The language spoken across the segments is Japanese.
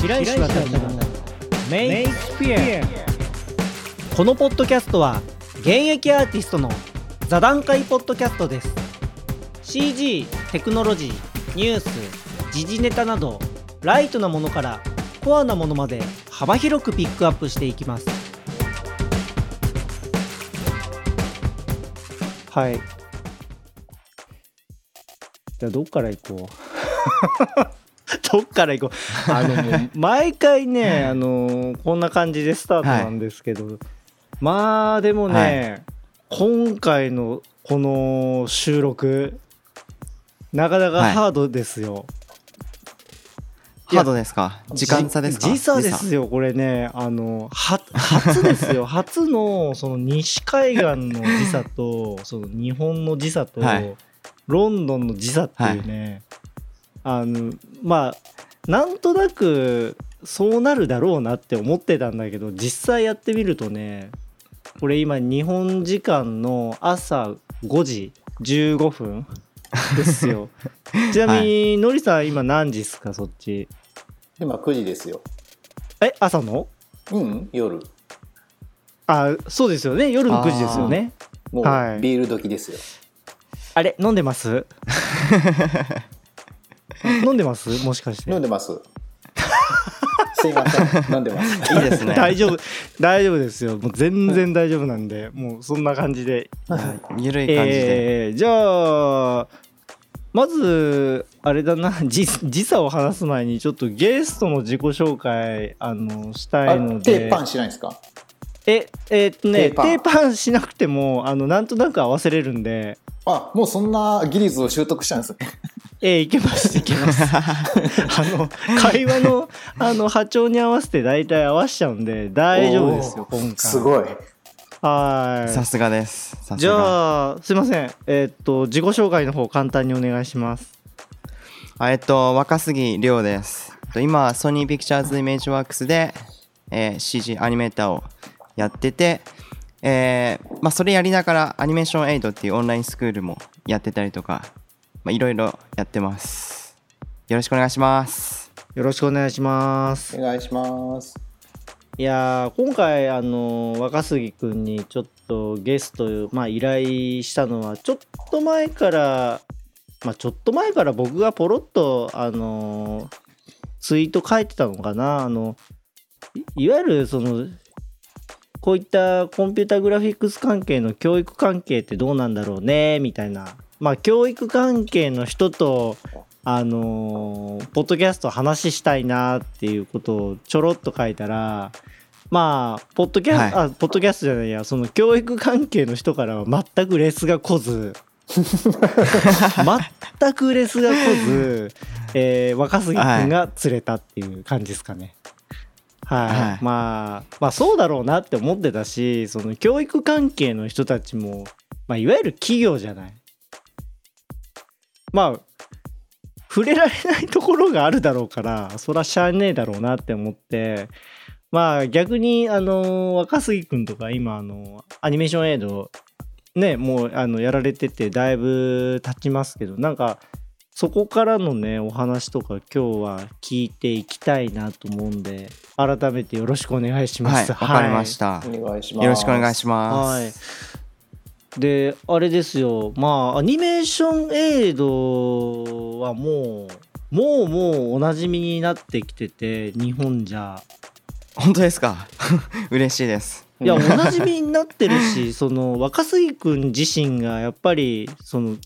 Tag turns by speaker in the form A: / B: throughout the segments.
A: 平石渡のメイクスピアこのポッドキャストは現役アーティストの座談会ポッドキャストです CG テクノロジーニュース時事ネタなどライトなものからコアなものまで幅広くピックアップしていきますはいじゃあどっから行 こうどっから行こうあのもう 毎回ね、あのこんな感じでスタートなんですけど、まあでもね、今回のこの収録なかなか
B: はい
A: ハードですよ、
B: ハードですか時間差ですか
A: じ時差ですよこれねあのは初です よ初のその西海岸の時差とその日本の時差と、
B: はい
A: ロンドンの時差っていうね、あのまあなんとなくそうなるだろうなって思ってたんだけど実際やってみるとねこれ今日本時間の朝5時15分です よちなみに、のりさん今何時ですかそっち
C: 今9時ですよ。
A: え朝の
C: うん、夜。
A: あそうですよね夜の9時ですよね
C: もう
A: はい
C: ビール時ですよ。
A: あれ飲んでます 飲んでますもしかして
C: 飲んでます。すいません、飲んでます。
B: いいですね
A: 大丈夫大丈夫ですよもう全然大丈夫なんでもうそんな感じで
B: ゆるい感じで、
A: えー、じゃあまずあれだな 時時差を話す前にちょっとゲストの自己紹介あのしたいの
C: あ
A: で
C: 手パンしないんですか
A: ええーっとね
C: 手パン
A: 手パンしなくてもあのなんとなく合わせれるんで
C: あ、もうそんな技術を習得したんですね。
A: ええ、いけ ますいけますあの会話のあの波長に合わせて大体合わしちゃうんで大丈夫ですよ
C: おー
A: 今回
C: すごい。
A: は
B: さ
A: ーい
B: すがですさすが
A: じゃあすいませんえーっと自己紹介の方簡単にお願いします
B: あえっと若杉亮ですえっと今ソニーピクチャーズイメージワークスで、えー CG アニメーターをやってて、えーまあ、それやりながらアニメーションエイドっていうオンラインスクールもやってたりとかまあいろいろやってますよろしくお願いします
A: よろしくお願いします
C: お願いします。
A: いやー今回あのー若杉くんにちょっとゲスト、まあ、依頼したのはちょっと前から、まあ、ちょっと前から僕がポロッとあのーツイート書いてたのかなあのいいわゆるそのこういったコンピュータグラフィックス関係の教育関係ってどうなんだろうねみたいなまあ教育関係の人とあのーポッドキャスト話したいなっていうことをちょろっと書いたらまあポッドキャスト、
B: は
A: あポッドキャストじゃないやその教育関係の人からは全くレスが来ず 全くレスが来 ず、えー若杉君が釣れたっていう感じですかね。はい
B: はい
A: まあ、まあそうだろうなって思ってたしその教育関係の人たちも、まあ、いわゆる企業じゃないまあ触れられないところがあるだろうからそらしゃあねえだろうなって思ってまあ逆にあの若杉くんとか今あのアニメーションエイドねもうあのやられててだいぶ経ちますけどなんかそこからのねお話とか今日は聞いていきたいなと思うんで改めてよろしくお願いしま
B: はい
A: す。
B: わかりまし
A: はい
B: た、
C: お願いします。
B: よろしくお願い
C: し
B: します、
A: はい、であれですよまあアニメーションエイドはもうもうもうおなじみになってきてて日本じゃ
B: 本当ですか 嬉しいです
A: いやお
C: うん
A: なじみになってるし その若杉君自身がやっぱりその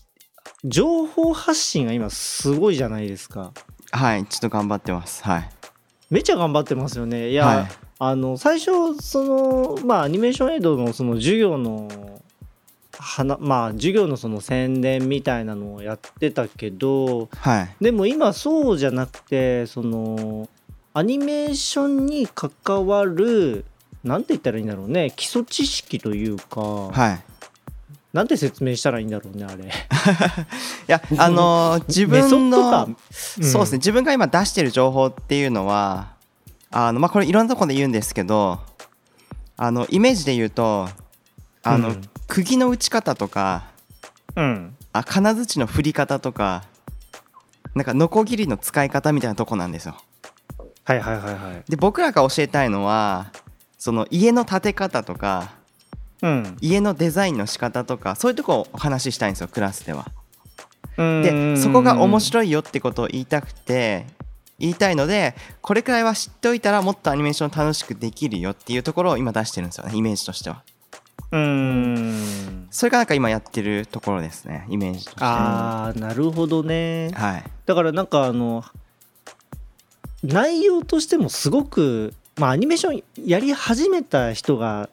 A: 情報発信が今すごいじゃないですか
B: はいちょっと頑張ってますはい
A: めちゃ頑張ってますよねいや、
B: はい
A: あの最初そのまあアニメーションエイドのその授業のはなまあ授業のその宣伝みたいなのをやってたけど
B: はい
A: でも今そうじゃなくてそのアニメーションに関わるなんて言ったらいいんだろうね基礎知識というか、
B: はい
A: なんて説明したらいいんだろうねあれ
B: い やあのー自
A: メソ
B: 分
A: ッドか
B: の、そうですね自分が今出してる情報っていうのはあのまあこれいろんなとこで言うんですけどあのイメージで言うとあの、
A: うん
B: 釘の打ち方とか
A: うん
B: あ金槌の振り方とかなんかノコギリの使い方みたいなとこなんですよ
A: はいはいはいはい。
B: で僕らが教えたいのはその家の建て方とか
A: うん。
B: 家のデザインの仕方とかそういうとこをお話ししたいんですよクラスでは。
A: うんうんうんう
B: で
A: ん
B: そこが面白いよってことを言いたくて言いたいのでこれくらいは知っておいたらもっとアニメーション楽しくできるよっていうところを今出してるんですよねイメージとしては
A: うん。
B: それがなんか今やってるところですねイメージとしては
A: ああ、なるほどね。
B: はい
A: だからなんかあの内容としてもすごく、まあ、アニメーションやり始めた人が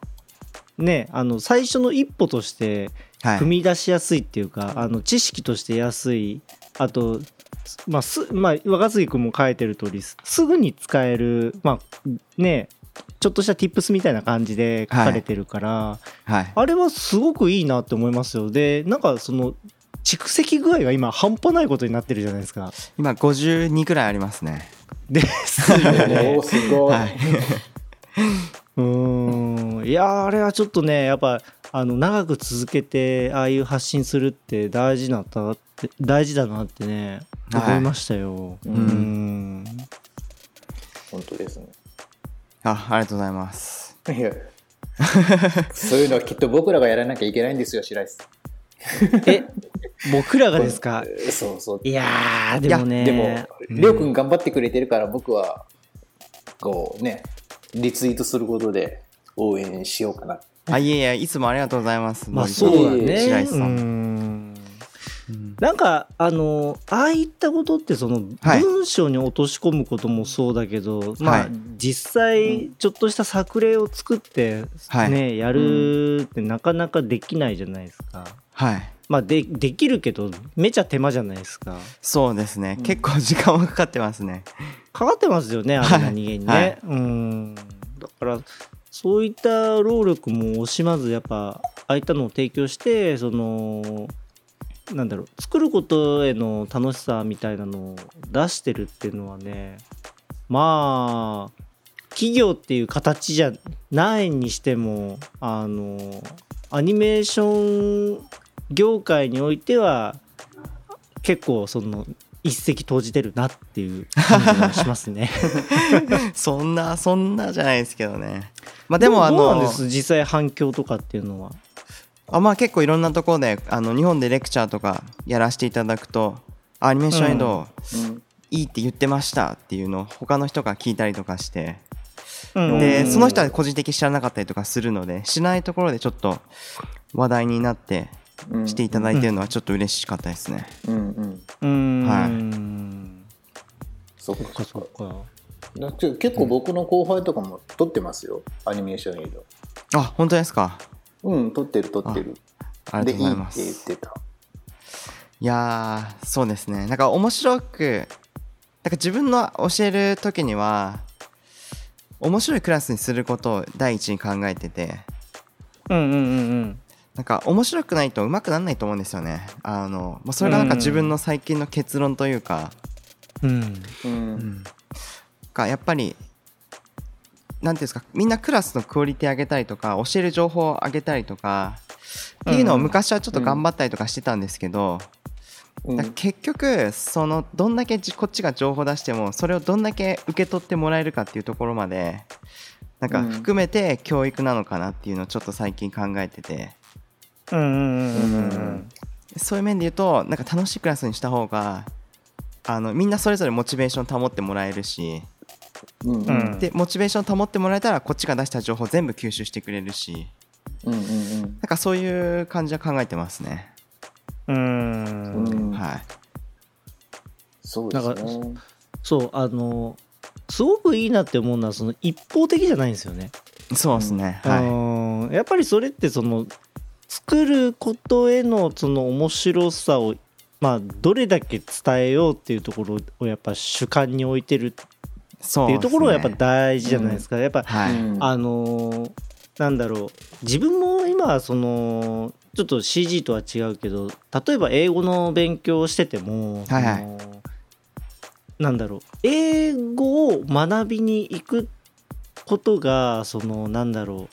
A: ねあの最初の一歩として
B: はい
A: 踏み出しやすいっていうか、あの知識として安いあと、まあすまあ、若杉君も書いてる通りすすぐに使える、まあね、ちょっとした tips みたいな感じで書かれてるから、
B: はい
A: あれはすごくいいなって思いますよでなんかその蓄積具合が今半端ないことになってるじゃないですか。
B: 今52くらいありますね
A: ですよ
C: お
A: ね
C: お。すごい、
B: はいう
A: ーん。いやーあれはちょっとねやっぱあの長く続けてああいう発信するって大事なんだなって大事だなってね
B: はい
A: 思いましたよ。うーん。
C: 本当ですね
B: あありがとうございます
C: いやそういうのはきっと僕らがやらなきゃいけないんですよ白石さん
A: え僕らがですか。
C: そうそう
A: いやーでもね。
C: でもりょうくん頑張ってくれてるから僕はこうねリツイートすることで応援しようかな
B: あいえいえいつもありがとうございます
A: まあ
B: 森さん
A: そうだね。
B: 白石さ
A: うんん
B: うん
A: なんかあのああいったことってその
B: はい
A: 文章に落とし込むこともそうだけど、まあ、
B: はい
A: 実際ちょっとした作例を作って、
B: はい
A: ねやるってなかなかできないじゃないですか。
B: はい
A: まあ、でできるけどめちゃ手間じゃないですか。
B: そうですね結構時間はかかってますね
A: かかってますよねあれ何気にね、
B: はい
A: うんだからそういった労力も惜しまずやっぱああいったのを提供してそのなんだろう作ることへの楽しさみたいなのを出してるっていうのはねまあ企業っていう形じゃないにしてもあのアニメーション業界においては結構その一石投じてるなっていう感じがしますね。
B: そんなそんなじゃないですけどねまあでもあ
A: どうなん
B: の
A: です実際反響とかっていうのは。
B: あまあ結構いろんなところであの日本でレクチャーとかやらせていただくとアニメーションエンドいいって言ってましたっていうのを他の人が聞いたりとかして
A: うん
B: でその人は個人的に知らなかったりとかするので知らないところでちょっと話題になって
C: うん
B: していただいてるのはちょっと嬉しかったですね。
C: うんうん
A: うん、
B: はい
C: そっ
A: そっか
C: か
A: そ
C: そっ
A: っか。
C: かだって結構僕の後輩とかも撮ってますよアニメーション映像
B: あ本当ですか
C: うん撮ってる撮ってる
B: あり
C: で
B: が
C: い
B: とうござ
C: い
B: い
C: っ
B: ま
C: て言っ
B: す。
C: てた
B: いやーそうですねなんか面白くなんか自分の教える時には面白いクラスにすることを第一に考えてて
A: うんうんうんうん。
B: なんか面白くないと上手くならないと思うんですよねあの、まあ、それがなんか自分の最近の結論というか、
A: うん、
C: う
B: うんん、がやっぱりなんていうんですかみんなクラスのクオリティ上げたりとか教える情報を上げたりとかっていうのを昔はちょっと頑張ったりとかしてたんですけ
C: う
B: ど、
C: ん
B: だから結局そのどんだけじこっちが情報出してもそれをどんだけ受け取ってもらえるかっていうところまでなんか
C: うん
B: 含めて教育なのかなっていうのをちょっと最近考えてて
A: うんうんうんうんうん
B: そういう面で言うとなんか楽しいクラスにした方があのみんなそれぞれモチベーション保ってもらえるし
C: うんうんうん
B: でモチベーション保ってもらえたらこっちが出した情報全部吸収してくれるし
C: うん
B: なんかそういう感じは考えてますね、
A: うん
C: う
A: うん
C: んい
B: はい
C: そうです
A: なん
C: ね
A: そうあのすごくいいなって思うのはその一方的じゃないんですよね。
B: そうですね、
A: う
B: はい
A: んやっぱりそれってその作ることへのその面白さをまあどれだけ伝えようっていうところをやっぱ主観に置いてる
B: そ
A: っていうところはやっぱ
B: だ
A: 大事じゃないですか、やっぱ、
B: はい、
C: うん
A: あのーなんだろう自分も今そのちょっと CG とは違うけど例えば英語の勉強をしてても、
B: はいはい
A: そのなんだろう英語を学びに行くことがそのなんだろ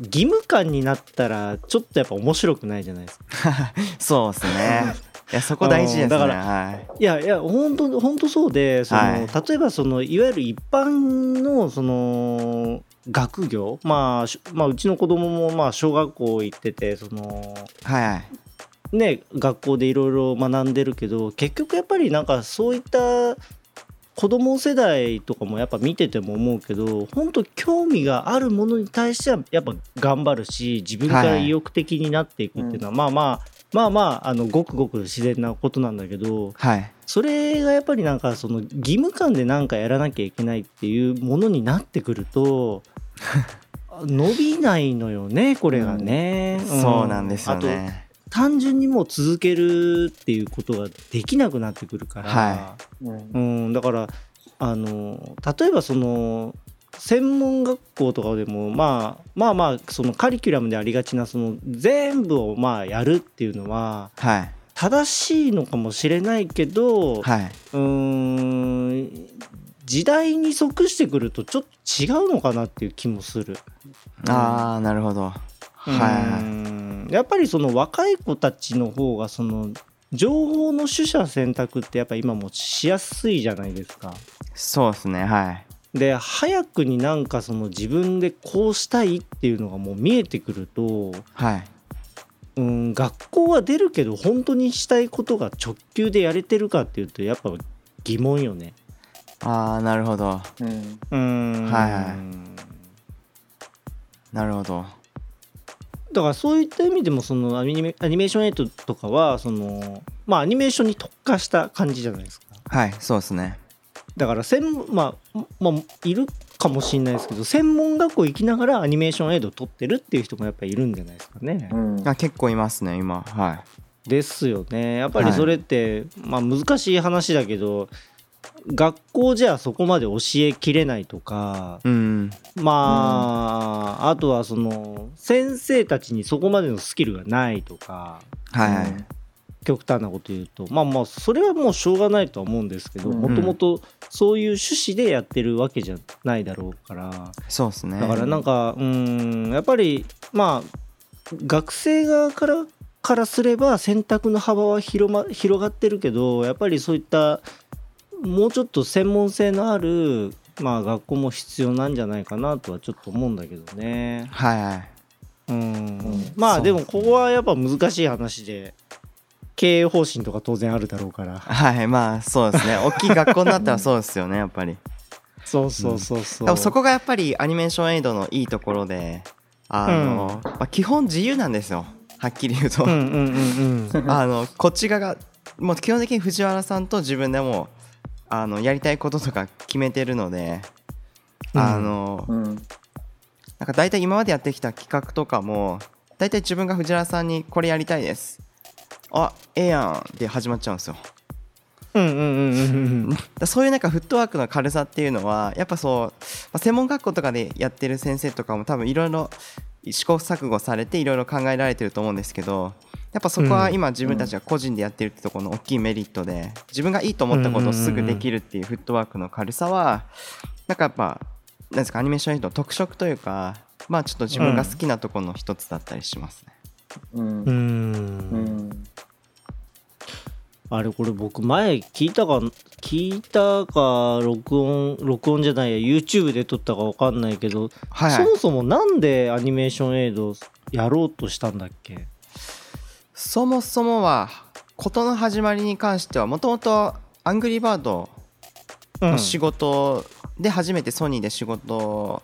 A: う義務感になったらちょっとやっぱ面白くないじゃないですか。
B: そうですねいやそこ大事ですね
A: だから
B: はい
A: いやいや本当本当そうでその、
B: はい
A: 例えばそのいわゆる一般のその学業、まあ、しまあうちの子供もまあ小学校行っててその
B: はいはい
A: ね学校でいろいろ学んでるけど結局やっぱりなんかそういった子供世代とかもやっぱ見てても思うけど本当興味があるものに対してはやっぱ頑張るし自分から意欲的になっていくっていうのは、まあまあまあまああのごくごく自然なことなんだけど、
B: はい
A: それがやっぱりなんかその義務感でなんかやらなきゃいけないっていうものになってくる と伸びないのよねこれがね、
B: そうなんですよね
A: あと単純にもう続けるっていうことができなくなってくるから、
B: は
C: うん
A: うん、だからあの例えばその専門学校とかでも、まあ、まあまあそのカリキュラムでありがちなその全部をまあやるっていうのは
B: はい
A: 正しいのかもしれないけど、
B: はいう
A: ーん時代に即してくるとちょっと違うのかなっていう気もする。
B: ああなるほどはいうは
A: ーんやっぱりその若い子たちの方がその情報の取捨選択ってやっぱ今もしやすいじゃないですか。
B: いそうですねはい
A: で早くになんかその自分でこうしたいっていうのがもう見えてくると
B: はい
A: うん学校は出るけど本当にしたいことが直球でやれてるかっていうとやっぱ疑問よね。
B: ああなるほど
C: うん
A: うーん
B: はいはなるほど
A: だからそういった意味でもそのアニメアニメーション8とかはそのまあアニメーションに特化した感じじゃないですか
B: はいそうですね
A: だから専門まあまあいるかもしれないですけど専門学校行きながらアニメーションエイド取ってるっていう人もやっぱりいるんじゃないですかね、
C: うん
B: あ結構いますね今は
A: ですよねやっぱりそれって、まあ難しい話だけど学校じゃそこまで教えきれないとか
B: いうん
A: まあ、あとはその先生たちにそこまでのスキルがないとか
B: はいは
C: う
B: い
C: ん
A: 極端なこと言うとまあまあそれはもうしょうがないとは思うんですけど
C: うん
A: もともとそういう趣旨でやってるわけじゃないだろうから
B: そうですね
A: だからなんかうんやっぱりまあ学生側からからすれば選択の幅は広,、ま、広がってるけどやっぱりそういったもうちょっと専門性のある、まあ、学校も必要なんじゃないかなとはちょっと思うんだけどね。
B: はいはい
A: うん、まあでもここはやっぱ難しい話で経営方針とか当然あるだろうから
B: はいまあそうですね大きい学校になったらそうですよねやっぱり
A: そうそうそうそう、
B: でもそこがやっぱりアニメーションエイドのいいところであの、まあ、基本自由なんですよはっきり言うと、
A: うんうんうんうん
B: あのこっち側がもう基本的に藤原さんと自分でもあのやりたいこととか決めてるのであの、
C: うん
B: なんか大体今までやってきた企画とかも大体自分が藤原さんにこれやりたいですあええやんで始まっちゃうんですよ
A: うんうんうんうんうん
B: だそういうなんかフットワークの軽さっていうのはやっぱそう、まあ専門学校とかでやってる先生とかも多分いろいろ試行錯誤されていろいろ考えられてると思うんですけどやっぱそこは今自分たちが個人でやってるってところの大きいメリットで自分がいいと思ったことをすぐできるっていうフットワークの軽さはなんかやっぱなんですかアニメーションの特色というかまあちょっと自分が好きなところの一つだったりしますね。
C: うん
A: う
C: うんん
A: あれこれ僕前聞いたか聞いたか録音録音じゃないや YouTube で撮ったか分かんないけど、
B: はい、はい
A: そもそもなんでアニメーションエイドやろうとしたんだっけ
B: そもそもは事の始まりに関してはもともとアングリーバード
A: うん
B: の仕事で初めてソニーで仕事を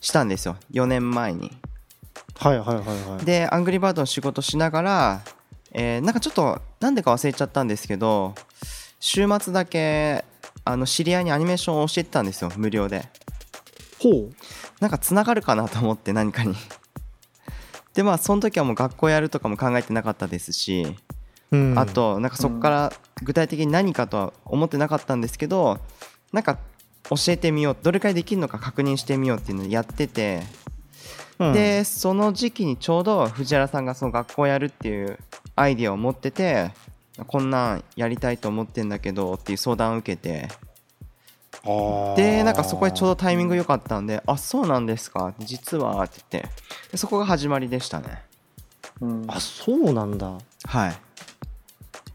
B: したんですよ4年前に。
A: はいはいはいはい
B: でアングリーバードの仕事しながら、えーなんかちょっとなんでか忘れちゃったんですけど週末だけあの知り合いにアニメーションを教えてたんですよ無料で。
A: ほう
B: なんかつながるかなと思って何かに。でまあその時はもう学校やるとかも考えてなかったですし
A: うん
B: あとなんかそこから具体的に何かとは思ってなかったんですけどなんか教えてみようどれくらいできるのか確認してみようっていうのをやってて、
A: うん
B: でその時期にちょうど藤原さんがその学校やるっていうアイディアを持っててこんなんやりたいと思ってんだけどっていう相談を受けてでなんかそこでちょうどタイミング良かったんであそうなんですか実はって言ってでそこが始まりでしたね
C: うん
A: あそうなんだ
B: は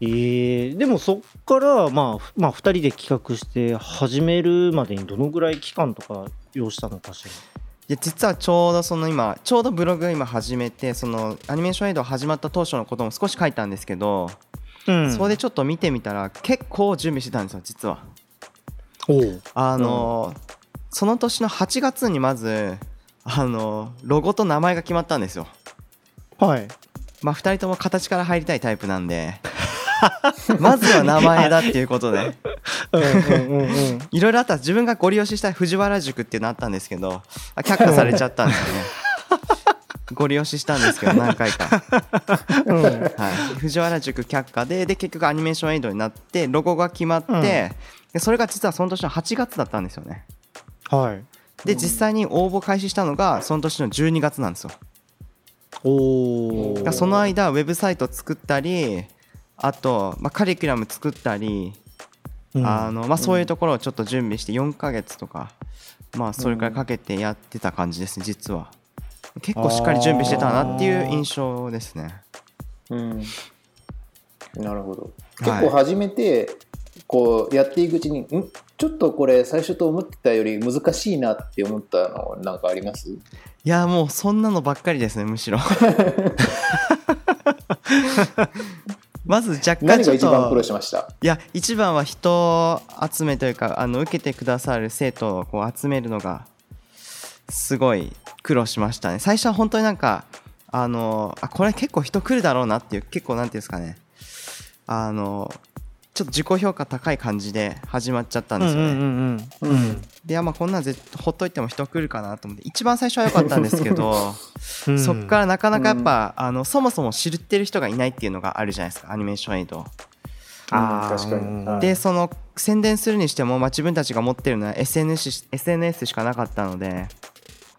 B: い
A: えーでもそっから、まあふまあ、2人で企画して始めるまでにどのぐらい期間とか要したのかしら
B: いや実はちょうどその今ちょうどブログを今始めてそのアニメーションエイド始まった当初のことも少し書いたんですけど、
A: うん、
B: そこでちょっと見てみたら結構準備してたんですよ実は
A: おう
B: あの、その年の8月にまずあのロゴと名前が決まったんですよ
A: はい
B: まあ2人とも形から入りたいタイプな んでまずは名前だっていうことで
A: うんうんうんうん
B: いろいろあった自分がご利用ししたい藤原塾っていうのあったんですけどあ却下されちゃったんで すよねご利用ししたんですけど何回か
A: うん
B: はい、 藤原塾却下でで結局アニメーションエイドになってロゴが決まって、
A: うん
B: でそれが実はその年の8月だったんですよね
A: はい
B: で
C: うん
B: 実際に応募開始したのがその年の12月なんですよだか
A: お
B: ら
A: お
B: その間ウェブサイト作ったりあと、まあ、カリキュラム作ったり、あのまあ、そういうところをちょっと準備して4ヶ月とか、まあ、それくらいかけてやってた感じですね実は結構しっかり準備してたなっていう印象ですね
C: うん、なるほど結
B: はい
C: 構初めてこうやっていくうちに、んちょっとこれ最初と思ってたより難しいなって思ったのなんかあります
B: いやもうそんなのばっかりですねむ しろまず若干
C: 何
B: ち
C: が
B: ょっ
C: 一番苦労
B: と
C: しました
B: いや一番は人集めというかあの受けてくださる生徒をこう集めるのがすごい苦労しましたね最初は本当になんかあのあこれ結構人来るだろうなっていう結構なんていうんですかねあのちょっと自己評価高い感じで始まっちゃったん
A: う
B: で
A: ん
B: す
A: う
B: よね、
A: んうんうん
B: でまあこんなんぜほっといても人来るかなと思って一番最初は良かったんですけど
A: うん
B: そっからなかなかやっぱ、あのそもそも知ってる人がいないっていうのがあるじゃないですかアニメーションエイド。
A: あー
C: うん確かに、
A: うん
C: はい
B: でその宣伝するにしても、まあ、自分たちが持ってるのは SNS, し SNS しかなかったので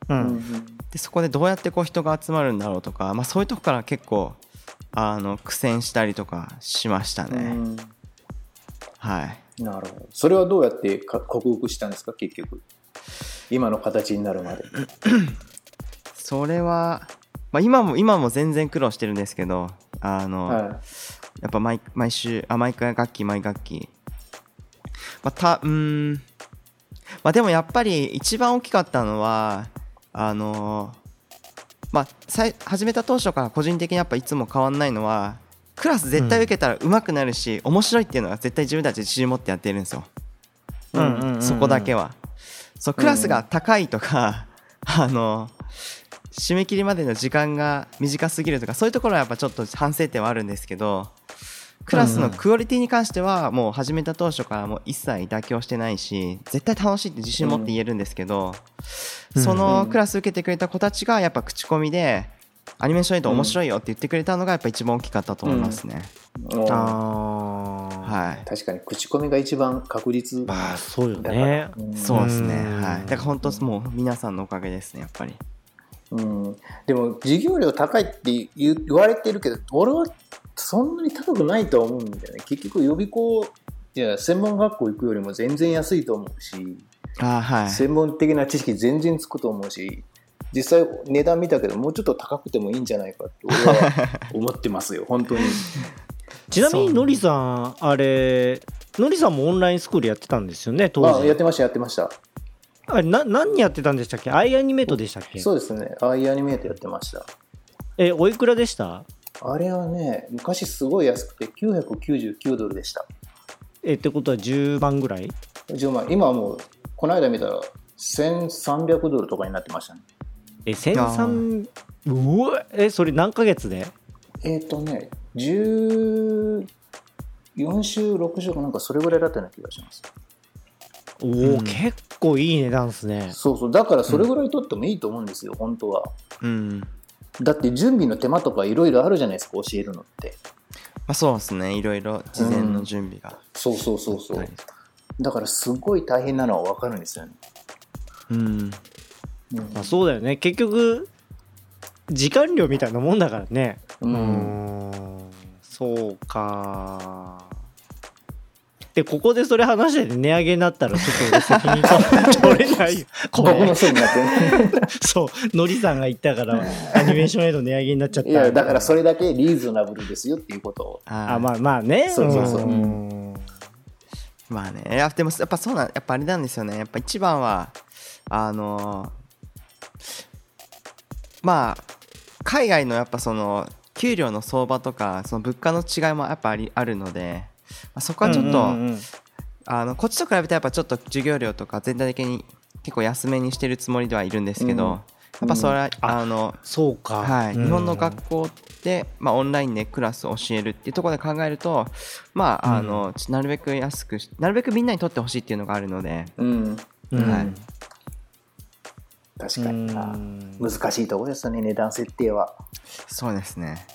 A: う
C: うんん
B: でそこでどうやってこう人が集まるんだろうとか、まあ、そういうとこから結構あの苦戦したりとかしました
C: う
B: ね。
C: ん
B: はい
C: なるほどそれはどうやってか克服したんですか結局今の形になるまで
B: それは、まあ、今も今も全然苦労してるんですけどあの、
C: は
B: やっぱ毎毎週あ毎回楽器毎楽器まあたうーんまあでもやっぱり一番大きかったのはあのまあさい始めた当初から個人的にやっぱいつも変わんないのはクラス絶対受けたら上手くなるし、面白いっていうのは絶対自分たちで自信持ってやってるんですよ、
A: うんうんうんうん
B: そこだけはそうクラスが高いとか、あの締め切りまでの時間が短すぎるとかそういうところはやっぱちょっと反省点はあるんですけどクラスのクオリティに関してはもう始めた当初からもう一切妥協してないし絶対楽しいって自信持って言えるんですけど、
A: うん
B: そのクラス受けてくれた子たちがやっぱ口コミでアニメーションエイド面白いよって言ってくれたのがやっぱ一番大きかったと思いますね、
C: いおー
A: あー
B: はい
C: 確かに口コミが一番確率
A: まあそうよね
C: うん
B: そうですね、
A: うん
B: はいだから本当もう皆さんのおかげですねやっぱり
C: うん、でも授業料高いって言う言われてるけど俺はそんなに高くないとは思うんだよね結局予備校いや専門学校行くよりも全然安いと思うし、
B: あーはい
C: 専門的な知識全然つくと思うし実際値段見たけどもうちょっと高くてもいいんじゃないかって俺は思ってますよ本当に
A: ちなみ
B: そ
A: に
B: う
A: のりさんあれのりさんもオンラインスクールやってたんですよね当
C: あやっ
A: 時
C: てましたやってました
A: あれな何やってたんでしたっけアイアニメートでしたっけ
C: そうですねああいうアニメートやってました
A: えおいくらでした
C: あれはね昔すごい安くて999ドルでした
A: えってことは10万ぐらい
C: 10万今はもうこの間見たら1300ドルとかになってましたね
A: え1300うおえそれ何ヶ月で
C: えっ、とね14週6週かなんかそれぐらいだったような気がします
A: おお、
B: うん
A: 結構いい値段ですね
C: そうそうだからそれぐらい取ってもいいと思うんですよ、本当は
B: うんま
C: だって準備の手間とかいろいろあるじゃないですか教えるのって
B: あそうですねいろいろ事前の準備が、
C: そうそうそうそ
B: は
C: う
B: い
C: だからすごい大変なのは分かるんですよね、
B: うん
C: うん
A: まあ、そうだよね結局時間量みたいなもんだからね
C: う
A: うんーんそうかでここでそれ話してて値上げになったらちょっと俺責任取れない よこ
C: 僕の
A: れ
C: せいになって ね
A: そうのりさんが言ったからアニメーションへの値上げになっちゃった
C: いやだからそれだけリーズナブルですよっていうことを
A: あ
B: あま
A: まあまあね
C: そうそうそうん
B: まあねいやでもやっぱそうなんやっぱあれなんですよねやっぱ一番はあのーまあ海外のやっぱその給料の相場とかその物価の違いもやっぱありあるので、まあ、そこはちょっと、
A: うんうんうん
B: あのこっちと比べてやっぱちょっと授業料とか全体的に結構安めにしてるつもりではいるんですけど、
C: うん
B: やっぱそれは、
A: あ
B: あの
A: そうか、
B: はい、
A: うん
B: 日本の学校で、まあ、オンラインでクラスを教えるっていうところで考えると、まあ、あのちなるべく安くしなるべくみんなにとってほしいっていうのがあるので、
C: うん
A: うん
B: はい
C: 確かにな
A: うん
C: 難しいところですよね値段設定は
B: そうですね。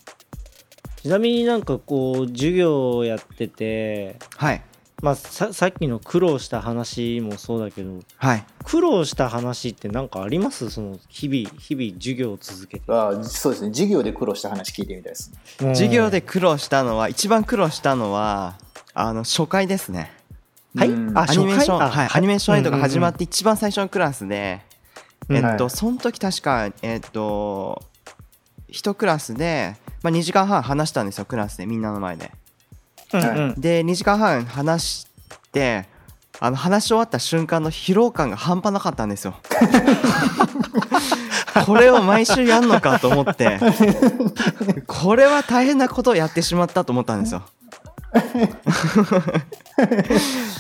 A: ちなみになんかこう授業をやってて
B: はい、
A: まあささっきの苦労した話もそうだけど
B: はい、
A: 苦労した話って何かありますその日々日々授業を続けて
C: あそうですね授業で苦労した話聞いてみたいですね
B: 授業で苦労したのは一番苦労したのはあの初回ですね。
A: はい、
C: うん
A: あ
B: アニメーショ
A: 初回
B: ン、
A: あ
B: はい、アニメーションエイドが始まって一番最初のクラスで、
A: うん
B: えっと、
C: はい
B: その時確か、えっと、一クラスで、まあ、2時間半話したんですよ、クラスで、みんなの前で。
A: うん
C: はい
A: うん
B: で、2時間半話して、あの話し終わった瞬間の疲労感が半端なかったんです よ。これを毎週やんのかと思って、これは大変なことをやってしまったと思ったんで すよ。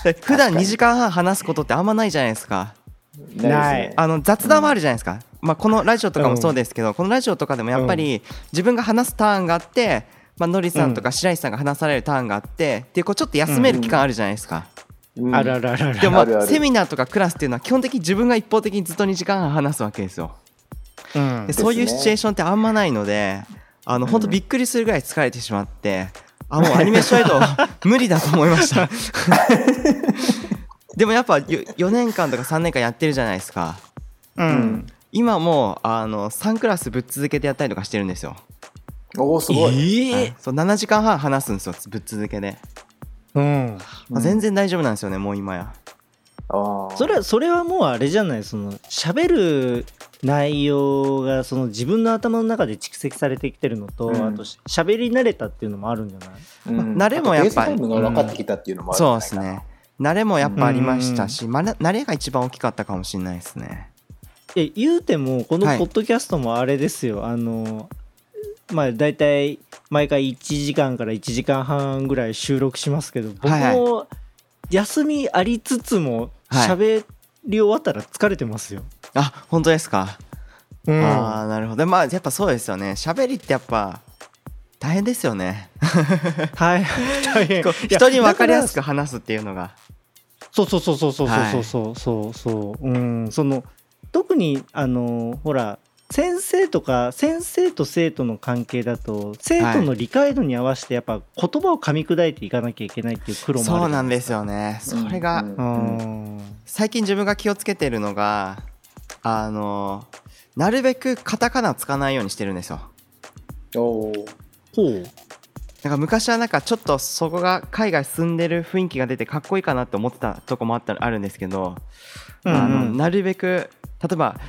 B: で普段2時間半話すことってあんまないじゃないですか。
A: ない
C: ですね
B: あの雑談もあるじゃないですか、まあ、このラジオとかもそうですけど、このラジオとかでもやっぱり自分が話すターンがあって、まあのりさんとか白石さんが話されるターンがあってっていうこうちょっと休める期間あるじゃないですか、
C: うん
A: あららら
B: で
A: ら
B: も、まあ
C: あるある
B: セミナーとかクラスっていうのは基本的に自分が一方的にずっと2時間半話すわけですよ
A: うん
B: で
C: ですね
B: そういうシチュエーションってあんまないのであの本当びっくりするぐらい疲れてしまって、あもうアニメーションイド無理だと思いました でもやっぱ4年間とか3年間やってるじゃないですか
A: うん
B: 今もうあの3クラスぶっ続けてやったりとかしてるんですよ、
C: おおすごい、
A: え
B: はいそう7時間半話すんですよぶっ続けで、
A: うん
B: まあ全然大丈夫なんですよねもう今や
C: ああ
A: それはそれはもうあれじゃないその喋る内容がその自分の頭の中で蓄積されてきてるのと、
C: うん
A: あとし喋り慣れたっていうのもあるんじゃない
C: うん
B: 慣れもやっぱ
C: あとベースタイムが分かってきたっていうのもあるんじゃ
B: そう
C: ない
B: で
C: か
B: す
C: な
B: ね慣れもやっぱありましたし、まあな慣れが一番大きかったかもしれないですね
A: え言うてもこの
B: はい
A: ポッドキャストもあれですよ、あのまあ大体毎回1時間から1時間半ぐらい収録しますけど僕
B: はいはい
A: も休みありつつも
B: はい
A: 喋り終わったら疲れてますよ。
B: あ本当ですか、
A: うん
B: ああなるほどまあやっぱそうですよね喋りってやっぱ大変ですよね
A: はい、大変
B: こう人に分かりやすく話すっていうのが
A: そうそうそうそうそうそうそうそうそう、うんその特にあのほら先生とか先生と生徒の関係だと生徒の理解度に合わせてやっぱ言葉を噛み砕いていかなきゃいけないっていう苦労もある
B: そうなんですすよねそれが、
C: うん
A: うん
B: 最近自分が気をつけてるのがあのなるべくカタカナを使わないようにしてるんですよ
C: おー
A: ほう
B: だから昔はなんかちょっとそこが海外住んでる雰囲気が出てかっこいいかなって思ってたとこもあったあるんですけど、
A: うん
B: あの
A: うん
B: なるべく例えば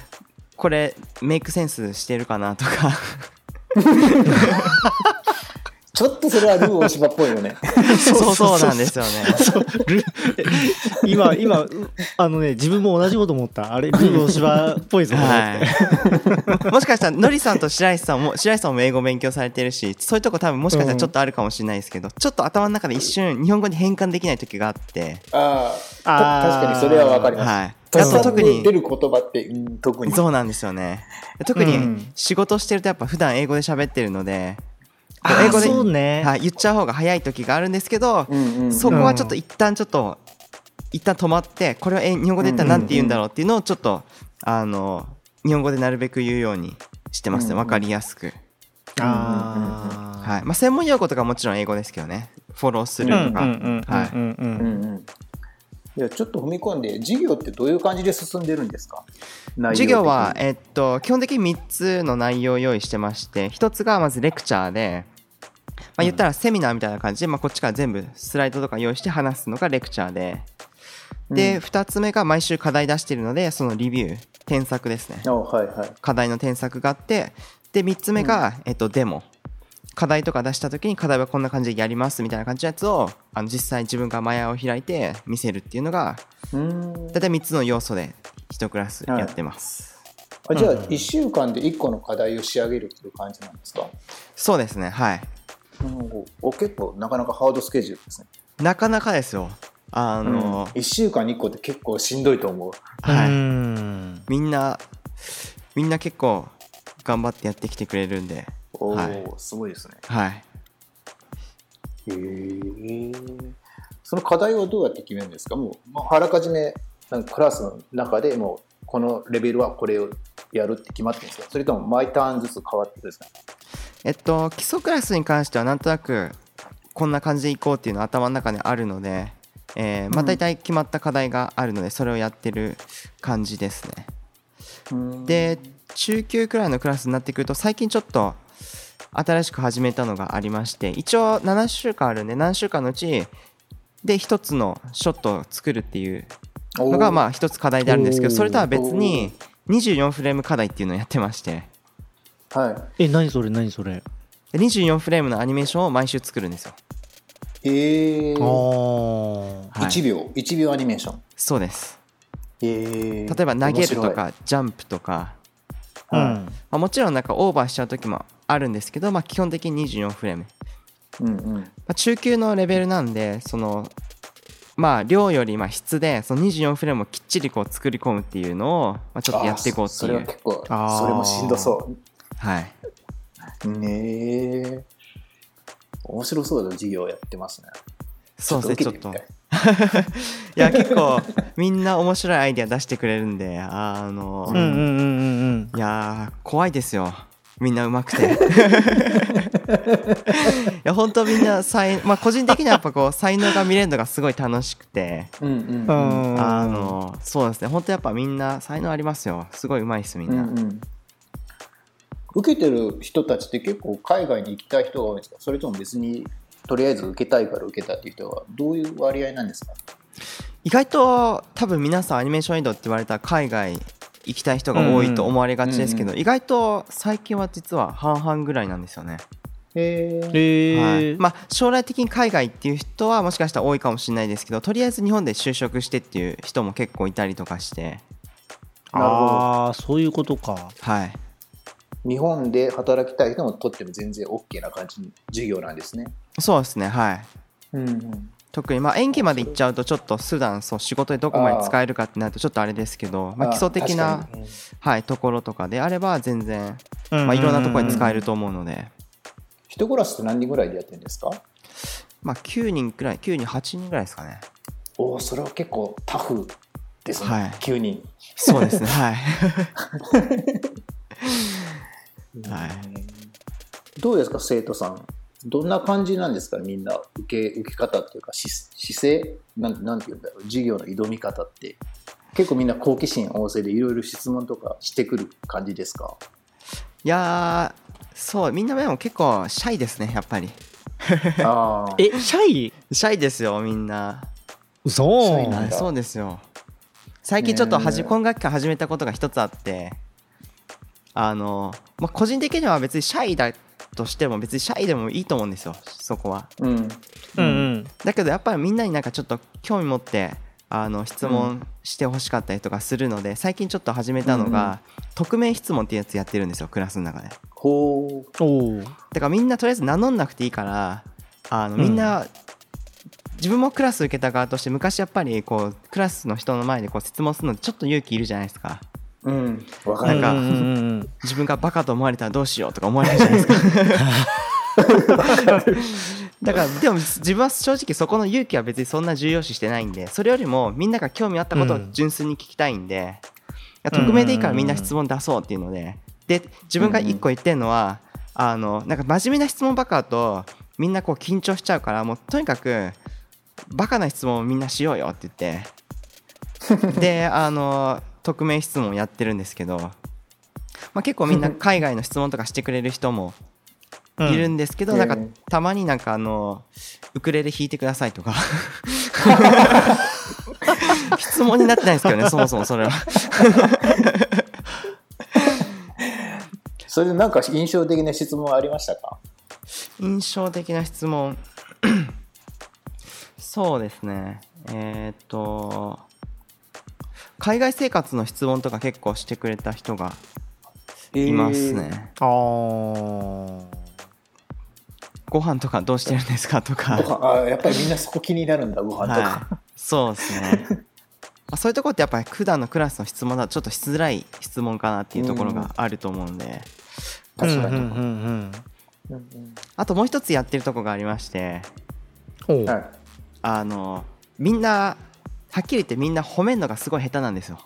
B: これメイクセンスしてるかなとか
C: ちょっとそれはルー大柴っぽいよね
B: そう そうなんですよね
A: ル今今うあのね自分も同じこと思ったあれルード芝っぽいぞ、
B: はい、もしかしたらのりさんと白石さんも白石さんも英語勉強されてるしそういうとこ多分もしかしたらちょっとあるかもしれないですけど、ちょっと頭の中で一瞬日本語に変換できない時があって、
C: あ あ
A: あー
C: た確かにそれは分かります、
B: はい、
C: と
B: や
C: っ
B: っ
C: さ
B: と
C: に
B: 特に
C: 出る言葉って、うん特に
B: そうなんですよね特
A: う
B: に
A: ん
B: 仕事してるとやっぱ普段英語で喋ってるので、こう
A: あ
B: 英語で
A: そうね、
B: はい、言っちゃう方が早い時があるんですけど、
C: うんうんうん
B: そこはちょっと一旦ちょっと一旦止まってこれはえ日本語で言ったら何て言うんだろうっていうのをちょっとあの日本語でなるべく言うようにしてますね
C: うんうん
B: 分かりやすく、
A: あー
B: はいまあ、専門用語とかもちろん英語ですけどねフォローする
A: うん
B: とか、
A: うんうん
B: はい
A: うんうんうん
C: うんうんいやちょっと踏み込んで授業ってどういう感じで進んでるんですか内容的
B: 授
C: に
B: 業は、えっと、基本的に3つの内容を用意してまして1つがまずレクチャーで、まあまあ、言ったらセミナーみたいな感じで、まあ、こっちから全部スライドとか用意して話すのがレクチャーでで、2つ目が毎週課題出してるのでそのリビュー添削ですね
C: あはいはい
B: 課題の添削があってで3つ目が、えっと、デモ課題とか出した時に課題はこんな感じでやりますみたいな感じのやつをあの実際自分がマヤを開いて見せるっていうのが
C: うーん
B: 大体3つの要素で1クラスやってます、
C: あじゃあ1週間で1個の課題を仕上げるっていう感じなんですか、
B: そうですねはい
C: うん、お結構なかなかハードスケジュールですね、
B: なかなかですよあの、
C: 1週間に1個って結構しんどいと思う
B: はいう
A: ーん
B: みんなみんな結構頑張ってやってきてくれるんで
C: おお、
B: はい
C: すごいですね
B: はい
C: へえその課題をどうやって決めるんですかもう、まあ、あらかじめなんかクラスの中でもうこのレベルはこれをやるって決まってるんですかそれとも毎ターンずつ変わってるんですか
B: えっと基礎クラスに関してはなんとなくこんな感じでいこうっていうのは頭の中にあるので、えーまあ、大体決まった課題があるのでそれをやってる感じですね、で中級くらいのクラスになってくると最近ちょっと新しく始めたのがありまして一応7週間あるんで何週間のうちで1つのショットを作るっていうのがまあ1つ課題であるんですけど
A: おー
B: それとは別に24フレーム課題っていうのをやってまして
C: あはい
A: え何それ何それ
B: で24フレームのアニメーションを毎週作るんですよ、
C: ええ
A: あー
B: はい
C: 1秒1秒アニメーション
B: そうです
C: え
B: 例えば投げるとかジャンプとか、
A: う
C: はい
A: ん
B: まあ、もちろんなんかオーバーしちゃう時もあるんですけど、まあ、基本的に24フレーム、ま
C: うんうん
B: あ、中級のレベルなんでそのまあ量よりまあ質でその24フレームをきっちりこう作り込むっていうのを、まあ、ちょっとやっていこうって
C: そ
B: い
C: れ
B: う
C: は結構
A: あー
C: それもしんどそ
B: はい、
C: うねえ面白そうな授業やってますね
B: そうですねちょっ
C: 受けて
B: と
C: み
B: い
C: たい
B: や結構みんな面白いアイデア出してくれるんであの、
A: うんうんうんうんうん
B: いやー怖いですよみんな上 手くていや本当みんな才、まあ、個人的にはやっぱ こう才能が見れるのがすごい楽しくて
C: うんうん
A: う
C: うん
A: ん
B: あのそうですね本当やっぱみんな才能ありますよすごい上手いですみん
C: うん
B: な、
C: うん受けてる人たちって結構海外に行きたい人が多いんですかそれとも別にとりあえず受けたいから受けたっていう人はどういう割合なんですか
B: 意外と多分皆さんアニメーションエイドって言われたら海外行きたい人が多いと思われがちですけど、
C: うん
B: 意外と最近は実は半々ぐらいなんですよね、
C: へえ
A: え
B: はい
A: ー
B: まあ、将来的に海外っていう人はもしかしたら多いかもしれないですけどとりあえず日本で就職してっていう人も結構いたりとかして
C: なるほど
A: ああそういうことか
B: はい
C: 日本で働きたい人もとっても全然 OK な感じの授業なんですね。
B: そうですねはい
C: うんうん、
B: 特にまあ演技まで行っちゃうとちょっと普段そう仕事でどこまで使えるかってなるとちょっとあれですけどまあ、基礎的な
C: 確かに
B: はい、ところとかであれば全然、
A: ま
B: まあ、いろんなところに
C: う
B: 使えると思うので、
C: 一クラスって何人ぐらいでやってるんですか
B: まあ、9人くらい9人8人ぐらいですかね
C: おおそれは結構タフですね、
B: はい
C: 9人。
B: そうですね はい、は
C: どうですか生徒さんどんな感じなんですかみんな受け受け方っていうかし姿勢なんなんて言うんだろう授業の挑み方って結構みんな好奇心旺盛でいろいろ質問とかしてくる感じです か
B: いやーそうみんなでも結構シャイですねやっぱり
C: あー
A: えシャイ
B: シャイですよみんな
A: 嘘
C: シャイなん
B: は
C: だ
B: いそうですよ最近ちょっとはじ
C: ねえ
B: 今学期から始めたことが一つあってあの、まあ、個人的には別にシャイだとしても別にシャイでもいいと思うんですよそこは
C: うん
A: うんうん
B: だけどやっぱりみんなになんかちょっと興味持ってあの質問してほしかったりとかするので、最近ちょっと始めたのが、匿名質問っていうやつやってるんですよクラスの中でだか
C: ほう
A: おう
B: らみんなとりあえず名乗んなくていいからあのみんな、自分もクラス受けた側として昔やっぱりこうクラスの人の前でこう質問するのってちょっと勇気いるじゃないですか
C: うんわか
B: なん
C: る
B: か
A: うんうんうんうん
B: 自分がバカと思われたらどうしようとか思われるじゃない ですかだからでも自分は正直そこの勇気は別にそんな重要視してないんでそれよりもみんなが興味あったことを純粋に聞きたいんで、いや匿名でいいからみんな質問出そうっていうのでで自分が一個言ってるのは、あのなんか真面目な質問ばっかだとみんなこう緊張しちゃうからもうとにかくバカな質問をみんなしようよって言ってであの匿名質問やってるんですけど、まあ、結構みんな海外の質問とかしてくれる人も
A: うん
B: いるんですけど、
C: うん
B: なんか
C: うん
B: たまになんかあのウクレレ弾いてくださいとか 質問になってないですけどねそもそもそれは
C: それでなんか印象的な質問はありましたか
B: 印象的な質問 そうですねえーっと海外生活の質問とか結構してくれた人がいますね、
A: あー
B: ご飯とかどうしてるんですかとか
C: ご飯あやっぱりみんなそこ気になるんだご飯とか、
B: はい、そうです ねまあそういうところってやっぱり普段のクラスの質問だとちょっとしづらい質問かなっていうところがあると思うんで、
C: 確かに、
A: うんうん
C: うんうん
B: あともう一つやってるとこがありまして
A: うんうん、
C: は
A: はい
B: あのみんなはっきり言ってみんな褒めるのがすごい下手なんですよ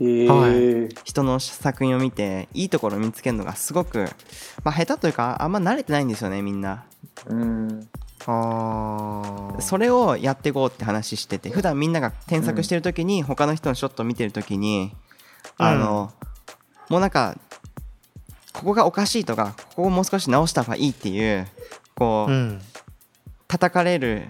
C: へー
B: 人の作品を見ていいところを見つけるのがすごく、まあ、下手というかあんま慣れてないんですよねみんな
C: うん
A: あー
B: それをやっていこうって話してて普段みんなが添削してる時に他の人のショットを見てる時に、
A: うん
B: あのもうなんかここがおかしいとかここをもう少し直した方がいいっていうこう、
A: うん
B: 叩かれる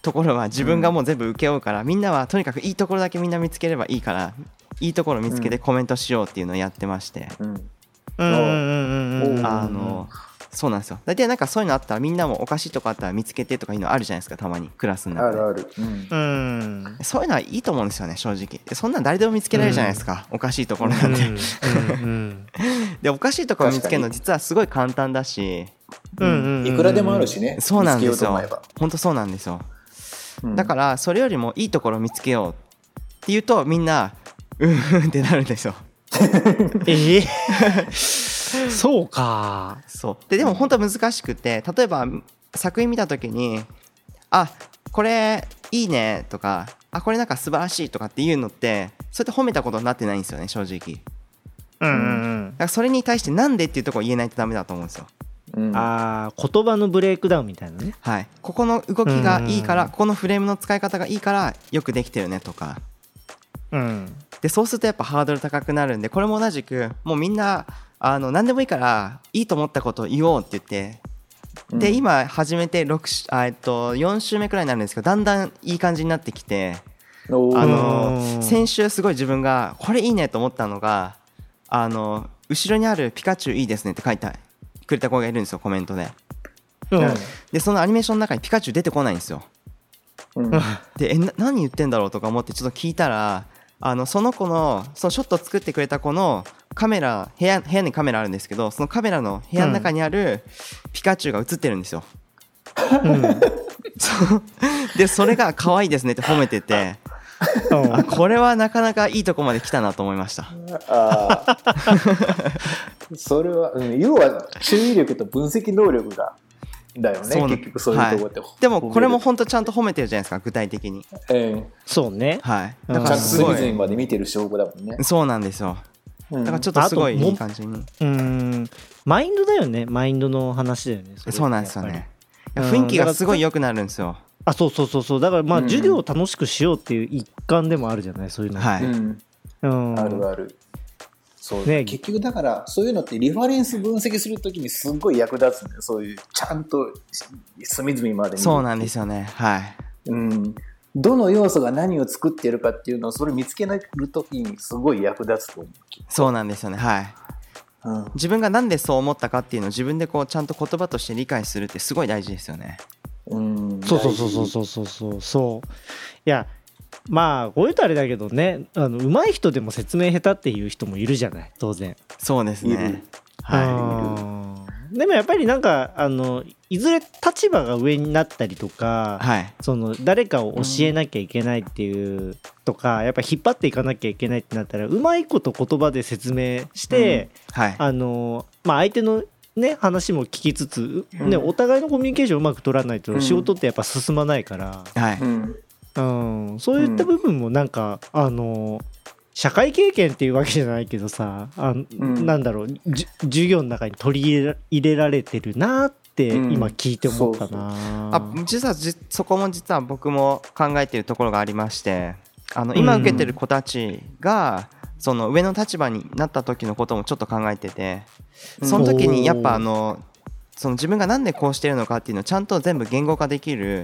B: ところは自分がもう全部請け負うから、みんなはとにかくいいところだけみんな見つければいいからいいところ見つけてコメントしようっていうのをやってまして、
C: うん
A: うんうんうんうんうん
B: あのそうなんですよ大体なんかそういうのあったらみんなもおかしいとこあったら見つけてとかいうのあるじゃないですかたまにクラスの
C: あ
B: 中で
C: るある、うん
A: うんうん
B: そういうのはいいと思うんですよね正直そんなん誰でも見つけられるじゃないですか、おかしいところなんて、
A: うん
B: でおかしいところ見つけるの実はすごい簡単だし
A: うんうん
C: いくらでもあるしね、
B: そうなんですよ
C: 見つけようと思
B: ほんとそうなんですよ、
C: えば、うん
B: だからそれよりもいいところを見つけようっていうとみんなうんうんってなるんですよ
A: ええ そうか
B: そうででも本当は難しくて例えば作品見た時に「あこれいいね」とか「あこれなんか素晴らしい」とかっていうのってそれって褒めたことになってないんですよね正直だ
A: うんうん
B: からそれに対して「なんで?」っていうところを言えないとダメだと思うんですよ
C: うん
A: あー言葉のブレイクダウンみたいなね
B: はい、ここの動きがいいか
A: う
B: ら
A: ん
B: ここのフレームの使い方がいいからよくできてるねとか
A: うん
B: でそうするとやっぱハードル高くなるんでこれも同じくもうみんなあの何でもいいからいいと思ったことを言おうって言ってで、今始めて六しあえっと4週目くらいになるんですけどだんだんいい感じになってきて
C: うんおー
B: あの
A: うん
B: 先週すごい自分がこれいいねと思ったのがあの後ろにあるピカチュウいいですねって書いてくれた子がいるんですよコメントで
A: うん
C: うん
B: でそのアニメーションの中にピカチュウ出てこないんですよ
C: うん
B: でえな何言ってんだろうとか思ってちょっと聞いたらあのその子のそのショット作ってくれた子のカメラ部屋部屋にカメラあるんですけどそのカメラの部屋の中にあるピカチュウが映ってるんですよ、
A: うん
B: そうでそれが可愛いですねって褒めててあこれはなかなかいいとこまで来たなと思いました
C: あー それは、うん、要は注意力と分析能力がだよね
B: そうな
C: 結局そういうところって、
B: でもこれも本当ちゃんと褒めてるじゃないですか具体的に
C: え
A: そうね
B: はい
A: うん
B: だ
C: え
B: か
C: ちゃ
B: ら
C: んと
B: す
C: 隅
B: ご
C: 々
B: い
C: まで見てる証拠だもんね、
B: そうなんですよ
C: うん
B: だからちょっとすごい
A: あとも
B: いい感じに
A: うんマインドだよねマインドの話だよねれ
B: そうなんですよ
A: やっぱ
B: ね
A: り
B: いや
A: うん
B: 雰囲気がすごい良くなるんですよ
A: あそうそうそうそうだからまあ
C: うん
A: 授業を楽しくしようっていう一環でもあるじゃないそういうの
B: は
C: う
B: い
C: ん
A: うん
C: あるあるそう、
A: ね
C: 結局だからそういうのってリファレンス分析するときにすごい役立つんだよそういうちゃんと隅々まで見る
B: そうなんですよねはい
C: うん、どの要素が何を作ってるかっていうのをそれ見つけるときにすごい役立つと思
B: そうなんですよねはい
C: うん。うん
B: 自分がなんでそう思ったかっていうのを自分でこうちゃんと言葉として理解するってすごい大事ですよね
C: うん、
A: そうそうそうそうそうそうそうそういやまあこういうとあれだけどねあの上手い人でも説明下手っていう人もいるじゃない当然
B: そうです
C: いる
B: ねは
A: はい、でもやっぱりなんかあのいずれ立場が上になったりとか、
B: いはい
A: その誰かを教えなきゃいけないっていう、とかやっぱ引っ張っていかなきゃいけないってなったらうまいこと言葉で説明して、
B: はい
A: あのまあ、相手のね話も聞きつつ、
C: うん
A: ね、お互いのコミュニケーションうまく取らないと
C: うん
A: 仕事ってやっぱ進まないから、
B: はい
C: うん
A: うんそういった部分もなんか、あの社会経験っていうわけじゃないけどさあ、
C: ん
A: なんだろうじゅ授業の中に取り入れ入れられてるなって
C: うん
A: 今聞いて思ったな、
B: あ実はじそこも実は僕も考えてるところがありましてあの今受けてる子たちが、その上の立場になった時のこともちょっと考えててその時にやっぱあのその自分がなんでこうしてるのかっていうのをちゃんと全部言語化できる、
C: う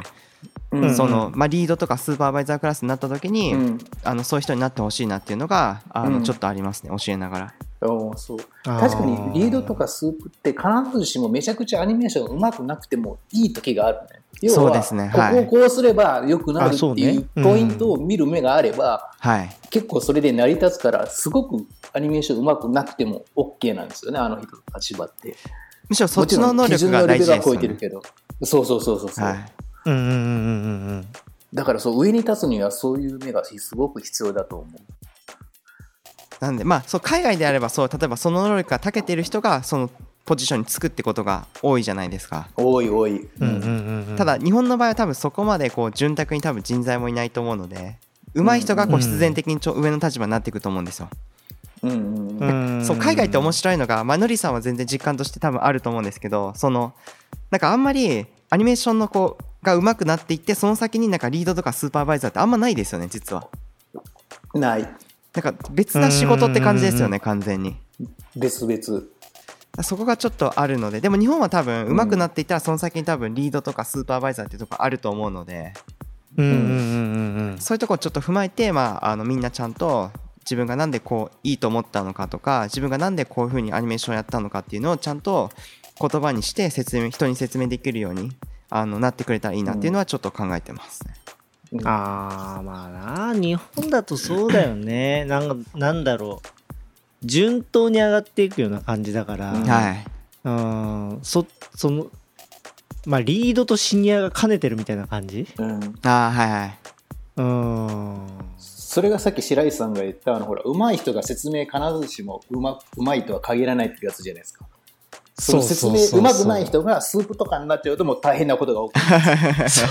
C: ん
B: そのまあ、リードとかスーパーバイザークラスになった時に、
C: うん
B: あのそういう人になってほしいなっていうのがあの、
C: うん
B: ちょっとありますね教えながら
C: おーそう
A: あー
C: 確かにリードとかスープって必ずしもめちゃくちゃアニメーションうまくなくてもいい時があるね。要は
B: そうですねはい
C: ここをこうすれば良くなるって
A: あそう
C: い
A: ね
C: う
A: うん
C: ポイントを見る目があれば、
B: はい
C: 結構それで成り立つからすごくアニメーションうまくなくても OK なんですよねあの人の立場って。
B: むしろそっち
C: も
B: の
C: ろ
B: 能
C: ん基
B: 力
C: 準
B: が
C: のレ
B: 大
C: ベ
B: 事
C: ル
B: で
C: は
B: す
C: 超
B: よ
C: えてる
B: ね
C: けど。そうそうそうそうそう、
B: はい
A: うんうんうんうんうんうん
C: だからそう上に立つにはそういう目がすごく必要だと思う。
B: なんでまあそう海外であればそう例えばその能力が長けてる人がそのポジションにつくってことが多いじゃないですか
C: おいおい。
A: うんうんうん
B: ただ日本の場合は多分そこまでこう潤沢に多分人材もいないと思うので上手い人がこ
A: う
B: うん必然的にちょ上の立場になっていくと思うんですよ。
C: うんうんうん。
A: ん
B: そう海外って面白いのがまあのりさんは全然実感として多分あると思うんですけどそのなんかあんまりアニメーションのこうが上手くなっていってその先になんかリードとかスーパーバイザーってあんまないですよね実は。
C: ない。
B: なんか別な仕事って感じですよね完全に。
C: 別々。
B: そこがちょっとあるのででも日本は多分上手くなっていったらその先に多分リードとかスーパーバイザーっていうとこあると思うので。
A: うんうんうんうんうん
B: そういうところちょっと踏まえて、まあ、あのみんなちゃんと自分がなんでこういいと思ったのかとか自分がなんでこういうふうにアニメーションやったのかっていうのをちゃんと言葉にして説明人に説明できるようにあのなってくれたらいいなっていうのはちょっと考えてますね。
C: うん
A: あーまあな日本だとそうだよねなんかなんだろう順当に上がっていくような感じだから、
C: うん
B: はい、
A: うんそそのまあリードとシニアが兼ねてるみたいな感じ
C: うん
B: あーはいはい
A: うん
C: それがさっき白石さんが言ったあのほら上手い人が説明必ずしもうま上手いとは限らないってやつじゃないですか。その説明
A: そう
C: 上
A: そう
C: 手くない人がスープとかになっちゃうともう大変なことが起きる。
A: そ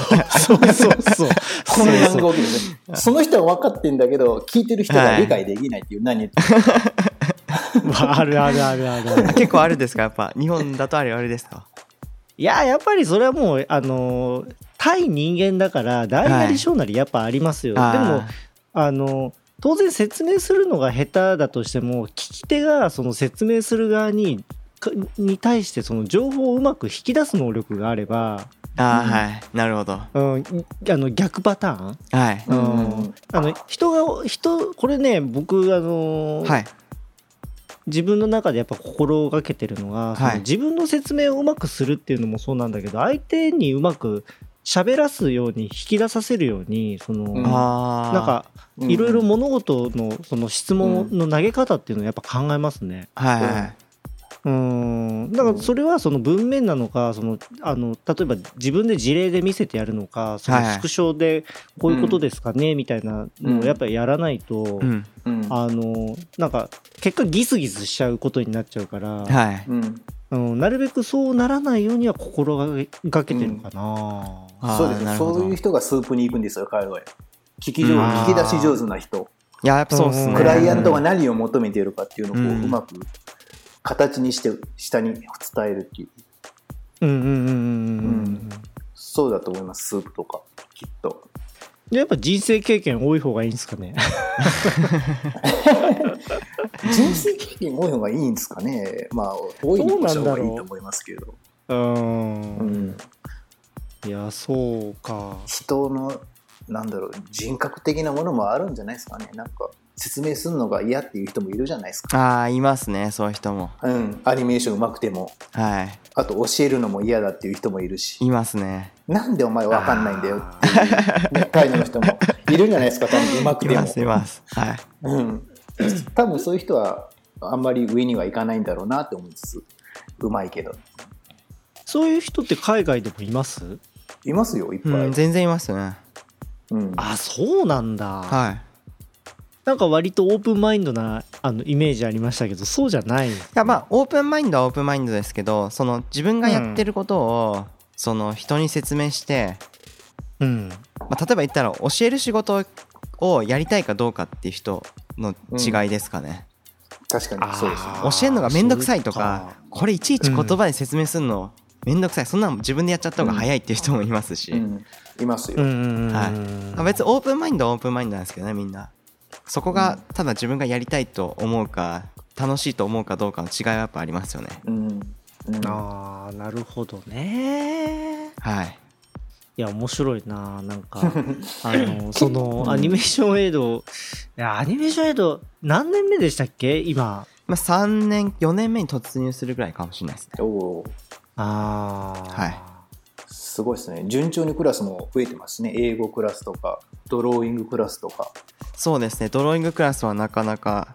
A: うそうそう
C: 混乱が起きるんですね。その人は分かってんだけど聞いてる人が理解できないっていう何言ってる
A: あるあるあるあるある
B: 結構あるですかやっぱ日本だとあれあれですか
A: いややっぱりそれはもうあのー対人間だから大なり小なりやっぱありますよ、
B: あ
A: で
B: ー
A: もあの当然説明するのが下手だとしても聞き手がその説明する側にかに対してその情報をうまく引き出す能力があれば、
B: あー、はいなるほど
A: うん、あの逆パターン
B: はい、
C: うん
A: あの人が人これね僕あのー、
B: はい
A: 自分の中でやっぱ心がけてるのが、その
B: はい
A: 自分の説明をうまくするっていうのもそうなんだけど相手にうまく喋らすように引き出させるようにその、
C: うん
A: なん
B: あー
A: か
C: うん
A: いろいろ物事のその質問の投げ方っていうのをやっぱ考えますね。
B: はいはい、
A: うんだからそれはその文面なのかそのあの例えば自分で事例で見せてやるのかその
B: はい
A: スクショでこういうことですかね、みたいなのをやっぱりやらないと、
B: うん
C: うん
A: あのなんか結果ギスギスしちゃうことになっちゃうから、
B: はい
C: うん
A: うん、なるべくそうならないようには心がけてるかな。
B: あー
C: そうです
B: な
C: ね
B: るほど
C: そういう人がスープに行くんですよ海外。聞き上手
A: うん
C: 聞き出し上手な人。
B: いややっぱそうっすね
A: うん
C: クライアントが何を求めているかっていうのをこう
B: うん
C: うまく形にして下に伝えるっていう。
A: うんうんうんうんうんう
C: うんんそうだと思います、スープとか、きっと。
A: でやっぱ人生経験多い方がいいんですかね。
C: 人生経験多いのがいいんですかね。まあ、多いに越した方がいいと思いますけど。
A: うん
C: うん、
A: いやそうか。
C: 人の、なんだろう、人格的なものもあるんじゃないですかね。なんか、説明するのが嫌っていう人もいるじゃないですか。
B: ああいますねそういう人も
C: うん、アニメーションうまくても、
B: はい
C: あと教えるのも嫌だっていう人もいるし、
B: いますね
C: なんでお前わかんないんだよって いう態度の人もいるんじゃないですか、多分うまく
B: い
C: て
B: ますい
C: も。
B: ますはい
C: うん、多分そういう人は、あんまり上にはいかないんだろうなって思いつつ、うまいけど。
A: そういう人って海外でもいます
C: いますよ、いっぱい。
B: うん、全然いますね。
C: うん
A: あそうなんだ、
B: はい。
A: なんか割とオープンマインドなあのイメージありましたけどそうじゃないい
B: いやまあオープンマインドはオープンマインドですけど、その自分がやってることを、その人に説明して、
A: うん
B: まあ、例えば言ったら教える仕事をやりたいかどうかっていう人の違いですかね。
C: 確かにそうですね
A: あー
B: 教えるのがめんどくさいとか
A: そう
B: これいちいち言葉で説明するのめんどくさい、そんなの自分でやっちゃった方が早いっていう人もいますし、
C: うん、いますよ、
A: うんうんうん
B: はい
A: うん
B: まあ別にオープンマインドはオープンマインドなんですけどねみんな。そこがただ自分がやりたいと思うか楽しいと思うかどうかの違いはやっぱありますよね。
C: うんうん
A: ああなるほどね
B: はい。
A: いや面白いななんかあのそのアニメーションエイドいやアニメーションエイド何年目でしたっけ今
B: まあ、3年、4年目に突入するぐらいかもしれないですね。
C: おー
A: ああ
B: はい
C: すごいですね順調にクラスも増えてますね英語クラスとかドローイングクラスとか
B: そうですね、ドローイングクラスはなかなか、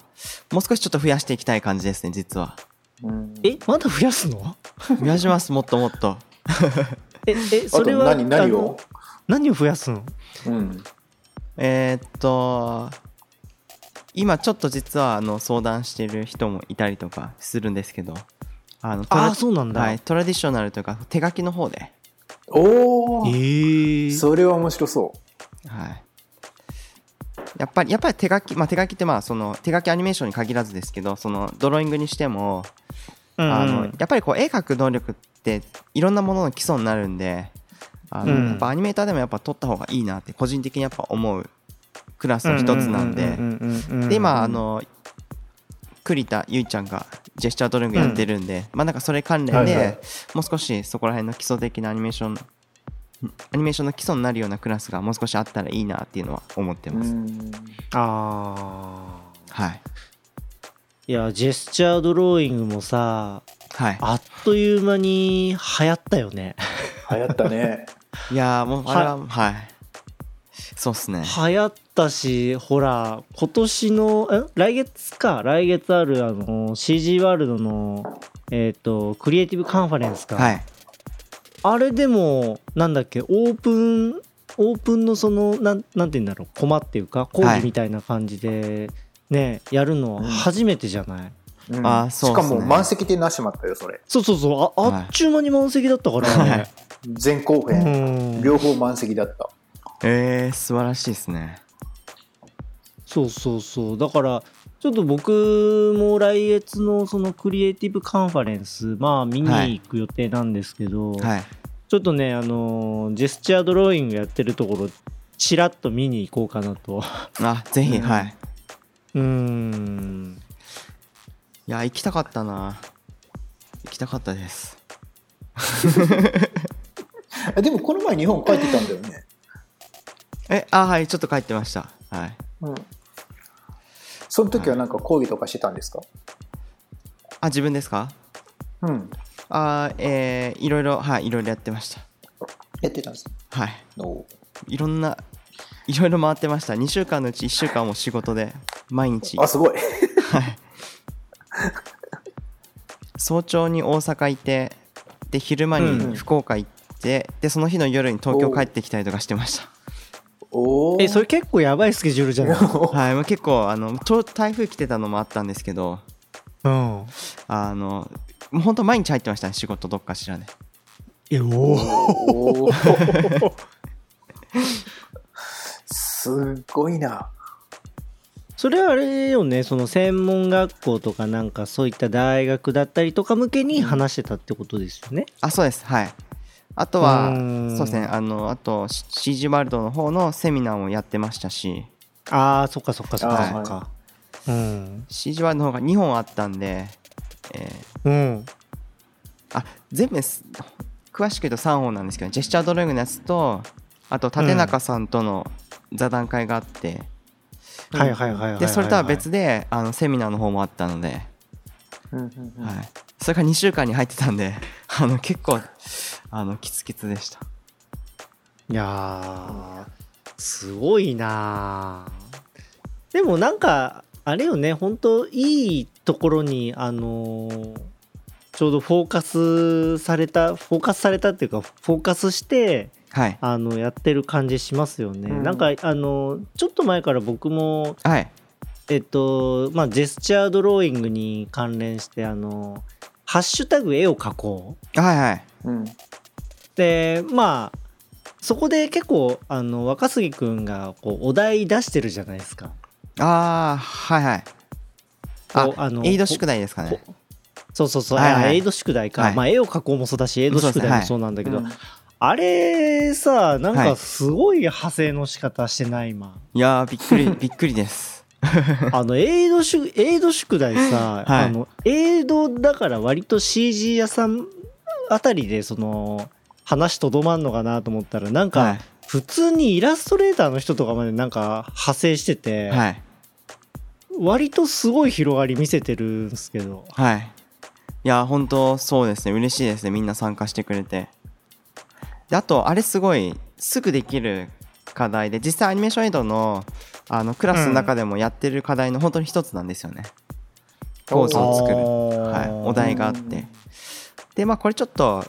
B: もう少しちょっと増やしていきたい感じですね、実は。
C: うん
A: えまだ増やすの
B: 増やします、もっともっと。
A: ええ
C: あ
A: そ
C: と
A: れは
C: 何何
A: あ
C: を
A: の何を増やすの
C: うん
B: えーっと、今ちょっと実はあの相談してる人もいたりとかするんですけど、あのトラ
A: ああそうなんだ、
B: はい、トラディショナルとか手書きの方で、
C: おお、
A: ええ
C: それは面白そ
B: はい、やっぱりやっぱり手書き、まあ、手書きってまあその手書きアニメーションに限らずですけどそのドローイングにしても、
A: うん
B: あのやっぱりこう絵描く能力っていろんなものの基礎になるんであの、
A: うん
B: やっぱアニメーターでもやっぱ撮った方がいいなって個人的にやっぱ思うクラスの一つなんで。
A: うんうんうんうんうん
B: で今あの栗田結衣ちゃんがジェスチャードリングやってるんで、まあなんかそれ関連で、
C: はいはい
B: もう少しそこら辺の基礎的なアニメーションアニメーションの基礎になるようなクラスがもう少しあったらいいなっていうのは思って
C: う。
B: ます、
C: うん
A: ああ
B: はい
A: いやジェスチャードローイングもさ
B: はい
A: あっという間に流行ったよね
C: 流行ったね。
B: いやーもうあれははい、そうっすね
A: 流行ったしほら今年のえ来月か来月あるあの CG ワールドのえっ、とクリエイティブカンファレンスか、
B: はい
A: あれでもなんだっけオープンオープンのそのなんなんて言うんだろうコマっていうか講義みたいな感じで、ねやるの初めてじゃない、
C: うん
B: あーそうっすね
C: しかも満席でなしまったよ、それ。
A: そうそうそうあ
B: はい
A: あっちゅう間に満席だったからね、
C: 前後
A: う
C: 編、
A: ん
C: 両方満席だった。
B: えー、素晴らしいですね
A: そうそうそうだからちょっと僕も来月のそのクリエイティブカンファレンスまあ見に行く予定なんですけど、
B: はい
A: ちょっとねあのージェスチャードローイングやってるところちらっと見に行こうかなと
B: あぜひ、
C: うん
B: はい
A: うんん
B: いやー行きたかったな行きたかったです
C: えでもこの前日本帰ってたんだよね。
B: えあはいちょっと帰ってましたはい
C: うん。その時はなんか講義とかしてたんですか
B: あ自分ですか
C: うん。
B: あーえーいろいろはいいろいろやってました
C: やってたんです。
B: はい
C: おー
B: いろんないろいろ回ってました2週間のうち1週間も仕事で毎日
C: あ、すごい。
B: 早朝に大阪行ってで昼間
A: う
B: に
A: ん
B: 福岡行って、でその日の夜に東京帰ってきたりとかしてました
C: おお。
A: えそれ結構やばいスケジュールじゃない、
B: はいもう結構あのちょうど台風来てたのもあったんですけど
A: うん、
B: あのもうほんと毎日入ってましたね仕事どっかしらで、
A: えおー
C: おーすごいな。
A: それはあれよねその専門学校とかなんかそういった大学だったりとか向けに話してたってことですよね
B: あそうですはいあとは
A: うーん
B: そうですねあのあと CG ワールドの方のセミナーもやってましたし
A: ああそっかそっかそっ
C: あ
A: か
C: ー
A: そっか、うん、
B: CG ワールドの方が2本あったんで、え
A: うん、
B: ーあ全部です詳しく言うと3本なんですけどジェスチャードローイングのやつとあと立中さんとの座談会があって、
A: はいはいはいはいはい、はい、
B: でそれとは別であのセミナーの方もあったので、はい、それが2週間に入ってたんで あの結構あのキツキツでした
A: いやーすごいなーでもなんかあれよね本当いいところにあのーちょうどフォーカスされたフォーカスされたっていうかフォーカスして
B: はい
A: あのやってる感じしますよね、
C: うん
A: なんかあのちょっと前から僕も
B: はい
A: えっとまあジェスチャードローイングに関連してあのハッシュタグ絵を描こう
B: はいはい
C: うん。
A: でまあそこで結構あの若杉くんがこうお題出してるじゃないですか。
B: ああはいはいあ
A: こうあの
B: エイド宿題ですかね
A: そうそうそう、
B: はいはい
A: あエイド宿題か、
B: はい
A: まあ、絵を描こうもそうだしエイド宿
B: そうですね
A: 題
B: は
A: も
B: い
A: そうなんだけど、
C: うん
A: あれさなん
B: はい
A: かすごい派生の仕方してない今、
B: いやーびっくりびっくりです
A: あのエイド宿エイド宿題さ、
B: はい
A: あのエイドだから割と CG 屋さんあたりでその話とどまんのかなと思ったらなん
B: は
A: か普通にイラストレーターの人とかまでなんか派生してて、
B: い。はい。
A: 割とすごい広がり見せてるんですけど
B: はい。いや、本当そうですね。嬉しいですね。みんな参加してくれて。であと、あれすごい、すぐできる課題で、実際アニメーションエイドのあのクラスの中でもやってる課題の本当に一つなんですよね。ポーズを作る。はい、お題があってでまあこれちょっと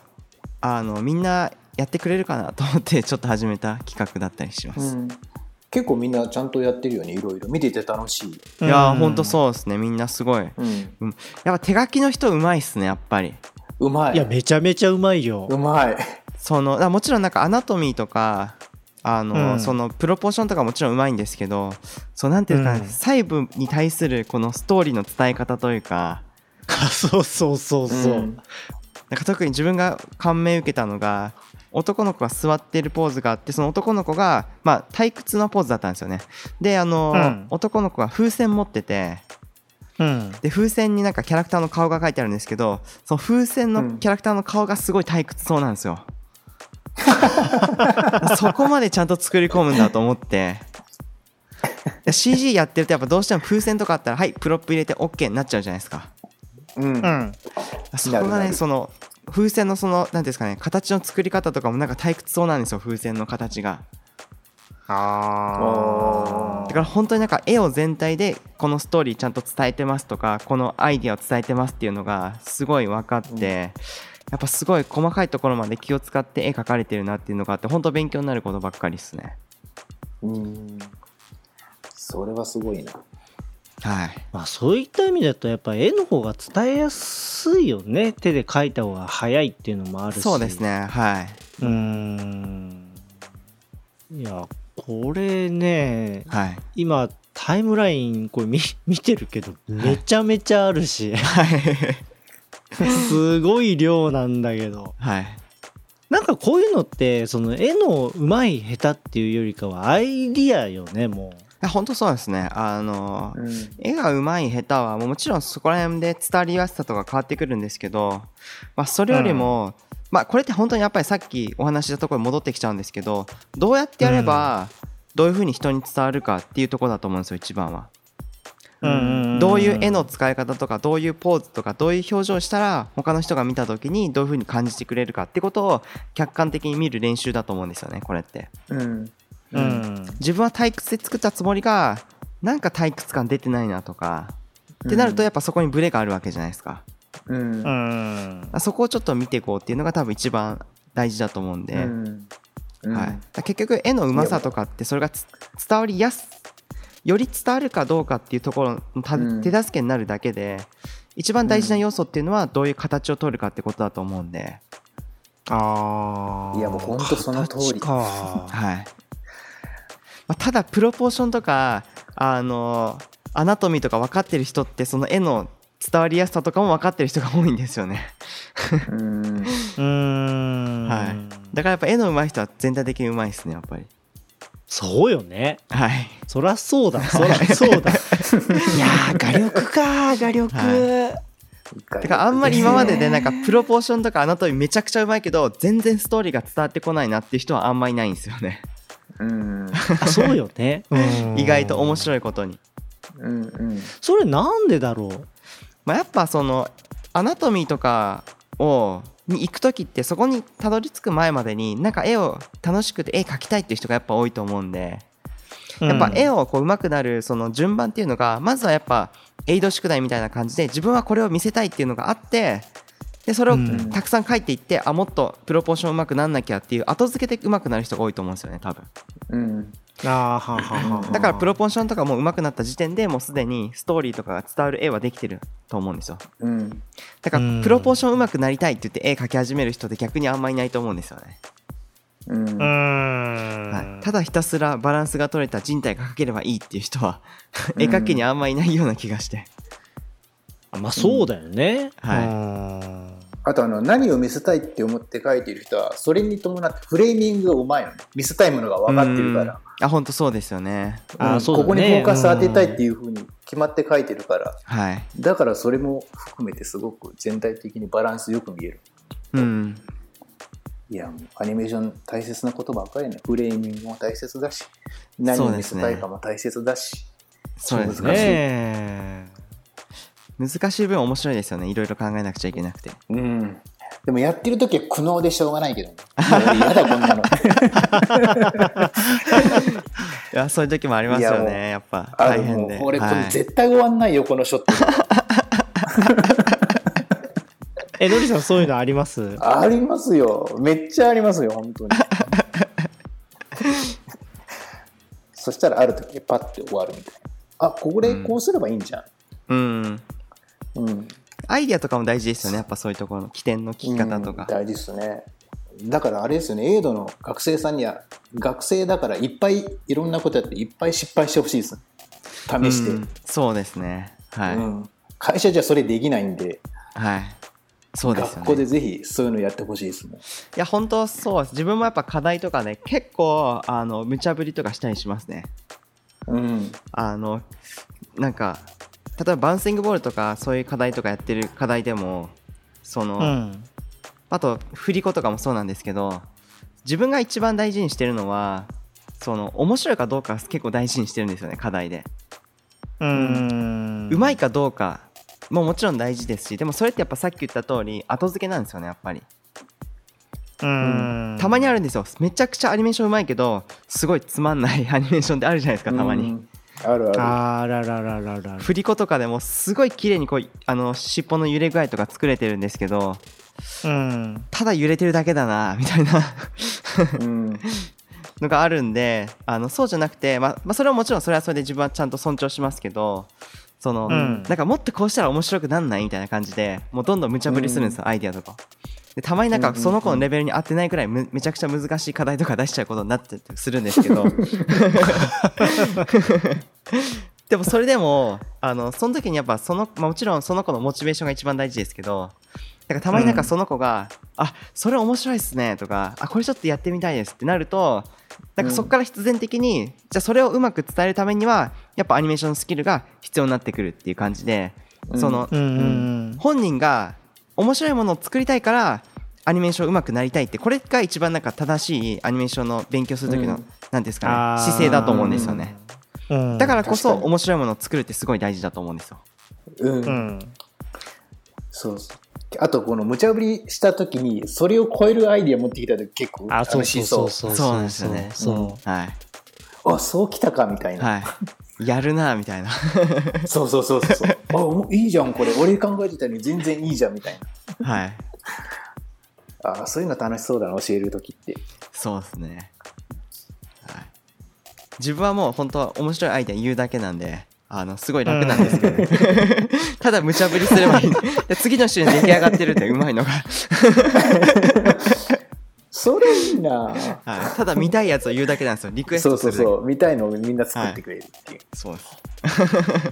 B: あのみんなやってくれるかなと思って ちょっと始めた企画だったりしま
C: う
B: す、
C: ん結構みんなちゃんとやってるよねいろいろ見てて楽しい、
A: うん
B: いやーほんとそうですねみんなすごい
C: うん、
B: やっぱ手書きの人うまいっすねやっぱり
C: うまい
A: いやめちゃめちゃうまいよ
C: うまい
B: そのだからもちろんなんかアナトミーとかあの、
A: うん
B: そのプロポーションとかもちろんうまいんですけどそうなんていうか、
A: うん
B: 細部に対するこのストーリーの伝え方というか
A: そうそうそうそう、
C: ん
B: なんか特に自分が感銘受けたのが男の子が座ってるポーズがあってその男の子が、まあ、退屈なポーズだったんですよねであの、
A: うん
B: 男の子が風船持ってて
A: うん
B: で風船になんかキャラクターの顔が書いてあるんですけどその風船
C: う
B: の
C: ん
B: キャラクターの顔がすごい退屈そうなんですよ、 そこまでちゃんと作り込むんだと思ってで CG やってるとやっぱどうしても風船とかあったらはいプロップ入れて OK になっちゃうじゃないですか
C: うん
A: うん
B: そこ
C: な
B: が
C: るな
B: ね
C: る
B: その風船のその何ていうんですかね形の作り方とかもなんか退屈そうなんですよ風船の形が
C: あー
B: だから本当になんか絵を全体でこのストーリーちゃんと伝えてますとかこのアイディアを伝えてますっていうのがすごい分かって、
C: うん
B: やっぱすごい細かいところまで気を使って絵描かれてるなっていうのがあって本当勉強になることばっかりですね
C: うんそれはすごいな
B: はい
A: まあそういった意味だとやっぱ絵の方が伝えやすいよね手で描いた方が早いっていうのもあるし
B: そうですねはいう
A: ーんいやこれね
B: はい
A: 今タイムラインこれ見 見てるけどめちゃめちゃあるし
B: はい
A: すごい量なんだけど
B: はい
A: なんかこういうのってその絵の上手い下手っていうよりかはアイディアよねも
B: いや本当そうですねあの
C: うん
B: 絵が上手い下手はもうもちろんそこら辺で伝わりやすさとか変わってくるんですけど、まあ、それよりも、まあ、これって本当にやっぱりさっきお話ししたところに戻ってきちゃうんですけどどうやってやればどういうふうに人に伝わるかっていうところだと思うんですよ一番は。
A: う、
C: うん
B: どういう絵の使い方とかどういうポーズとかどういう表情をしたら他の人が見た時にどういうふうに感じてくれるかってことを客観的に見る練習だと思うんですよねこれって。
C: うん
A: うん
B: 自分は退屈で作ったつもりがなんか退屈感出てないなとかってなるとやっぱそこにブレがあるわけじゃないですか。
C: うん
A: うん
B: そこをちょっと見ていこうっていうのが多分一番大事だと思うんで、
C: うんうん
B: はい、だから結局絵のうまさとかってそれがつ伝わりやすより伝わるかどうかっていうところのた
C: うん
B: 手助けになるだけで、一番大事な要素っていうのはどういう形を取るかってことだと思うんで、
A: ああ
C: いやもうほんとその通り
A: か
B: はいまあ、ただプロポーションとかあのアナトミーとか分かってる人ってその絵の伝わりやすさとかも分かってる人が多いんですよね
C: うん
A: うーん
B: はだからやっぱ絵の上手い人は全体的に上手いですねやっぱり
A: そうよね
B: はい
A: そらそうだそらそうだいやー画力か画力、
B: はてかあんまり今まででなんかプロポーションとかアナトミーめちゃくちゃうまいけど全然ストーリーが伝わってこないなっていう人はあんまいないんですよね
C: うん
A: あそうよね
B: 意外と面
A: い
B: 白いことに、
C: うんうん
A: それなんでだろう
B: まあ、やっぱそのアナトミーとかをに行く時ってそこにたどり着く前までになんか絵を楽しくて絵描きたいっていう人がやっぱ多いと思うんでやっぱ絵
A: を
B: をこう上手くなるその順番っていうのがまずはやっぱエイド宿題みたいな感じで自分はこれを見せたいっていうのがあってでそれを
A: うん
B: たくさん書いていって、あもっとプロポーション上手くなんなきゃっていう後付けで上手くなる人が多いと思うんですよね多分
C: うん
A: あーははは
B: だからプロ
A: ポ
B: ポーションとかもう上手くなった時点でもうすでにストーリーとかが伝わる絵はできてると思うんですよ
C: うん
B: だか
A: うん
B: らプロポーション上手くなりたいって言って絵描き始める人って逆にあんまいないと思うんですよね、
C: うん
A: うーん、
B: はい、ただひたすらバランスが取れた人体が描ければいいっていう人は絵描きにあんまいないような気がして、
A: まあそうだよね、
B: はい
A: うん
C: あとあの何を見せたいって思って書いてる人はそれに伴ってフレーミングがうまいのね見せたいものが分かってるから、
B: あ本当そうですよね
A: あ
C: うん
A: そうだね
C: ここにフォーカス当てたいっていうふうに決まって書いてるから、
B: はい
C: だからそれも含めてすごく全体的にバランスよく見える
B: うん
C: いやもうアニメーション大切なことばっかりねフレーミングも大切だし何を見せたいかも大切だし、
B: そうです
A: ね
B: ね
A: え
B: 難しい分面白いですよねいろいろ考えなくちゃいけなくて
C: うんでもやってる時は苦悩でしょうがない けどねもう嫌だこんなの
B: いやそういう時もありますよ
C: いやも
B: ねやっぱ
C: あ
B: 大
C: の
B: 変
C: もう
B: で
C: 俺こ
B: は
C: れ
B: い
C: 絶対終わんないよこのショット
A: えのりさんそういうのあります
C: ありますよ。めっちゃありますよ、本 当に。そしたらある時パッて終わるみたいな。あ、これこうすればいいんじゃん。
B: うん
C: うん。
B: アイディアとかも大事ですよねやっぱそういうところの起点の聞き方とか
C: うん大事ですね。だからあれですよね、エイドの学生さんには、学生だからいっぱいいろんなことやっていっぱい失敗してほしいです。試して。
B: うんそうですねはい、
C: うん会社じゃそれできないんで、
B: はいそうで
C: 学
B: すよ
C: 校で
B: ね
C: ぜひそういうのやってほしいですね。
B: いや本当そうです自分もやっぱ課題とかね結構あの無茶ぶりとかしたりしますね
C: うん。
B: あのなんか例えばバウンシングボールとかそういう課題とかやってる課題でもその、
A: うん
B: あと振り子とかもそうなんですけど自分が一番大事にしてるのはその面白いかどうか結構大事にしてるんですよね課題で、
A: うん
B: うまいかどうかももちろん大事ですしでもそれってやっぱさっき言った通り後付けなんですよねやっぱり
A: うん
B: たまにあるんですよめちゃくちゃアニメーションうまいけどすごいつまんない アニメーションってあるじゃないですかたま
C: う
B: に
C: ん。あるある。
A: あらららららら
B: 振り子とかでもすごい綺麗にこうあの尻尾の揺れ具合とか作れてるんですけど
A: うん
B: ただ揺れてるだけだなみたいな
C: うん。
B: のがあるんであのそうじゃなくて、まあまあ、それはもちろんそれはそれで自分はちゃんと尊重しますけどその、
A: うん
B: なんかもっとこうしたら面白くなんないみたいな感じでもうどんどん無茶ぶりするんですよ、アイデアとか。でたまにな
C: う
B: ん
C: ん
B: か
C: うんうん
B: その子のレベルに合ってないくらいむめちゃくちゃ難しい課題とか出しちゃうことになってたりするんですけどでもそれでもあのその時にやっぱその、まあ、もちろんその子のモチベーションが一番大事ですけどだからたまになんかその子が「あそれ面白いっすね」とか「あこれちょっとやってみたいです」ってなるとなんかそこから必然的に、じゃあそれをうまく伝えるためにはやっぱアニメーションスキルが必要になってくるっていう感じで、
C: うん
B: その
A: うんうん
B: 本人が面白いものを作りたいからアニメーションうまくなりたいってこれが一番なんか正しいアニメーションの勉強する時
C: う
B: の
C: ん
B: なんです
A: あ
B: か
A: ー
B: ね姿勢だと思うんですよね
A: うん
B: だからこそ
C: 確かに
B: 面白いものを作るってすごい大事だと思うんですよ
C: うん
A: うん
C: そうそう。あと、この無茶ぶりしたときに、それを超えるアイディア持ってきたとき結構
A: あそう
C: 楽
A: そ
C: し
A: う
C: そ
A: そうう。そう
B: そうなんですよね
A: そ
B: は
C: あ、そうきたかみたい
B: い
C: な。
B: はいやるなぁみたいな
C: そうそうそうそう そう。あお、いいじゃん、これ。俺考えてたのに全然いいじゃんみたい
B: はい
C: な。あ、そういうの楽しそうだな、教えるときって。
B: そうですね、はい、自分はもう本当は面白いアイデア言うだけなんであのすごい楽なんですけど、ただ無茶ぶりすればいいで次の週に出来上がってるってうまいのが、
C: それいいな。
B: はい、ただ見たいやつを言うだけなんですよリクエス
C: そ
B: ト
C: うそ
B: する
C: う
B: だけ
C: そう。みたいのをみんな作ってくれるっていう。
B: そうです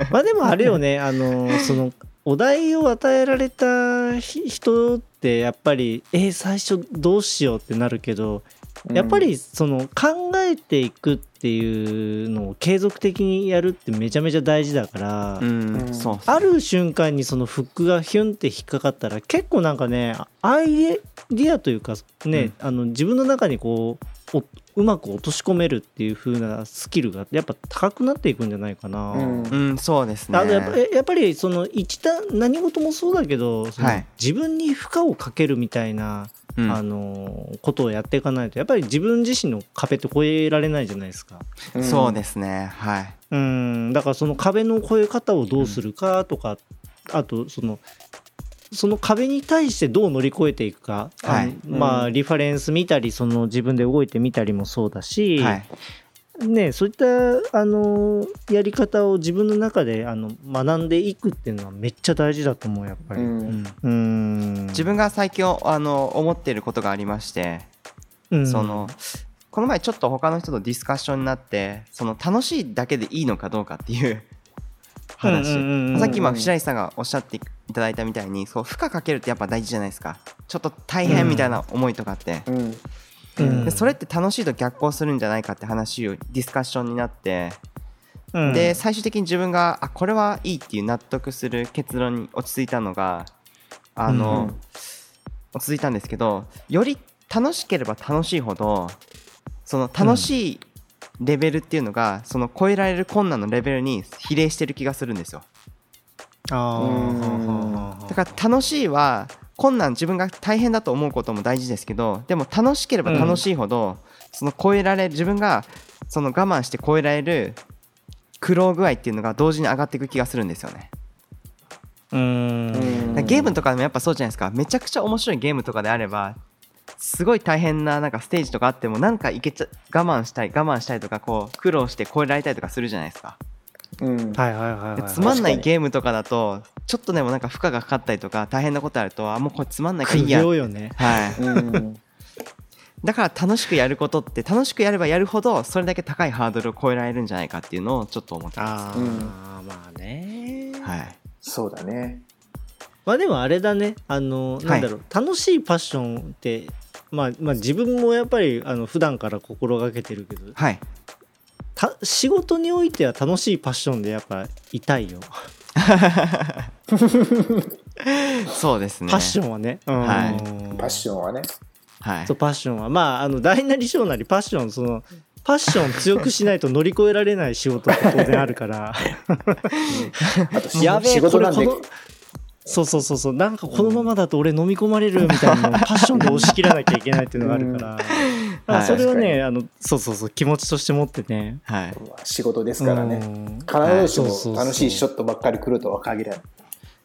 A: うまあでもあれよねあのそのお題を与えられたひ人ってやっぱりえ最初どうしようってなるけど
C: うん
A: やっぱりその考えていくっていうのを継続的にやるってめちゃめちゃ大事だから、
B: うん、
C: うん
B: そうっす
A: ある瞬間にそのフックがヒュンって引っかかったら結構なんかねアイディアというかね、あの自分の中にこうおうまく落とし込めるっていう風なスキルがやっぱ高くなっていくんじゃないかな。
C: うん
B: うんそうですね
A: あのやっぱやっぱりその一段何事もそうだけどその
B: はい
A: 自分に負荷をかけるみたいな、
B: うん
A: あのことをやっていかないとやっぱり自分自身の壁って越えられないじゃないですか。
C: うん
B: そうですねはい
A: うんだからその壁の越え方をどうするかとか、あとそのその壁に対してどう乗り越えていくか、
B: はい
A: あのまあ
C: うん
A: リファレンス見たりその自分で動いてみたりもそうだし、
B: はい
A: ね、そういったあのやり方を自分の中であの学んでいくっていうのはめっちゃ大事だと思うやっぱり。
C: う
A: うん
C: ん
A: 自
B: 自分が最近あの思ってることがありましてそのこの前ちょっと他の人とディスカッションになってその楽しいだけでいいのかどうかっていう
A: う
B: 話、
A: んうんうんうん
B: さっき今白石さんがおっしゃっていただいたみたいにそう負荷かけるってやっぱ大事じゃないですかちょっと大変みたいな思いとかって、
C: うん
A: うん
B: でそれって楽しいと逆行するんじゃないかって話をディスカッションになって
A: うん
B: で最終的に自分があこれはいいっていう納得する結論に落ち着いたのがあの、
C: うん
B: 落ち着いたんですけどより楽しければ楽しいほどその楽しいレベルっていうのが、その超えられる困難のレベルに比例してる気がするんですよ
A: あ
C: うん
A: ー
B: だから楽しいは困難自分が大変だと思うことも大事ですけどでも楽しければ楽しいほど、その超えられる自分がその我慢して超えられる苦労具合っていうのが同時に上がっていく気がするんですよね
A: うん
B: だからゲームとかでもやっぱそうじゃないですかめちゃくちゃ面白いゲームとかであればすごい大変ななんかステージとかあってもなんかいけちゃ我慢したい我慢したいとかこう苦労して超えられたりとかするじゃないですか
C: うん
A: はいはいはいはい
B: でつまんな
C: 確か
B: い
C: に
B: ゲームとかだとちょっとでもなんか負荷がかかったりとか大変なことあるとあもうこれつまんないからいい
A: 苦
B: や、は
A: 行
B: い、
A: よね
C: うん
B: だから楽しくやることって楽しくやればやるほどそれだけ高いハードルを超えられるんじゃないかっていうのをちょっと思ってます
A: ああ、まあね
B: はい
C: そうだね
A: まあでもあれだねあのなんだろう、楽しいパッションってまあ、まあ自分もやっぱりあの普段から心がけてるけど
B: はい
A: た仕事においては楽しいパッションでやっぱいたいよ、
B: そうですね
A: パッションはね、うん
B: はい
C: パッショ ンはね
B: はい
A: そうパッションはまああの大なり小なりパッションそのパッション強くしないと乗り越えられない仕事って当然あるから
C: あとし
A: やべえ
C: 仕
A: こ
C: 事
A: れ
C: なん
A: こ
C: で
A: のそうそうそうそうなんかこのままだと俺飲み込まれるみたいなのを パッションで押し切らなきゃいけないっていうのがあるから、あ
B: はい
A: それを
C: 確かに
A: ねあのそうそうそう気持ちとして持ってね
B: はい
C: 仕事ですから
A: う
C: ね
A: ん
C: 必ずし
A: はいそうそう
C: も
A: そう
C: 楽しいショットばっかり来るとは限らない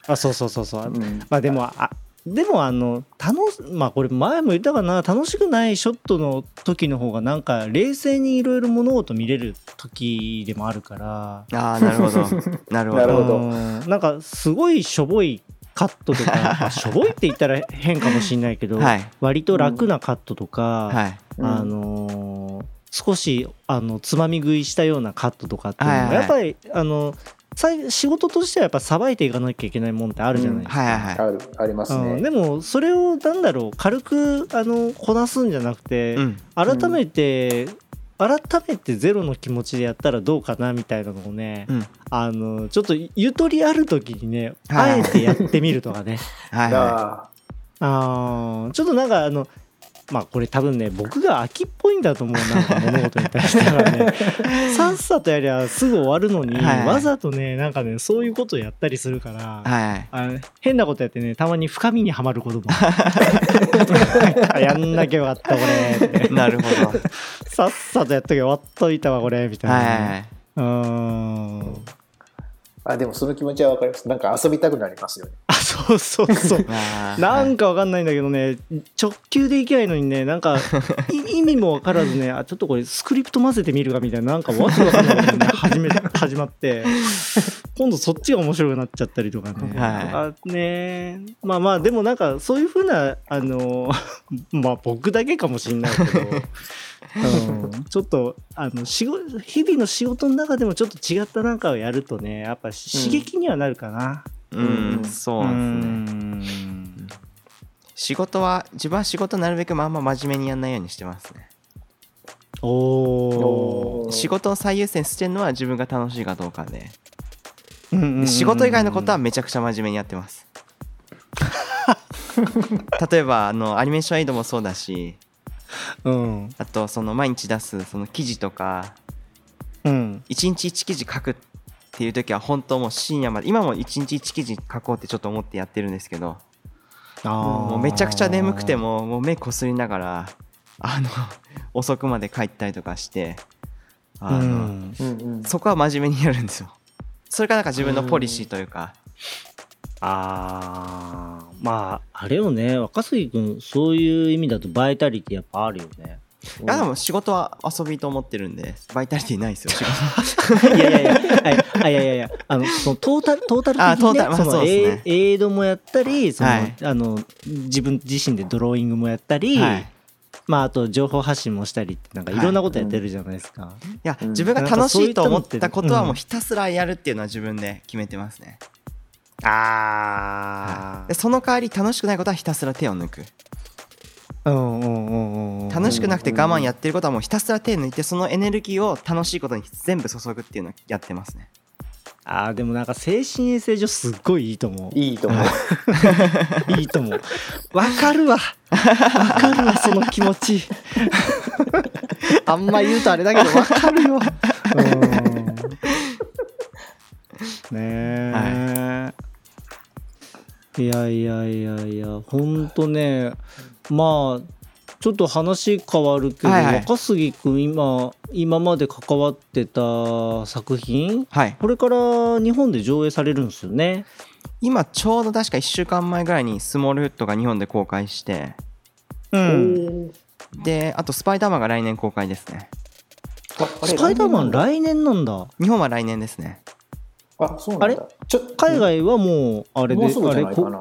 A: あそうそうそうそう、
C: うん
A: まあでもあでもあの楽しまあこれ前も言ったかな楽しくないショットの時の方がなんか冷静にいろいろ物事見れる時でもあるから
B: ああなるほどなるほ
C: なる
B: ど
C: ほど
A: うんなんかすごいしょぼいカットとか まあしょぼいって言ったら変かもしれないけど、
B: はい
A: 割と楽なカットとか、
B: はい
A: あのー少しあのつまみ食いしたようなカットとかっていうの
B: は
A: が
B: いはい
A: やっぱり、あのさい仕事としてはやっぱさばいていかなきゃいけないもんってあるじゃないですか。
B: はいはいはい
C: あるあります
A: うん
C: ね
A: でもそれをなんだろう軽くあのこなすんじゃなくて、
B: うん
A: 改めて、改めてゼロの気持ちでやったらどうかなみたいなのをね、
B: うん
A: あのちょっとゆとりある時にね、
B: はい
A: あえてやってみるとか ね
B: はいは
C: なあ
A: あーちょっとなんかあのまあこれ多分ね僕が飽きっぽいんだと思うなんか物事に対しては ねさっさとやりゃすぐ終わるのに、
B: はい
A: わざとねなんかねそういうことやったりするから
B: い。はい
A: あの変なことやってねたまに深みにはまることもやんなきゃよかったこれって
B: なるほど。はい
A: さっさとやっとけ終わっといたわこれみたいな、
B: は
A: うーん
C: あでもその気持ちはわかりますなんか遊びたくなりますよね
A: あそうそうそう
B: い。わー
A: なんかわかんないんだけどね直球でいけないのにねなん かい意味もわからずねあちょっとこれスクリプト混ぜてみるかみたいななんかわけわかんない ことね始め始まって今度そっちが面白くなっちゃったりとかね、
B: は
A: あねまあまあでもなんかそういうふうなあの まあ僕だけかもしれないけど。 うんちょっとあの仕事日々の仕事の中でもちょっと違ったなんかをやるとねやっぱ刺激にはなるかな。
B: うん、
C: うん
B: そうなんですね。
A: うん
B: 仕事は自分は仕事なるべくまあんま真面目にやんないようにしてますね。
A: おー
C: お
B: 仕事を最優先してるのは自分が楽しいかどうかで、
A: うんうんうんうん
B: 仕事以外のことはめちゃくちゃ真面目にやっ てます。例えばあのアニメーションエイドもそうだし、
A: うん
B: あとその毎日出すその記事とか
A: うん
B: 1日1記事書くっていう時は本当もう深夜まで今も1日1記事書こうってちょっと思ってやってるんですけどもうめちゃくちゃ眠くてももう目こすりながらあの 遅くまで帰ったりとかしてあ
A: う
B: の、
A: ん
C: うんうん
B: そこは真面目にやるんですよそれがなんか自分のポリシーというか、
A: あーまああれよね若杉君そういう意味だとバイタリティやっぱあるよね
B: いやでも仕事は遊びと思ってるんでバイタリティ ないですよ仕事
A: いやいやいやはいあいやいやいやあのそのトータルトータル
B: あ
A: 的にね
B: トータルまあ
A: その
B: そうですね
A: えエイドもやったりその、
B: はい
A: あの自分自身でドローイングもやったり、
B: はい、い
A: まああと情報発信もしたりってなんかいろんなことやってるじゃないですか、
B: や
C: うん
B: 自分が楽しいと思ったことは
A: なんかそういったのって
B: もうひたすらやるっていうのは自分で決めてますね、
A: あ
B: でその代わり楽しくないことはひたすら手を抜く
A: あうんうんうんうん
B: 楽しくなくて我慢やってることはもうひたすら手抜いてそのエネルギーを楽しいことに全部注ぐっていうのをやってますね
A: あーでもなんか精神衛生上すっごいいいと思う
C: いいと思う。
A: いいと思うわかるわわかるわその気持ちあんま言うとあれだけどわかるようんねえ、い、やいやいやいやほんとねまあちょっと話変わるけど、
B: はいはい
A: 若杉君今今まで関わってた作品
B: はい
A: これから日本で上映されるんですよね
B: 今ちょうど確か1週間前ぐらいにスモールフットが日本で公開して
A: う
C: お
A: ん
C: ー
B: であとスパイダーマンが来年公開ですね
C: ああれ
A: スパイダーマン
C: 来
A: 来年なんだ
B: 日本は来年ですね
C: 年あ、そうなんだ。
A: あ
C: ちょ
A: 海外はもうあれで
C: もうすぐ
A: あ
C: じゃ
A: れ
C: ないか
A: こ
C: な。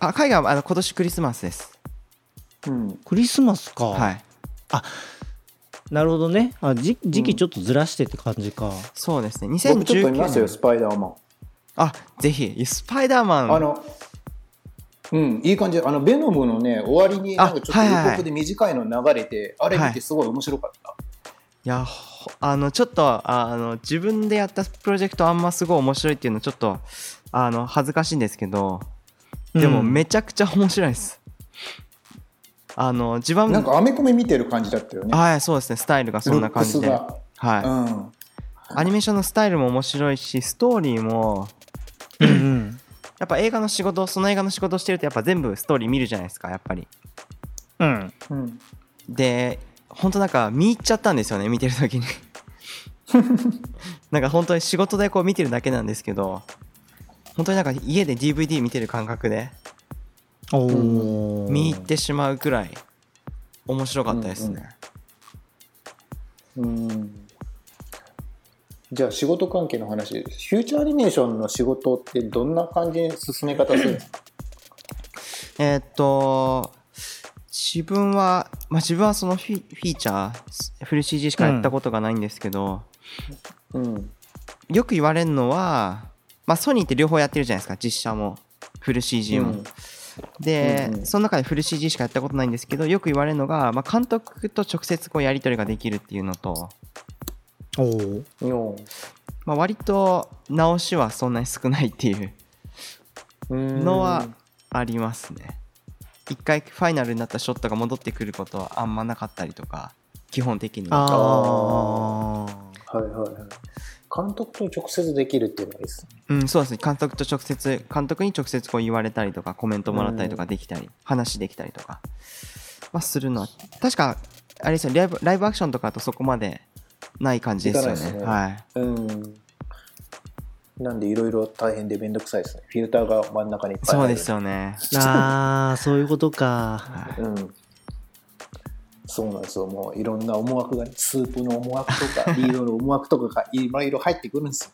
B: あ海外はあの今年クリスマスです
C: うん。
A: クリスマスか、
B: はい
A: なるほどねあじ時期ちょっとずらしてって感じか、
B: そうですね
C: 僕ちょっと見ますよ、
B: 2019
C: ス
B: 年
C: パイダーマン。
B: あぜひスパイダーマン
C: あの、うん、いい感じ。あの、ベノムのね、終わりに、なんかちょっと
B: あ
C: 予
B: はいはい
C: 告で短いの流れて、あれ見てすごい面白かった。
B: いやほあのちょっとああの自分でやったプロジェクトあんますごい面白いっていうのちょっとあの恥ずかしいんですけどでも
A: うん
B: めちゃくちゃ面白いです、あの自分
C: なんかアメコミ見てる感じだったよね。
B: はいそうですねスタイルがそんな感じで、
C: ルッ
B: は
C: クス
B: い、
C: が。うん。
B: アニメーションのスタイルも面白いしストーリーも
A: うんうん
B: やっぱ映画の仕事その映画の仕事してるとやっぱ全部ストーリー見るじゃないですかやっぱり
A: うん
C: うん、
B: で本当なんか見入っちゃったんですよね見てる時に なんか本当に仕事でこう見てるだけなんですけど本当になんか家で DVD 見てる感覚で
A: おお
B: 見入ってしまうくらい面白かったですね、
C: うんうんうんじゃあ仕事関係の話、フューチャーアニメーションの仕事ってどんな感じに進め方するんですか
B: えーっと自分は、まあ、自分はそのフィフィーチャーフル CG しかやったことがないんですけど、
C: うん。
B: よく言われるのは、まあ、ソニーって両方やってるじゃないですか実写もフル CG も、
C: うん
B: で、
C: うんうん
B: その中でフル CG しかやったことないんですけどよく言われるのが、まあ、監督と直接こうやり取りができるっていうのと、
A: おお
C: よ
B: まあ、割と直しはそんなに少ないっていう
C: う
B: のはありますね一回ファイナルになったショットが戻ってくることはあんまなかったりとか基本的には
A: ああ
C: はいはいはい。監督と直接できるっていうのがいいですね。
B: うんそうですね監督と直接監督に直接こう言われたりとかコメントもらったりとかできたり、話できたりとかはするのは確かあれですよライブライブアクションとかだとそこまでない感じですよ
C: いかない
B: ね
C: ですね
B: はい
C: うん。なんでいろいろ大変でめんどくさいですね。フィルターが真ん中にいっぱい
B: そうです
C: よ。
B: よね
A: あーそういうことか
C: うん。そうなんですよ。もういろんな思惑が、スープの思惑とか、リードの思惑とかがいろいろ入ってくるんですよ。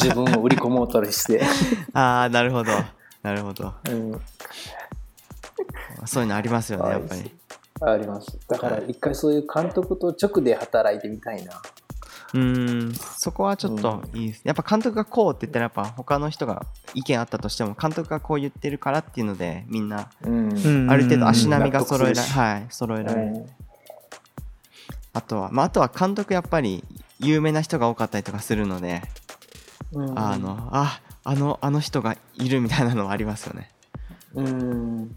C: 自分を売り込もうとして。
B: ああなるほどなるほど
C: うん。
B: そういうのありますよねやっぱ
C: あ
B: り
C: あります。だから一回そういう監督と直で働いてみたいな。
B: うーんそこはちょっといいですやっぱ監督がこうって言ったらやっぱ他の人が意見あったとしても監督がこう言ってるからっていうのでみんな
C: うん。
A: うん
B: ある程度足並みが
C: 納得
B: 揃え
C: す
B: られ
C: るし
B: はい揃えられる
C: うん
B: あとは、まあ、あとは監督やっぱり有名な人が多かったりとかするので、
C: うん
B: あのああのあの人がいるみたいなのはありますよね。
C: うん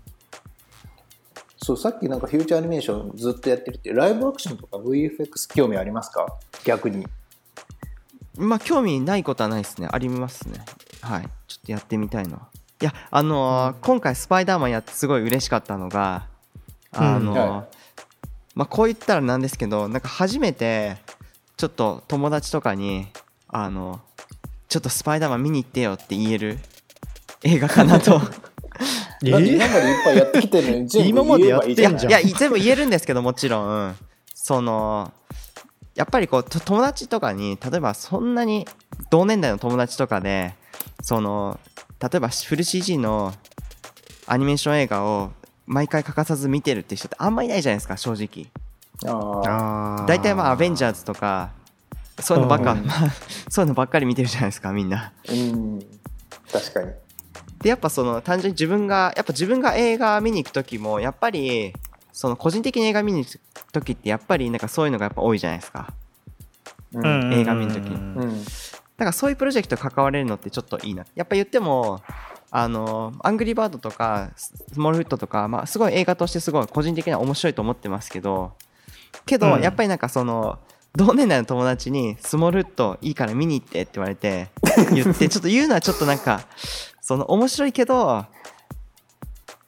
C: そうさっきなんかフューチャーアニメーションずっとやってるってライブアクションとか VFX 興味ありますか逆に
B: まあ興味ないことはないですね。ありますね。はい。ちょっとやってみたいのは。いや、あのー今回スパイダーマンやってすごい嬉しかったのが、あのー
C: うんは
B: まあこう言ったらなんですけど、なんか初めてちょっと友達とかに、あのちょっとスパイダーマン見に行ってよって言える映画かなと。
C: だって
A: え
C: 今までいっぱいやってきてるのに全
A: 今
C: 部
A: まで
C: 言え
A: やっ
C: ば
A: て
C: い
A: ん
C: い
A: じ
C: じ
A: ゃ
C: ゃ
A: ん
C: ん
B: いやいや全部言えるんですけどもちろんそのやっぱりこうと友達とかに例えばそんなに同年代の友達とかでその例えばフル CG のアニメーション映画を毎回欠かさず見てるって人ってあんまいないじゃないですか正直
C: あ
A: あ
B: 大体まあアベンジ
A: ャー
B: ャーズとか そういうのばっか
C: うん
B: そういうのばっかり見てるじゃないですかみんな
C: ーうん確かに
B: でやっぱその単純に自分がやっぱ自分が映画見に行く時もやっぱりその個人的に映画見に行く時ってやっぱりなんかそういうのがやっぱ多いじゃないですか
C: う
A: うん
C: ん
A: うん
B: 映画見る時
C: うん
B: だからそういうプロジェクト関われるのってちょっといいなやっぱ言ってもあのアングリーバードとかススモールフットとか、まあ、すごい映画としてすごい個人的には面白いと思ってますけどけど、
A: うん
B: やっぱりなんかその同年代の友達に「スモールフットいいから見に行って」って言われて言 ってちょっと言うのはちょっとなんかその面白いけど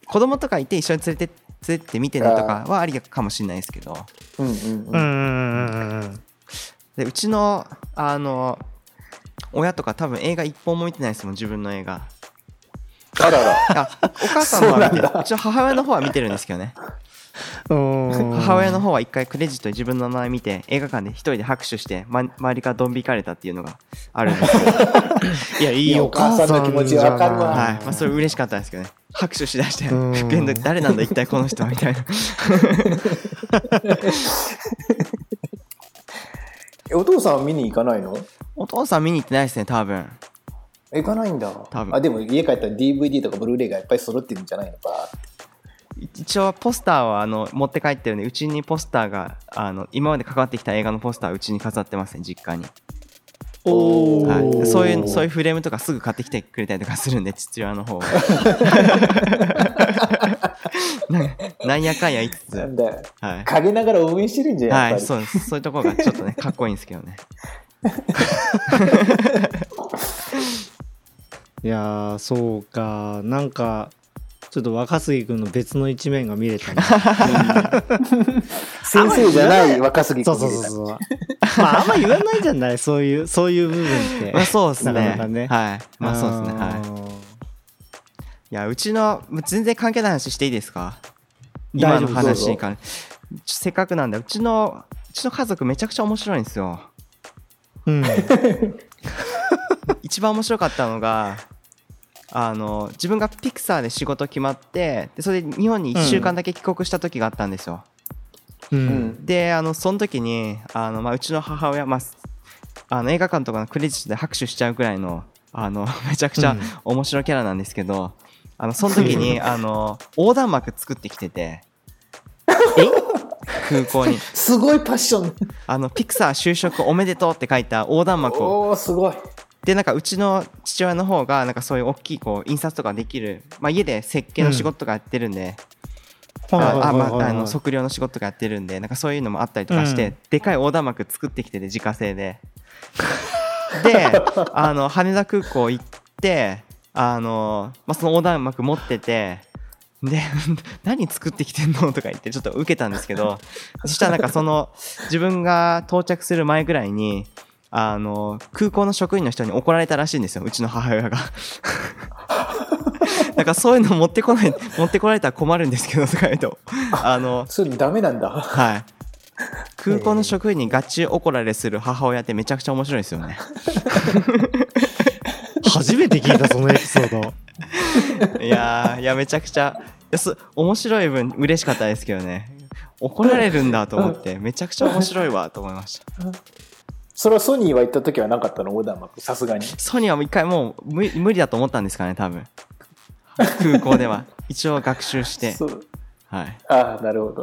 B: 子供とかいて一緒に連れて連れてって見てねとかはありかもしれないですけど。
C: うんうん
A: う
C: うん
A: んうんうん
B: でうちのあの親とか多分映画一本も見てないですもん自分の映画
C: あらら
B: あお母さんのは見て
C: そうな
B: る
C: んだ
B: うちの母親の方は見てるんですけどね 母
A: 母
B: 親の方は一回クレジットで自分の名前見て映画館で一人で拍手して、ま、周りからドン引かれたっていうのがあるんですけど、はい
A: いやい
C: い
A: い
C: や
A: お母さん
C: お母さんの気持ちわかるわ
A: じゃない
B: まあ、それ嬉しかったんですけどね拍手しだして
A: うん
B: 復元で誰なんだ一体この人はみたいな
C: えお父さんは見に行かないの
B: お父さん見に行ってないですね多分
C: 行かないんだ
B: 多分
C: あでも家帰ったら DVD とかブルーレイがいっぱい揃ってるんじゃないのか
B: 一応ポスターはあの持って帰ってるんでうちにポスターがあの今まで関わってきた映画のポスターはうちに飾ってますね実家に
A: おお、
B: はい、そういうそういううフレームとかすぐ買ってきてくれたりとかするんで父親の方 はなんなんやかんや言いつつ
C: なんだよ
B: はい、
C: 陰ながら応援してるんじゃない
B: は
C: や
B: い、
C: っぱ
B: そうですそういうところがちょっとねかっこいいんですけど ね
A: いやーそうかなんかちょっと若杉君の別の一面が見れ たな
C: り先生じゃない若杉
A: そ
C: 君
A: うそうそうそうまああんま言わないじゃないそういうそういう部分って
B: まあそうですね
A: なかなかね
B: はいまあそうですねはい
A: い
B: いやうちのもう全然関係ない話していいですか今
A: 大丈
B: の
A: 夫
B: 話に関ちょせっかくなんでうちのうちの家族めちゃくちゃ面白いんですよ
A: うん
B: 一番面白かったのがあの自分がピクサーで仕事決まってでそれで日本に1週間だけ帰国した時があったんですよ、
A: う
C: うんん
B: であのその時にあの、まあ、うちの母親、まあ、すあの映画館とかのクレジットで拍手しちゃうくらいのあの めちゃくち
A: う
B: ゃ
A: ん
B: 面白いキャラなんですけど、あのその時にあの横断幕作ってき てて 空港に
C: すごいパッション
B: あの「ピクサー就職おめでとう」って書いた横断幕を
C: おおすごい
B: でなんかうちの父親の方がなんかそういう大きいこう印刷とかできる、まあ、家で設計の仕事とかやってるんで、あ
A: はいはい
B: あま
A: はい
B: あ
A: はい
B: あの測量の仕事とかやってるんでなんかそういうのもあったりとかして、
A: うん
B: でかい横断幕作ってきてて自家 製でであの羽田空港行ってあの、まあ、その横断幕持っててで 何作ってきてんのとか言ってちょっと受けたんですけどそしたらなんかその自分が到着する前ぐらいにあの空港の職員の人に怒られたらしいんですようちの母親がなんかそういうの持ってこない持ってこられたら困るんですけどとか言うとあの
C: それダメなんだ
B: はい空港の職員にガチ怒られする母親ってめちゃくちゃ面白いですよね
A: 初めて聞いたそのエピソー ド
B: いやーいやめちゃくちゃいやす面白い分嬉しかったですけどね怒られるんだと思ってめちゃくちゃ面白いわと思いました
C: それはソニーは行った時はなかったの横断幕さすがに
B: ソニーはもう一回もう無無理だと思ったんですかね多分空港で は一応学習して
C: そう
B: はい
C: ああなる ほど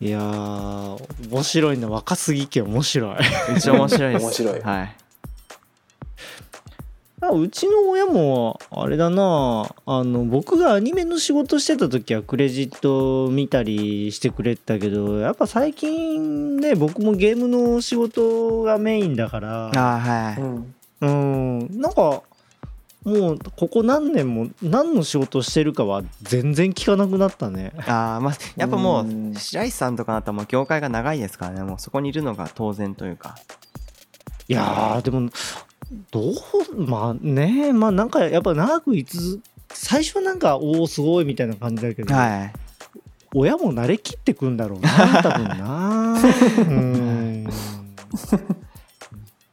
A: いやー面白いな若杉家面白い
B: 一応面白いです
C: 面白い
B: はい
A: あうちの親もあれだなあの僕がアニメの仕事してた時はクレジット見たりしてくれてたけどやっぱ最近ね僕もゲームの仕事がメインだから
B: ああは
C: う
B: い
C: ん
A: うんなんかもうここ何年も何の仕事をしてるかは全然聞かなくなったね
B: ああまあやっぱも
C: うん
B: う白石さんとかだったらもう業界が長いですからねもうそこにいるのが当然というか
A: いやーでもどうまあねまあなんかやっぱ長くいつ最初はなんかおおすごいみたいな感じだけど、
B: はい
A: 親も慣れきってくんだろうな多分な うん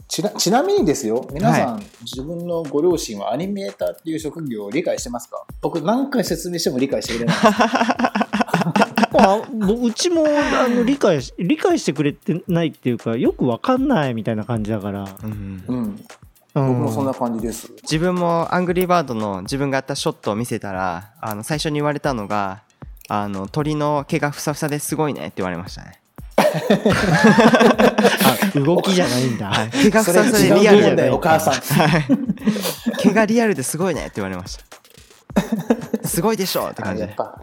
C: ちなちなみにですよ皆さん、自分のご両親はアニメーターっていう職業を理解してますか僕何回説明しても理解してくれ ない
A: あぼうちもあの理解し理解してくれてないっていうかよくわかんないみたいな感じだから
B: うん
C: うん、
A: うん
C: 僕もそんな感じです。
B: 自分もアングリーバードの自分がやったショットを見せたらあの最初に言われたのがあの鳥の毛がふさふさですごいねって言われましたね
A: あ動きじゃないん だ。
B: はい毛がふ
C: そ
B: さ
C: れ
B: ふさで
C: 違
B: リア
C: う
B: ル
C: 部分
B: じゃな
C: だ
B: い
C: よ、お母さん。
B: 毛がリアルですごいねって言われましたすごいでしょって
C: あ
B: 感じ
C: や
B: で
C: っぱ、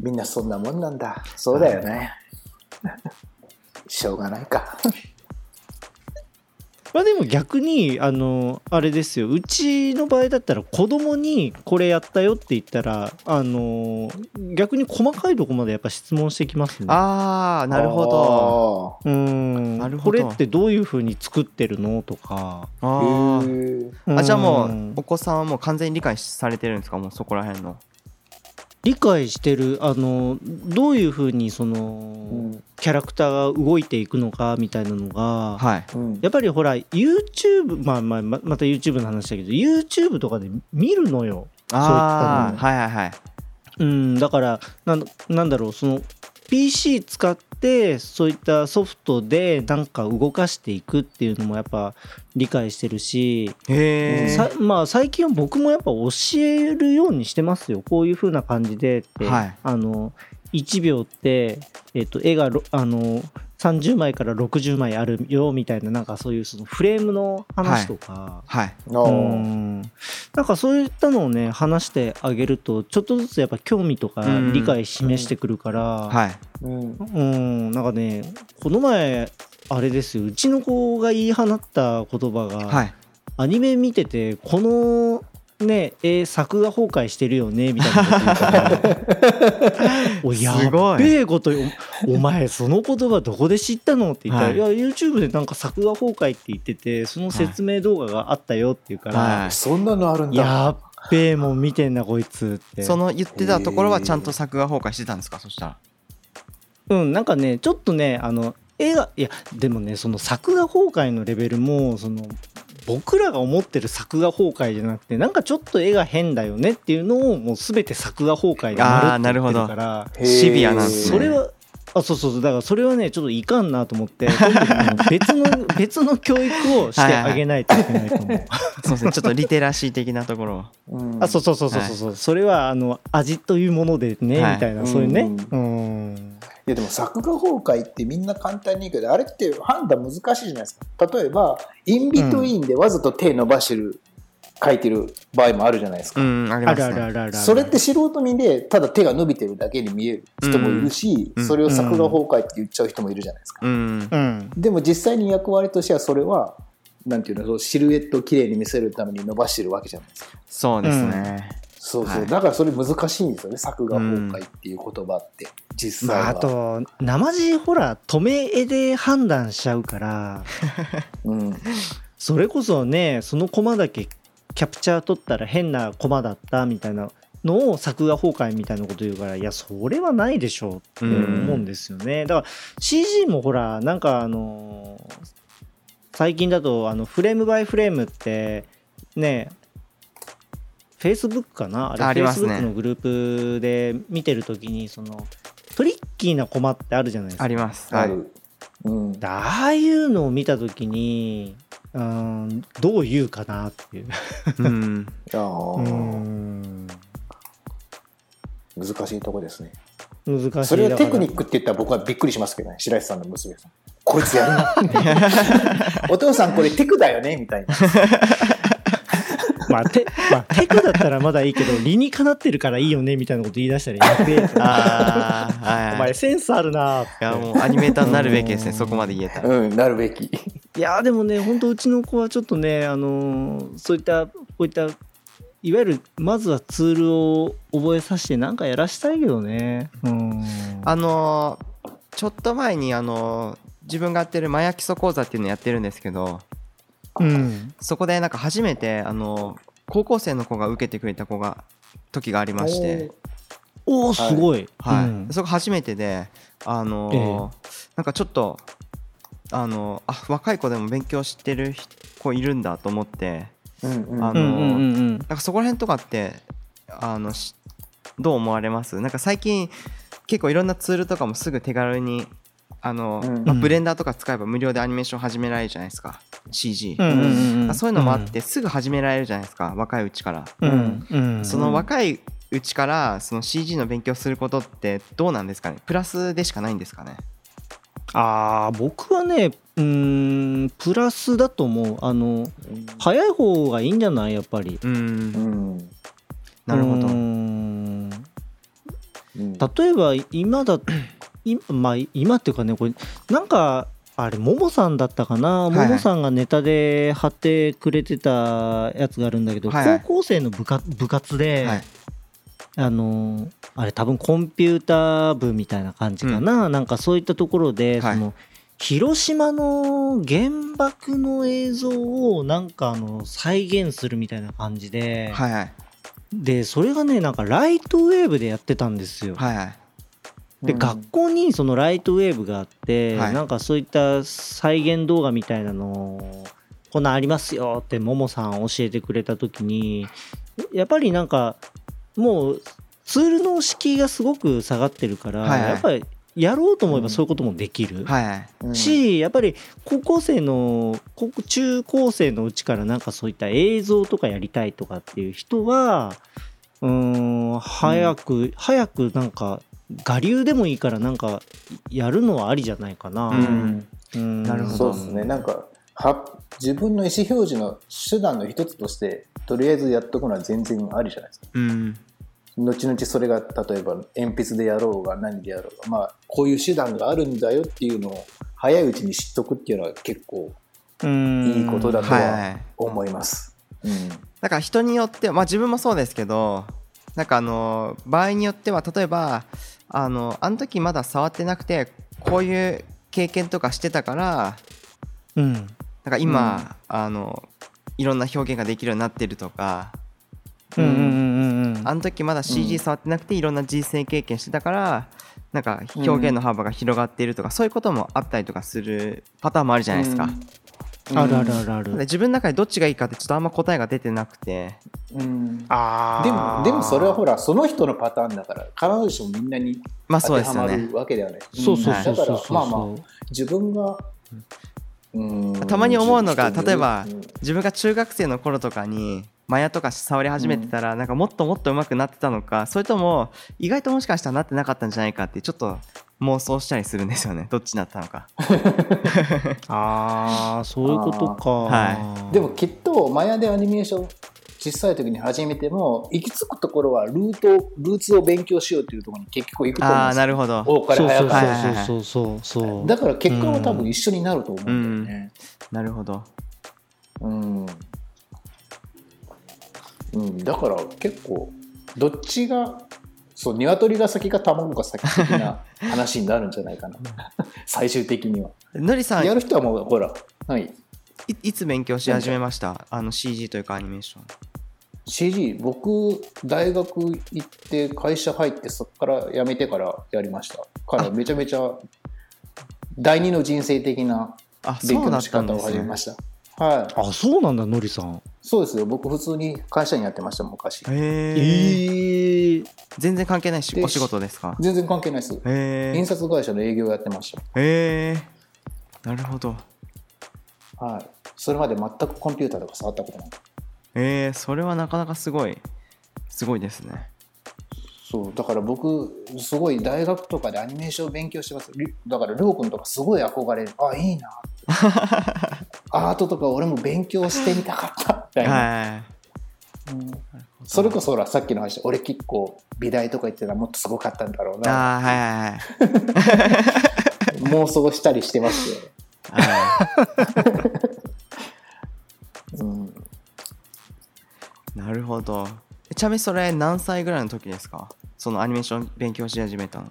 C: みんなそんなもんなんだ。そうだよね。 しょうがないか。
A: まあでも逆にあのあれですようちの場合だったら子供にこれやったよって言ったらあの逆に細かいとこまでやっぱ質問してきますね。
B: ああなるほ
A: う
B: ど
A: ん
B: なるほ
A: こ
B: ど
A: れってどういうふうに作ってるのとか
B: あ
C: あ
B: ー
C: ー。へー
B: あじゃあも
A: ん
B: うお子さんはもう完全に理解されてるんですかもうそこら辺の
A: 理解してるあのどういうふうにその、
C: うん
A: キャラクターが動いていくのかみたいなのが、
B: はい
C: うん
A: やっぱりほら YouTube まあまあままた YouTube の話だけど YouTube とかで見るのよ。
B: ああ
A: そういったの
B: はいはいはい
A: うん、だからなんなんだろうその PC 使ってそういったソフトでなんか動かしていくっていうのもやっぱ理解してるし、
B: へえ
A: さまあ、最近は僕もやっぱ教えるようにしてますよこういう風な感じでって、
B: はい
A: あの1秒って、えっと絵がろあの30枚から60枚あるよみたいななんかそういうそのフレームの話とか。
B: はい
A: うんなんかそういったのをね話してあげるとちょっとずつやっぱ興味とか
B: うん
A: 理解示してくるから、
B: はい
C: うん
A: うんなんかねこの前あれですようちの子が言い放った言葉が、
B: はい
A: アニメ見ててこのねえ作画崩壊してるよねみたいなこと言うから おいや
B: すごい
A: っべえことおお前その言葉どこで知ったのって言ったら、
B: はい
A: い、や YouTube でなんか作画崩壊って言っててその説明動画があったよっていうから、
B: はい
C: そんなのあるんだ。
A: やっべえもん見てんなこいつって
B: その言ってたところはちゃんと作画崩壊してたんですかそした ら
A: うんなんかねちょっとねあの映画いやでもねその作画崩壊のレベルもその僕らが思ってる作画崩壊じゃなくてなんかちょっと絵が変だよねっていうのをもう全て作画崩壊がなるって言ってるから
C: へー
B: シビアなんですね
A: それはあそうそうそうだからそれはねちょっといかんなと思って今度あの別 の別の教育をしてあげないといけないと思う。
B: すいません ちょっとリテラシー的なところを
C: うん
A: あそうそうそうそうそう、そうそれはあの味というものでね、
B: はい
A: みたいなそういうね
C: う
A: うん
C: いやでも作画崩壊ってみんな簡単に言うけどあれって判断難しいじゃないですか例えばインビトインでわざと手伸ばしてる、書いてる場合もあるじゃないですか、
B: うんあり
A: あ
B: ます
A: るあ
B: ね
A: るあるある
C: それって素人見でただ手が伸びてるだけに見える人もいるし、
B: うん
C: それを作画崩壊って言っちゃう人もいるじゃないですか、
B: うん
A: うん
C: でも実際に役割としてはそれはなんていうのそうシルエットをきれいに見せるために伸ばしてるわけじゃないですか
B: そうですね
C: そうそう、
B: はい
C: だからそれ難しいんですよね作画崩壊っていう言葉って、実際は、
A: まああと生地ほら止め絵で判断しちゃうから
C: うん、
A: それこそねそのコマだけキャプチャー取ったら変なコマだったみたいなのを作画崩壊みたいなこと言うからいやそれはないでしょうって思うんですよね、だから CG もほらなんかあのー最近だとあのフレームバイフレームってねフェイスブックかなあれ
B: あり
A: フェイ
B: ま
A: ス
B: す
A: ブ
B: ね
A: ックのグループで見てるときにそのトリッキーなコマってあるじゃないですか
B: ありますは
C: あ
B: い
C: る、うん、
A: ああいうのを見た時にうんどう言うかなっていう
B: うん
C: ああ、
A: うん
C: 難しいとこですね。
A: 難しい
C: それをテクニ
A: ッ
C: ックって言ったら僕はびっくりしますけどね、白石さんの娘さん。こいつやるな。お父さんこれテクだよねみたいな。
A: ク、まあテ まあ、テクだったらまだいいけど理にかなってるからいいよねみたいなこと言い出したらや べえって
B: ああ
A: お
B: はいはい
A: 前センスあるなって
B: いやもうアニメーターになるべきですねそこまで言えたら
C: うん、なるべき。
A: いやーでもね本当うちの子はちょっとねあのーそういったこういったいわゆるまずはツールを覚えさせてなんかやらしたいけどねうん
B: あのーちょっと前にあのー自分がやってるマヤ基礎講座っていうのやってるんですけど
A: うん
B: そこでなんか初めてあのー高校生の子が受けてくれた子が時がありまして
A: おおすごい、
B: はい、
A: うん
B: そこ初めてであのーなんかちょっとあのーあ若い子でも勉強してる子いるんだと思って
C: うんうん
B: あ
A: う
B: の
A: んうんうんうん
B: なんかそこら辺とかってあのしどう思われますなんか最近結構いろんなツールとかもすぐ手軽にあの、
C: うん
B: まあ、ブレンダーとか使えば無料でアニメーション始められるじゃないですか CG、
A: うんうんうん
B: あそういうのもあってすぐ始められるじゃないですか若いうちから、
A: うんうん
B: その若いうちからその CG の勉強することってどうなんですかねプラスでしかないんですかね
A: あー僕はねうーんプラスだと思うあの早い方がいいんじゃないやっぱり
B: う
C: うんん
B: なるほ
A: うー
B: ど
A: ん
C: うん
A: 例えば今だ今,、まあ、今っていうかねこれなんかあれももさんだったかな、
B: はいはい
A: ももさんがネタで貼ってくれてたやつがあるんだけど、
B: はいはい
A: 高校生の部活部活で、
B: はい
A: あのーあれ多分コンピューター部みたいな感じかな、なんかそういったところで、
B: はい
A: その広島の原爆の映像をなんかあの再現するみたいな感じで、
B: はいはい
A: でそれがねなんかライトウェーブでやってたんですよ。
B: はいはい
A: で
C: うん
A: 学校にそのライトウェーブがあって、
B: はい
A: なんかそういった再現動画みたいなのをこんなんありますよってももさん教えてくれた時にやっぱりなんかもうツールの敷居がすごく下がってるから、
B: はいはい
A: やっぱりやろうと思えばそういうこともできる。
B: はいはい
C: うん
A: しやっぱり高校生の高校中高生のうちからなんかそういった映像とかやりたいとかっていう人はうーん早く、早くなんか我流でもいいからなんかやるのはありじゃないかな。
B: うん
A: うん
B: なるほど
C: そうですねなんかは自分の意思表示の手段の一つとしてとりあえずやっとくのは全然ありじゃないですか
B: うん
C: 後々それが例えば鉛筆でやろうが何でやろうがまあこういう手段があるんだよっていうのを早いうちに知っとくっていうのは結構
A: うん
C: いいことだと
B: はい
C: は
B: はい
C: 思います。
B: だから人によってはまあ自分もそうですけどなんかあの場合によっては例えばあのあの時まだ触ってなくてこういう経験とかしてたから
A: うん
B: なんか今、あのいろんな表現ができるようになってるとか
A: うんうんうんうん
B: あの時ま
C: う
B: だ
C: ん
B: CG 触ってなくていろんな人生経験してたから、なんか表現の幅が広がっているとか、そういうこともあったりとかするパターンもあるじゃないですか、
A: あるあるあるあ
B: ただ
A: る。
B: 自分の中でどっちがいいかってちょっとあんま答えが出てなくて
C: うんで
A: あ
C: も
A: ー
C: でもそれはほらその人のパターンだから必ずしもみんなに
B: まあそ
C: 当
B: う
C: て
B: です
C: は
B: よ
C: ま
B: ね
C: るわけではない。
A: そうそう
C: うん
A: そう
C: だ
A: そう
C: か
A: そ
C: ら
A: う
C: まあまあ自分がうん
B: たまに思うのが
C: 自分
B: 例えば
C: うん
B: 自分が中学生の頃とかにマヤとか触り始めてたら、なんかもっともっと上手くなってたのかそれとも意外ともしかしたらなってなかったんじゃないかってちょっと妄想したりするんですよね どっちになったのか
A: あーそういうことか。
B: は
C: でもきっとマヤでアニメーション小さい時に始めても行き着くところはルートルーツを勉強しようというところに結局行くと思うん
B: ああ
C: で
B: ー
C: すよ
B: なるほど
C: 多かれ
A: そう
C: 早
A: そ
C: か
A: う
C: れ
B: はいはいはい
A: そうそうそうそう。
C: だから結果は多分一緒になると思うんだよね。
B: なるほど
C: うん、うん、だから結構どっちがそう鶏が先か卵が先的な話になるんじゃないかな最終的には。
B: のりさん
C: や
B: い
C: る人はもうほら、はい、
B: いつ勉強し始めましたあの CG というかアニメーション
C: CG 僕大学行って会社入ってそこから辞めてからやりましたからめちゃめちゃ第二の人生的な
B: あ
C: 勉
B: そ
C: 強
B: うだ
C: の
B: っ
C: 仕
B: たん
C: 方を
B: です
C: 始め
B: ね
C: ましたはい
A: あそうなんだのりさん。
C: そうですよ僕普通に会社員やってました昔
B: へえ
A: ええ
B: 全然関係ないし
C: で
B: お仕事ですか
C: 全然関係ないです
B: へ
C: 印
B: え
C: 刷会社の営業やってました
B: へえなるほど
C: はいそれまで全くコンピューターとか触ったことない
B: へえそれはなかなかすごいすごいですね
C: そうだから僕すごい大学とかでアニメーションを勉強してますりだからりょうくんとかすごい憧れるあいいな アートとか俺も勉強してみたかったみたいな、
B: はい
C: うんそれこそほらさっきの話俺結構美大とか行ってたらもっとすごかったんだろうな
B: ああはいはいはい
C: 妄想したりしてますよ、
B: は
C: うん、
B: いなるほどえちなみにそれ何歳ぐらいの時ですかそのアニメーション勉強し始めたの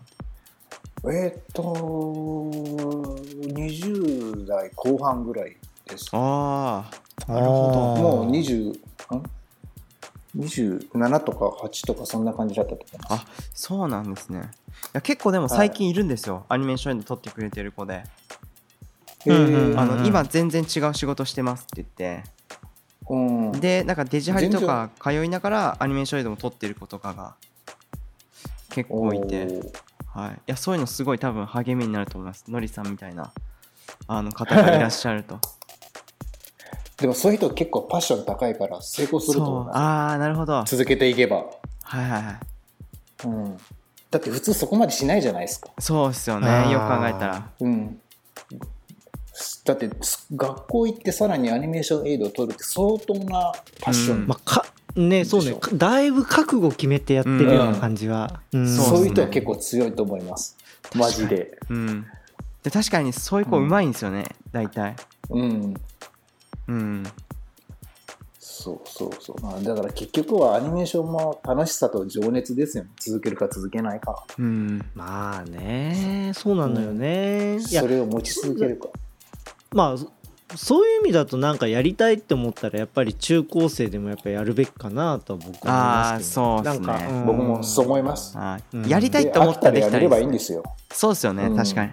C: えーっと20代後半ぐらいです
B: ああ
A: なるほど
C: もう20ん27とか8とかそんな感じだったと思います
B: あそうなんですねいや結構でも最近いるんですよ、アニメーションで撮ってくれてる子で、
A: うんうん
B: あの今全然違う仕事してますって言って
C: うん、
B: でなんかデジハリとか通いながらアニメーションでも撮ってる子とかが結構いて、
C: おー
B: はい、いやそういうのすごい多分励みになると思いますのりさんみたいなあの方がいらっしゃると
C: でもそういう人結構パッション高いから成功すると
B: そ
C: 思
B: う
C: うな
B: ああなるほどはい
C: 続けていけば、
B: はいはい
C: うん、だって普通そこまでしないじゃないですか、
B: そうですよ
A: あ
B: ね
A: ー
B: よく考えたら
C: うん、だってす学校行ってさらにアニメーションエイドを取るって相当なパッション、
B: うん
A: まあ、かねそうね
C: でしょ
A: かだいぶ覚悟決めてやってるような感じは、うん
B: ん
C: そういう
B: で
C: 人
B: す
C: は
B: ね
C: 結構強いと思いますマジで
B: うんで確かにそういう
C: う
B: 子うんまいんですよね、大体
C: うん
B: うん
C: そうそうそう、まあ、だから結局はアニメーションも楽しさと情熱ですよね続けるか続けないか
B: うん
A: まあねそうなのよね、いや
C: それを持ち続けるか
A: まあそそういう意味だとなんかやりたいって思ったらやっぱり中高生でもやっぱやるべきかなとは僕は思いますけど
B: あーそうっすね
A: なんかん
C: 僕もそう思います
B: あー
A: うん
B: やりたいと思
C: 飽
B: っ
C: き
B: た
C: たら
B: らで
C: や
B: きた
C: め
B: り
C: ればい
B: す
C: いん
B: る
C: ですよ
B: そうですよね、
C: うん
B: 確かに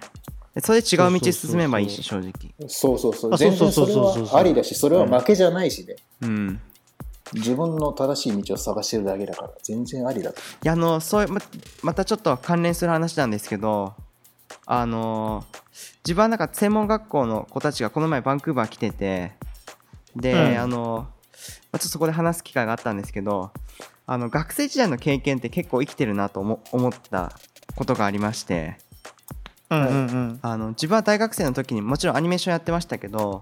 B: でそれで違う道進めばいいし
A: そ
B: 正直
C: そうそうそう
A: あそう
C: 全
A: そう
C: 然
A: そ
C: そうれ
A: そう
C: はありだしそれは負けじゃないしね、
B: うん
C: 自分の正しい道を探してるだけだから全然ありだと
B: いやあのそういうままたちょっと関連する話なんですけどあの自分はなんか専門学校の子たちがこの前バンクーバー来ててで、
A: うん
B: あのまちょっとそこで話す機会があったんですけどあの学生時代の経験って結構生きてるなと思思ったことがありまして
A: うんうんうん
B: あの自分は大学生の時にもちろんアニメーションやってましたけど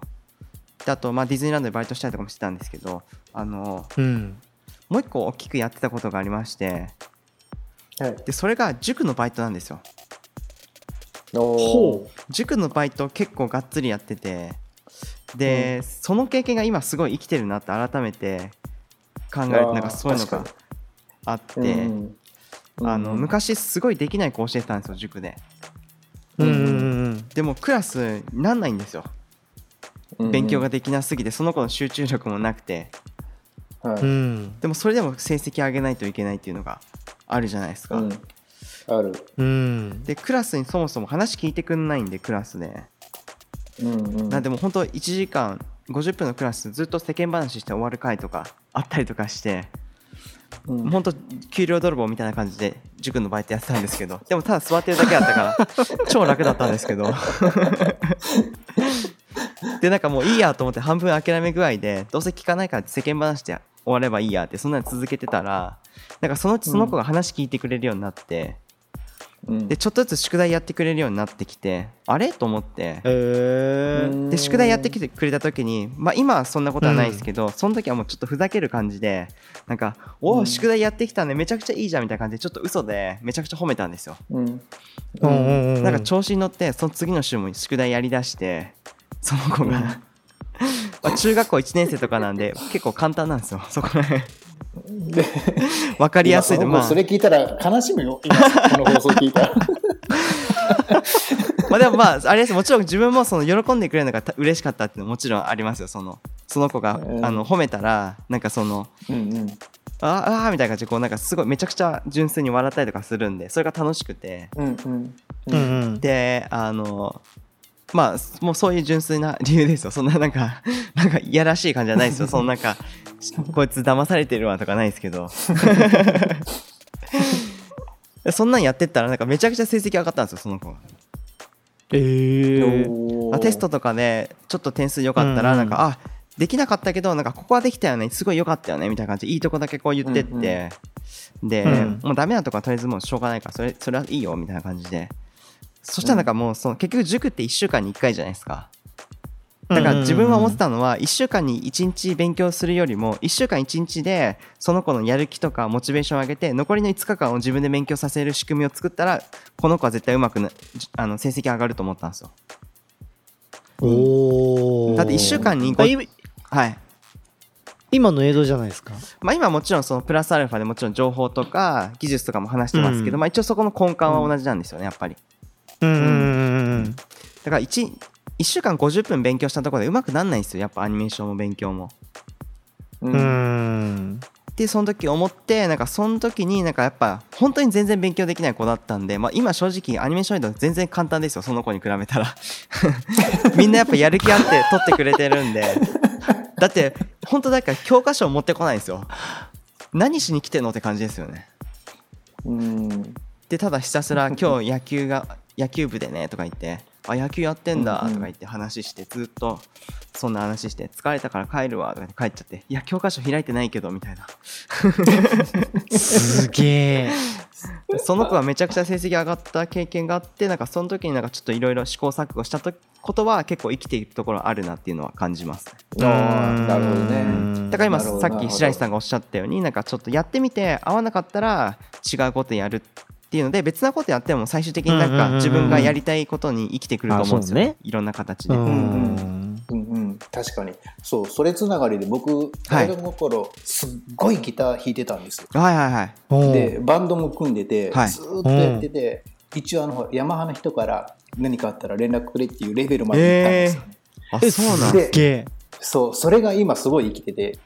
B: であと、まあ、ディズニーランドでバイトしたりとかもしてたんですけどあの
A: うん
B: もう一個大きくやってたことがありまして
C: はい
B: でそれが塾のバイトなんですよ
C: おー
B: 塾のバイト結構がっつりやっててで、その経験が今すごい生きてるなって改めて考える
C: あー
B: となんかそういうのが
C: 確か
B: あって、
C: うん
B: あの
C: うん
B: 昔すごいできない子教えてたんですよ塾で
A: うんうん
B: でもクラスなんないんですよ勉強が、できなすぎてその子の集中力もなくて
C: うんはい
A: うんうん
B: でもそれでも成績上げないといけないっていうのがあるじゃないですか、
C: うんある、
A: うん
B: でクラスにそもそも話聞いてくんないんでクラスで、
C: うんうん、
B: なんでもう本当1時間50分のクラスずっと世間話して終わる回とかあったりとかして
C: うん
B: 本当給料泥棒みたいな感じで塾のバイトやってたんですけどでもただ座ってるだけだったから 超楽だったんですけど でなんかもういいやと思って半分諦め具合でどうせ聞かないから世間話で終わればいいやってそんなの続けてたらなんかそのうちその子が話聞いてくれるようになって、
C: うん
B: でちょっとずつ宿題やってくれるようになってきてあれと思って
A: へえー
B: で宿題やってきてくれた時に、まあ、今はそんなことはないですけど、その時はもうちょっとふざける感じでなんか「おお、
C: うん
B: 宿題やってきたねめちゃくちゃいいじゃん」みたいな感じでちょっと嘘でめちゃくちゃ褒めたんですよ、
C: う
A: う
C: ん
A: んうんうん
B: なんか調子に乗ってその次の週も宿題やりだしてその子が、 まあ中学校1年生とかなんで結構簡単なんですよそこら辺
C: で
B: 分かりやすい
C: 今そ
B: で
C: の
B: ま
C: 子
B: あ
C: それ聞いたら悲しむよ、今この放送聞いたら。
B: まあでもまああれですもちろん自分もその喜んでくれるのがた嬉しかったっていうのももちろんありますよそのその子が、
C: うん
B: あの褒めたらなんかその
C: うんうん
B: あーあーみたいな感じでこうなんかすごいめちゃくちゃ純粋に笑ったりとかするんでそれが楽しくて
C: うんうん
A: うんうん
B: であのまあもうそういう純粋な理由ですよそんななんか なんかいやらしい感じじゃないですよそのなんかこいつ騙されてるわとかないですけど そんなんやってったらなんかめちゃくちゃ成績上がったんですよその子が
A: えー
B: まあテストとかでちょっと点数良かった
A: う
B: ら
A: んう
B: なんんか、あできなかったけどなんかここはできたよねすごい良かったよねみたいな感じでいいとこだけこう言ってって、で、
A: うん
B: もうダメなとこはとりあえずもうしょうがないからそれそれはいいよみたいな感じでそしたらなんかもうその結局塾って1週間に1回じゃないですかだから自分は思ってたのは1週間に1日勉強するよりも1週間1日でその子のやる気とかモチベーションを上げて残りの5日間を自分で勉強させる仕組みを作ったらこの子は絶対うまくなあの成績上がると思ったんですよ
A: おー
B: だって一週間に
A: あい
B: はい
A: 今の映像じゃないですか
B: まあ、今もちろんそのプラスアルファでもちろん情報とか技術とかも話してますけど、
A: うん
B: まあ、一応そこの根幹は同じなんですよねやっぱり
A: うんうんうん
B: だから 1, 一週間50分勉強したところでうまくなんないんですよやっぱアニメーションも勉強も
A: う
C: う
A: んうんん
B: でその時思ってなんかその時になんかやっぱ本当に全然勉強できない子だったんで、まあ、今正直アニメーションより全然簡単ですよその子に比べたら みんなやっぱやる気あって取ってくれてるんでだって本当だから教科書を持ってこないんですよ何しに来てんのって感じですよね
C: うん
B: でただひたすら今日野球が野球部でねとか言ってあ野球やってんだ
C: うんうん
B: とか言って話してずっとそんな話して疲れたから帰るわとか言って帰っちゃっていや教科書開いてないけどみたいな
A: すげえ。
B: その子がめちゃくちゃ成績上がった経験があってなんかその時になんかちょっといろいろ試行錯誤したとことは結構生きているところあるなっていうのは感じます
C: あーなるほどね
A: うん
B: だから今
C: なるほど
B: さ
C: な
B: っ
C: る
B: き
C: ほど
B: 白石さんがおっしゃったようになんかちょっとやってみて合わなかったら違うことやるっていうので別なことやっても最終的になん
A: うんうんうん
B: か
A: うん
B: 自分がやりたいことに生きてくると思うんですよ、
A: あそうね
B: いろんな形
A: う
B: で。
A: ん
C: うんうん、確かにそうそれつながりで僕
B: はい
C: 大学の頃すっごいギター弾いてたんですよ、
B: はいはいはい。
A: おう
C: でバンドも組んでて、
B: はい
C: ずーっとやってて、一応あのヤマハの人から何かあったら連絡くれっていうレベルまで行ったんですよね、
B: あそうなん
A: すげえ。
C: そうそれが今すごい生きてて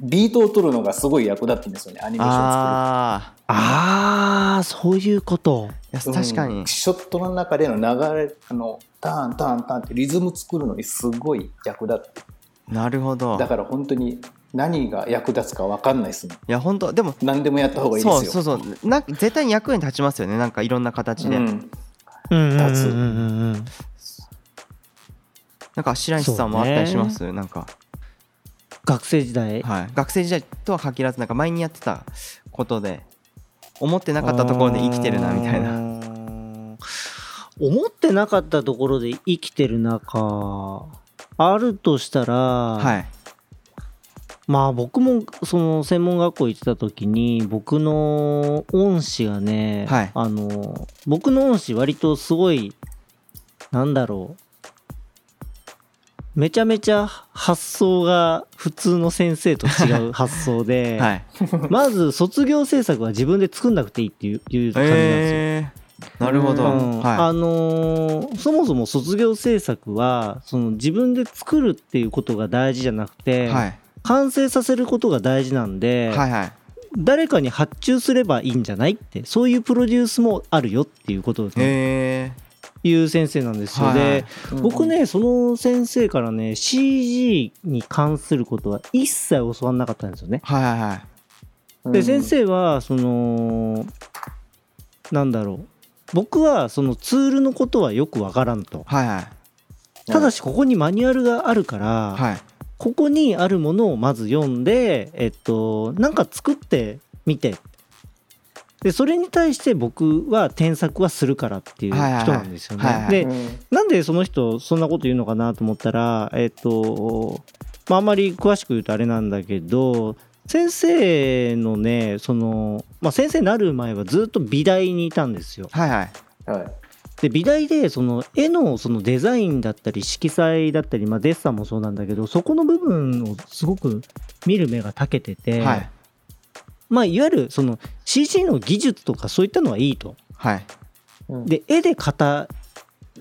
C: ビートを取るのがすごい役立ってんですよねアニメーションを作る
B: あ
A: ああ、そういうこと。
B: あーいや確かに、
C: うんショットの中での流れあのターンターンターンってリズム作るのにすごい役立って
B: なるほど
C: だから本当に何が役立つか分かんないですね
B: いや本当でも
C: 何でもやった方がいいです
B: そ
C: よ
B: うそうそうなんか絶対に役に立ちますよねなんかいろんな形で、
C: うん
A: うんうんうん
C: 立つ
A: うんうん。
B: なんか白石さんもあったりします、なんか、
A: 学生時代。
B: はい、学生時代とは限らずなんか前にやってたことで思ってなかったところで生きてるなみたいな
A: な。思ってなかったところで生きてる中、あるとしたら、
B: はい
A: まあ僕もその専門学校行ってた時に僕の恩師がね、
B: はい
A: あの僕の恩師割とすごいなんだろうめちゃめちゃ発想が普通の先生と違う発想で、
B: はい。
A: まず卒業制作は自分で作んなくていいっていういう感じなんですよ。
B: なるほど。
A: うん
B: は
A: あのーそもそも卒業制作はその自分で作るっていうことが大事じゃなく
B: い。
A: て、
B: はい。
A: 完成させることが大事なんで、
B: はいはい。
A: 誰かに発注すればいいんじゃないってそういうプロデュースもあるよっていうことをね
B: へえ。
A: いう先生なんですよ、
B: はい
A: で僕ねその先生からね CG に関することは一切教わんなかったんですよね。
B: はいはいはい。
C: うん
A: で先生はそのなんだろう僕はそのツールのことはよくわからんと。
B: はいはい。
A: ただしここにマニュアルがあるから、
B: はい。
A: ここにあるものをまず読んで、えっと、なんか作ってみて。で、それに対して僕は添削はするからっていう人なんですよ
B: はいは
A: ね。
B: いはい
A: で
C: う、ん
A: なんでその人そんなこと言うのかなと思ったら、えっと、まあ、あんまり詳しく言うとあれなんだけど、先生のね、その、まあ、先生になる前はずっと美大にいたんですよ。
B: はいはい。
C: はい
A: で美大でその絵のそのデザインだったり色彩だったり、まあ、デッサンもそうなんだけどそこの部分をすごく見る目が長けてて、
B: はい。
A: まあ、いわゆるその CG の技術とかそういったのはいいと
B: はい。
C: うん
A: で絵で語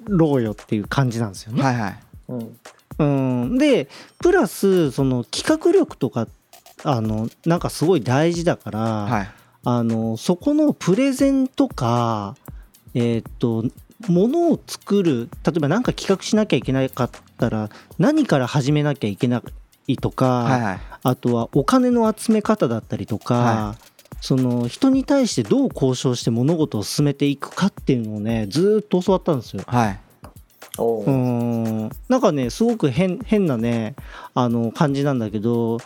A: ろうよっていう感じなんですよね。
B: はいはい。
C: うん
A: うんでプラスその企画力とかあのなんかすごい大事だから、
B: はい。
A: あのそこのプレゼンとかえーっとものを作る例えば何か企画しなきゃいけなかったら何から始めなきゃいけないとか、
B: はいはい。
A: あとはお金の集め方だったりとか、
B: は
A: その人に対してどう交渉して物事を進めていくかっていうのをねずーっと教わったんですよ。
B: はい。
C: おう
A: うーんなんかねすごく変変なねあの感じなんだけど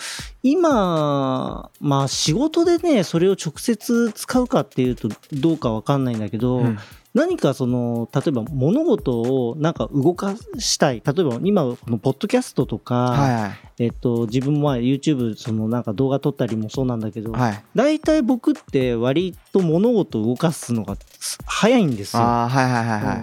A: 今まあ仕事でねそれを直接使うかっていうとどうかわかんないんだけど、
B: うん
A: 何かその例えば物事をなんか動かしたい例えば今このポッドキャストとか、
B: はいはい。
A: えっと、自分もまあ YouTube そのなんか動画撮ったりもそうなんだけど、
B: はい。
A: 大体僕って割と物事を動かすのが早いんですよ。
B: ああー、はいはいはいは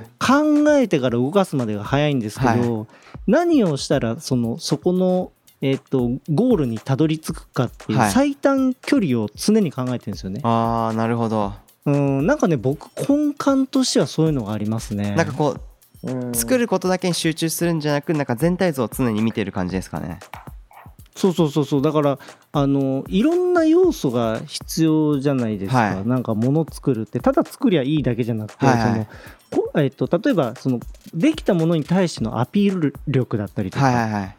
B: い。
A: 考えてから動かすまでが早いんですけど、
B: は
A: 何をしたらそのそこの、えっとゴールにたどり着くかっていう
B: はい
A: 最短距離を常に考えてるんですよね、
B: ああ、なるほど。
A: うんなんかね僕根幹としてはそういうのがありますね
B: なんかこ
C: うん
B: う、作ることだけに集中するんじゃなく、なんか全体像を常に見てる感じですかね。
A: そうそうそうそうだからあのいろんな要素が必要じゃないですか、
B: はい
A: なんか物作るってただ作りゃいいだけじゃなくて、
B: はいはい
A: そのこえっと例えばそのできたものに対してのアピール力だったりとか、
B: はいはいはい。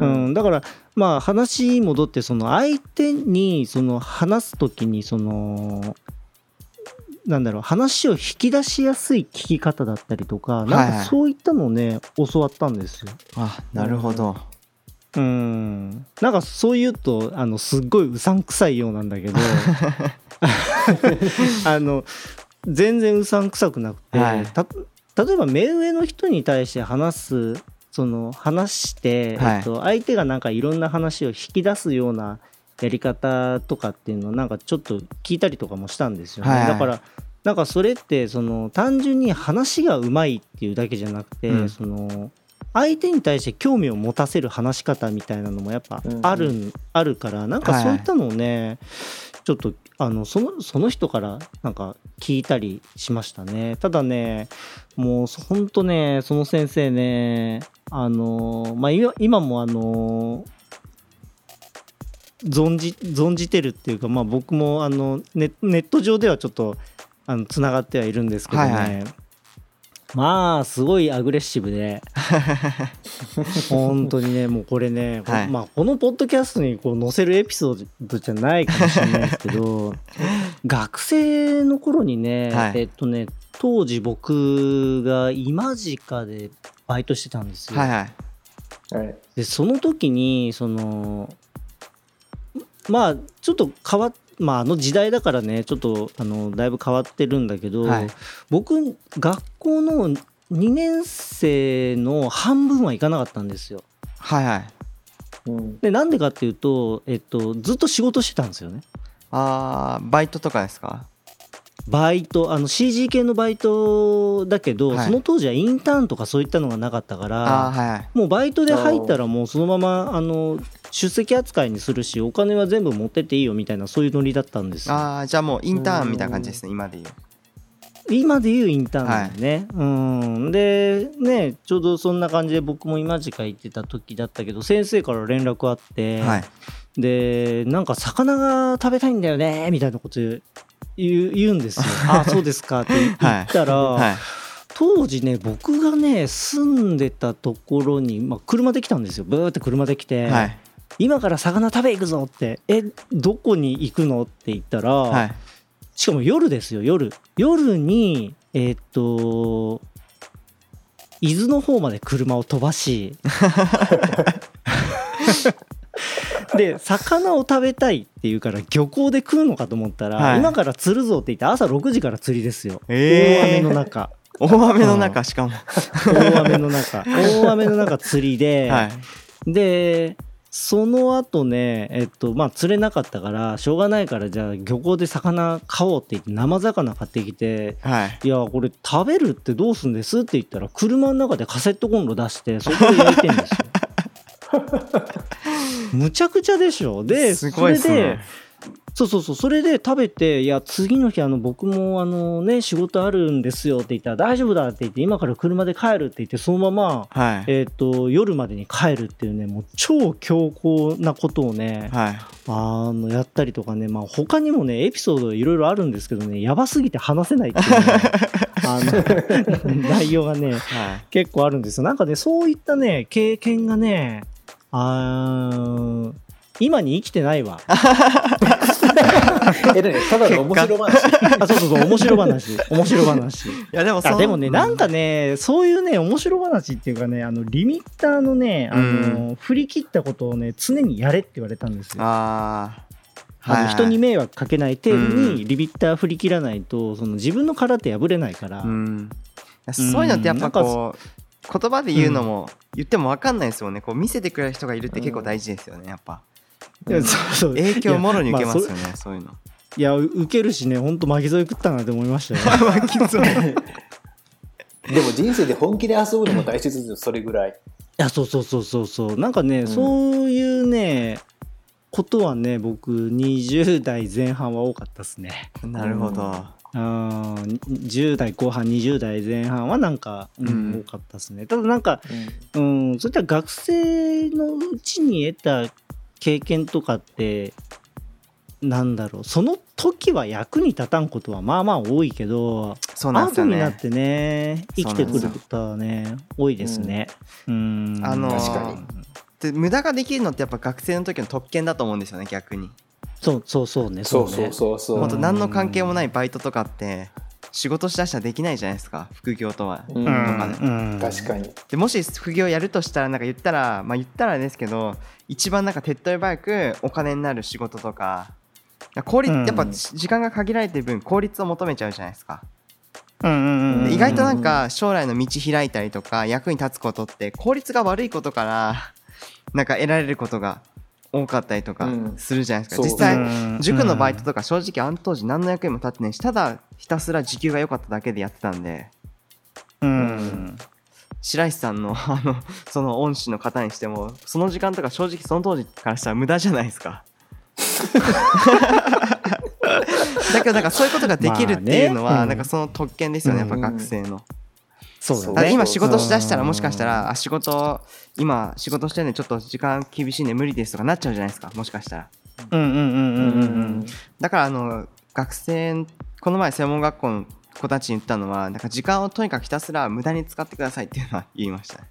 A: うん、だからまあ話に戻ってその相手にその話す時にそのなんだろう、話を引き出しやすい聞き方だったりとか、なん
B: はいは
A: か
B: い
A: そういったのをね、教わったんですよ。
B: あなるほど
A: うん。なんかそう言うと、あの、すっごいうさんくさいようなん だけど、あの、全然うさんくさくなくて、
B: はい
A: た例えば目上の人に対して話す、その話して、
B: はい
A: えっと、相手がなんかいろんな話を引き出すようなやり方とかっていうのをなんかちょっと聞いたりとかもしたんですよね。
B: はいはい
A: だからなんかそれってその単純に話がうまいっていうだけじゃなくて、
B: うん
A: その相手に対して興味を持たせる話し方みたいなのもやっぱある,、あるからなんかそういったのをね、ちょっとあのそのその人からなんか聞いたりしましたね。ただねもうほんとねその先生ねあのまあ今今もあの存じ存じてるっていうか、まあ、僕もあのネネット上ではちょっとあのつながってはいるんですけどね、
B: はいは
A: まあすごいアグレッシブで本当にね もうこれね、こ
B: はい
A: まあ、このポッドキャストにこう載せるエピソードじゃないかもしれないですけ ど学生の頃にね、
B: はい
A: えっとね当時僕が今近でバイトしてたんですよ。
B: はいはい
C: はい
A: でその時にそのまあちょっと変わっまああの時代だからねちょっとあのだいぶ変わってるんだけど、
B: はい
A: 僕学校の2年生の半分は行かなかったんですよ。
B: はいはい
C: うん
A: でなんでかっていうと、えっと、ずっと仕事してたんですよね。
B: あーバイトとかですか
A: バイトあの CG 系のバイトだけど、
B: はい
A: その当時はインターンとかそういったのがなかったから
B: あーはいはい
A: もうバイトで入ったらもうそのままあの出席扱いにするしお金は全部持ってっていいよみたいなそういうノリだったんですよ
B: あーじゃあもうインターンみたいな感じですね今で言う
A: 今でいうインターンだよね、うんでねちょうどそんな感じで僕も今近行ってた時だったけど先生から連絡あって、
B: はい
A: でなんか魚が食べたいんだよねみたいなこと言う言う言うん ですよあそうですかって言ったら、
B: はい
A: 当時ね僕がね住んでたところに、まあ、車で来たんですよブーって車で来て、
B: はい
A: 今から魚食べ行くぞってえどこに行くのって言ったら、
B: はい
A: しかも夜ですよ夜夜にえーっと伊豆の方まで車を飛ば しで魚を食べたいっていうから漁港で食うのかと思ったら、
B: はい
A: 今から釣るぞって言って朝6時から釣りですよ、大
B: えー
A: 雨の中
B: 大雨の中しかもは
A: 大雨の 中大雨の中釣りで、
B: いはい
A: でその後ねえっとまあ釣れなかったからしょうがないからじゃあ漁港で魚買おうって言って生魚買ってきて
B: はい
A: 「いやこれ食べるってどうすんです?」って言ったら車の中でカセットコンロ出してそこで焼いてん ですよ。むちゃくちゃでしょです
B: す
A: そ
B: ごいっ
A: れ
B: す
A: で
B: ね
A: そうそうそうそれで食べていや次の日あの僕もあのね仕事あるんですよって言ったら「大丈夫だ」って言って今から車で帰るって言ってそのまま
B: はい
A: えー、と夜までに帰るっていうねもう超強硬なことをね、
B: はい
A: あのやったりとかね、まあ、他にもねエピソードいろいろあるんですけどねやばすぎて話せないっていう、ね、あの 内容がね
B: はい
A: 結構あるんですよなんかねそういったね経験がねあー今に生きてないわ
C: えでもねただの面白話。
A: あそうそうそう面白話面白話
B: いやでも
A: あでもね、なん
B: か
A: かね、そういうね、面白話っていうかね、あのリミッターのね、あの振り切ったことをね、常にやれって言われたんですよ。
B: ああ
A: あの人に迷惑かけない程度
B: う
A: にリミッター振り切らないと、その自分の殻って破れないから、
B: うん、そういうのってやっぱこう言葉で言うのも言っても分かんないですもんねこう見せてくれる人がいるって結構大事ですよねやっぱ
A: いや そうそう
B: 影響もろに受けますよ
A: いや,、
B: ねそういうの
A: あそいやう受けるしね、ほんと巻き添え食ったなって思いました よ。
C: でも人生で本気で遊ぶのも大切ですよ、それぐらい。
A: いやそうそうそうそうそうなんかね、
C: ん
A: そういうねことはね僕20代前半は多かったですね。
B: なるほど、
A: あー10代後半20代前半はなんか、うん
B: うん
A: 多かったですねただなんか、うん、そういった学生のうちに得た経験とかってなんだろうその時は役に立たんことはまあまあ多いけど、
B: そうなんです
A: 後
B: よ
A: にな
B: ね
A: ってね生きてくることはね多いですね。うん
B: あの
C: 確か
B: で無駄ができるのってやっぱ学生の時の特権だと思うんですよね逆に
A: そうそうそうねそう
C: そ
A: う
C: そう
A: ね
C: そうそう。
B: 本当何の関係もないバイトとかって仕事しだしたらできないじゃないですか副業とは。
C: うん
A: うん
C: 確かに。
B: でもし副業やるとしたらなんか言ったらまあ言ったらですけど一番なんか手っ取り早くお金になる仕事とか効率
D: うん
B: やっぱ時間が限られてる分効率を求めちゃうじゃないですか。
D: うんうんうん
B: で意外となんか将来の道開いたりとか役に立つことって効率が悪いことからなんか得られることが多かったりとか
C: うん
B: するじゃないです
C: そ
B: か、
C: う
B: 実際、
D: うん
B: 塾のバイトとか正直あの当時何の役にも立ってないしただひたすら時給が良かっただけでやってたんで
D: うん
B: 白石さんの あのその恩師の方にしてもその時間とか正直その当時からしたら無駄じゃないですか。だけどなんかそういうことができるっていうのは、
A: まあねうん
B: なんかその特権ですよね、やっぱ
C: うん
B: 学生の。
A: そうだ
B: ただ
A: ね
B: 今仕事しだしたらもしかしたらあ仕事今仕事してるんでちょっと時間厳しいんで無理ですとかなっちゃうじゃないですかもしかしたら
D: うんうんうんうんうんうん
B: だからあの学生この前専門学校の子たちに言ったのはなんか時間をとにかくひたすら無駄に使ってくださいっていうのは言いましたね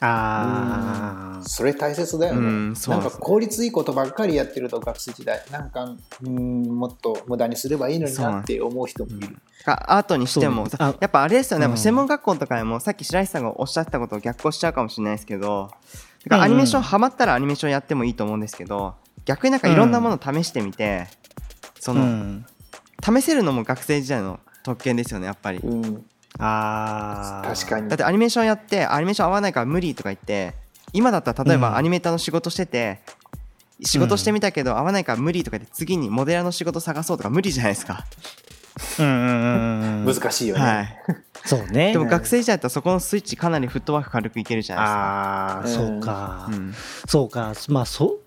A: あー
C: それ大切だよ
B: う
C: ね
B: ん。そう
C: な
B: なん
C: ん
B: です
C: か効率いいことばっかりやってると学生時代なんかうんもっと無駄にすればいいのになって思う人もいる。
B: かアートにしても
A: そうねあ
B: やっぱあれですよね、やっ
A: うん
B: ぱ専門学校とかでもさっき白石さんがおっしゃってたことを逆行しちゃうかもしれないですけどだからアニメーション
D: うん
B: ハマったらアニメーションやってもいいと思うんですけど逆になんかいろんなものを試してみて、その、
D: うん
B: 試せるのも学生時代の特権ですよねやっぱり、
C: うん
A: あー
C: 確かに
B: だっ。てアニメーションやってアニメーション合わないから無理とか言って今だったら例え
A: うん
B: ばアニメーターの仕事してて、仕事してみたけど合わないから無理とか言って次にモデラーの仕事探そうとか無理じゃないですか、
D: うんうんうんうん
C: 難しいよね。
B: はい
A: そうね
B: でも学生時代だったらそこのスイッチかなりフットワーク軽くいけるじゃな
A: ああ
C: うん
A: そうか、
B: いですか、うん
A: そうかまあそう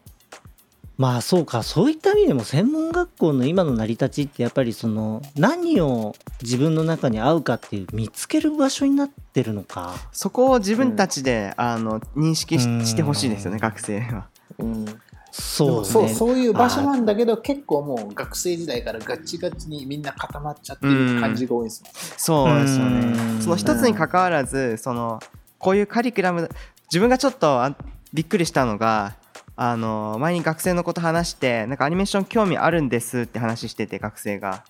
A: まあそうかそういった意味でも専門学校の今の成り立ちってやっぱりその何を自分の中に合うかっていう見つける場所になってるのか
B: そこを自分たちで、あの認識し
A: うん
B: してほしいですよね学生は
C: うんで
A: そう
C: も
A: ね
C: そうそういう場所なんだけど結構もう学生時代からガッチガチにみんな固まっちゃってる感じが多いですもん
B: そうですよ
A: うん
B: ねその一つに関わらずそのこういうカリキュラム自分がちょっとあびっくりしたのがあの前に学生のこと話してなんかアニメーション興味あるんですって話してて学生が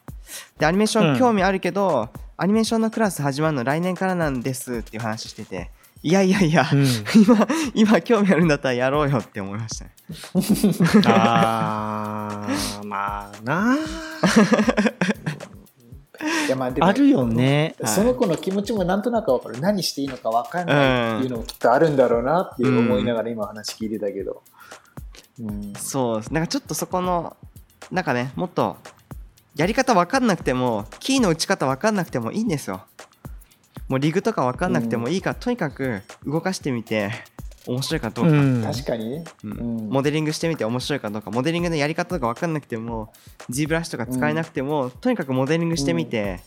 B: でアニメーショ
D: う
B: ン
D: ん
B: 興味あるけど、アニメーションのクラス始まるの来年からなんですっていう話してていやいやいや、
A: うん
B: 今今興味あるんだったらやろうよって思いましたね
A: あーまあなあ
C: いやまあでも
A: あるよね
B: はい
C: その子の気持ちもなんとなくわかる何していいのかわかんないっていうのもきっとあるんだろうなっていう思いながら今話聞いてたけど、うん
B: そうですなんかちょっとそこのなんかねもっとやり方分かんなくてもキーの打ち方分かんなくてもいいんですよもうリグとか分かんなくてもいいから、とにかく動かしてみて面白いかどうか、
A: うん
C: 確かにね、
B: うん
C: うん
B: モデリングしてみて面白いかどうかモデリングのやり方とか分かんなくても G ブラシとか使えなくても、とにかくモデリングしてみて、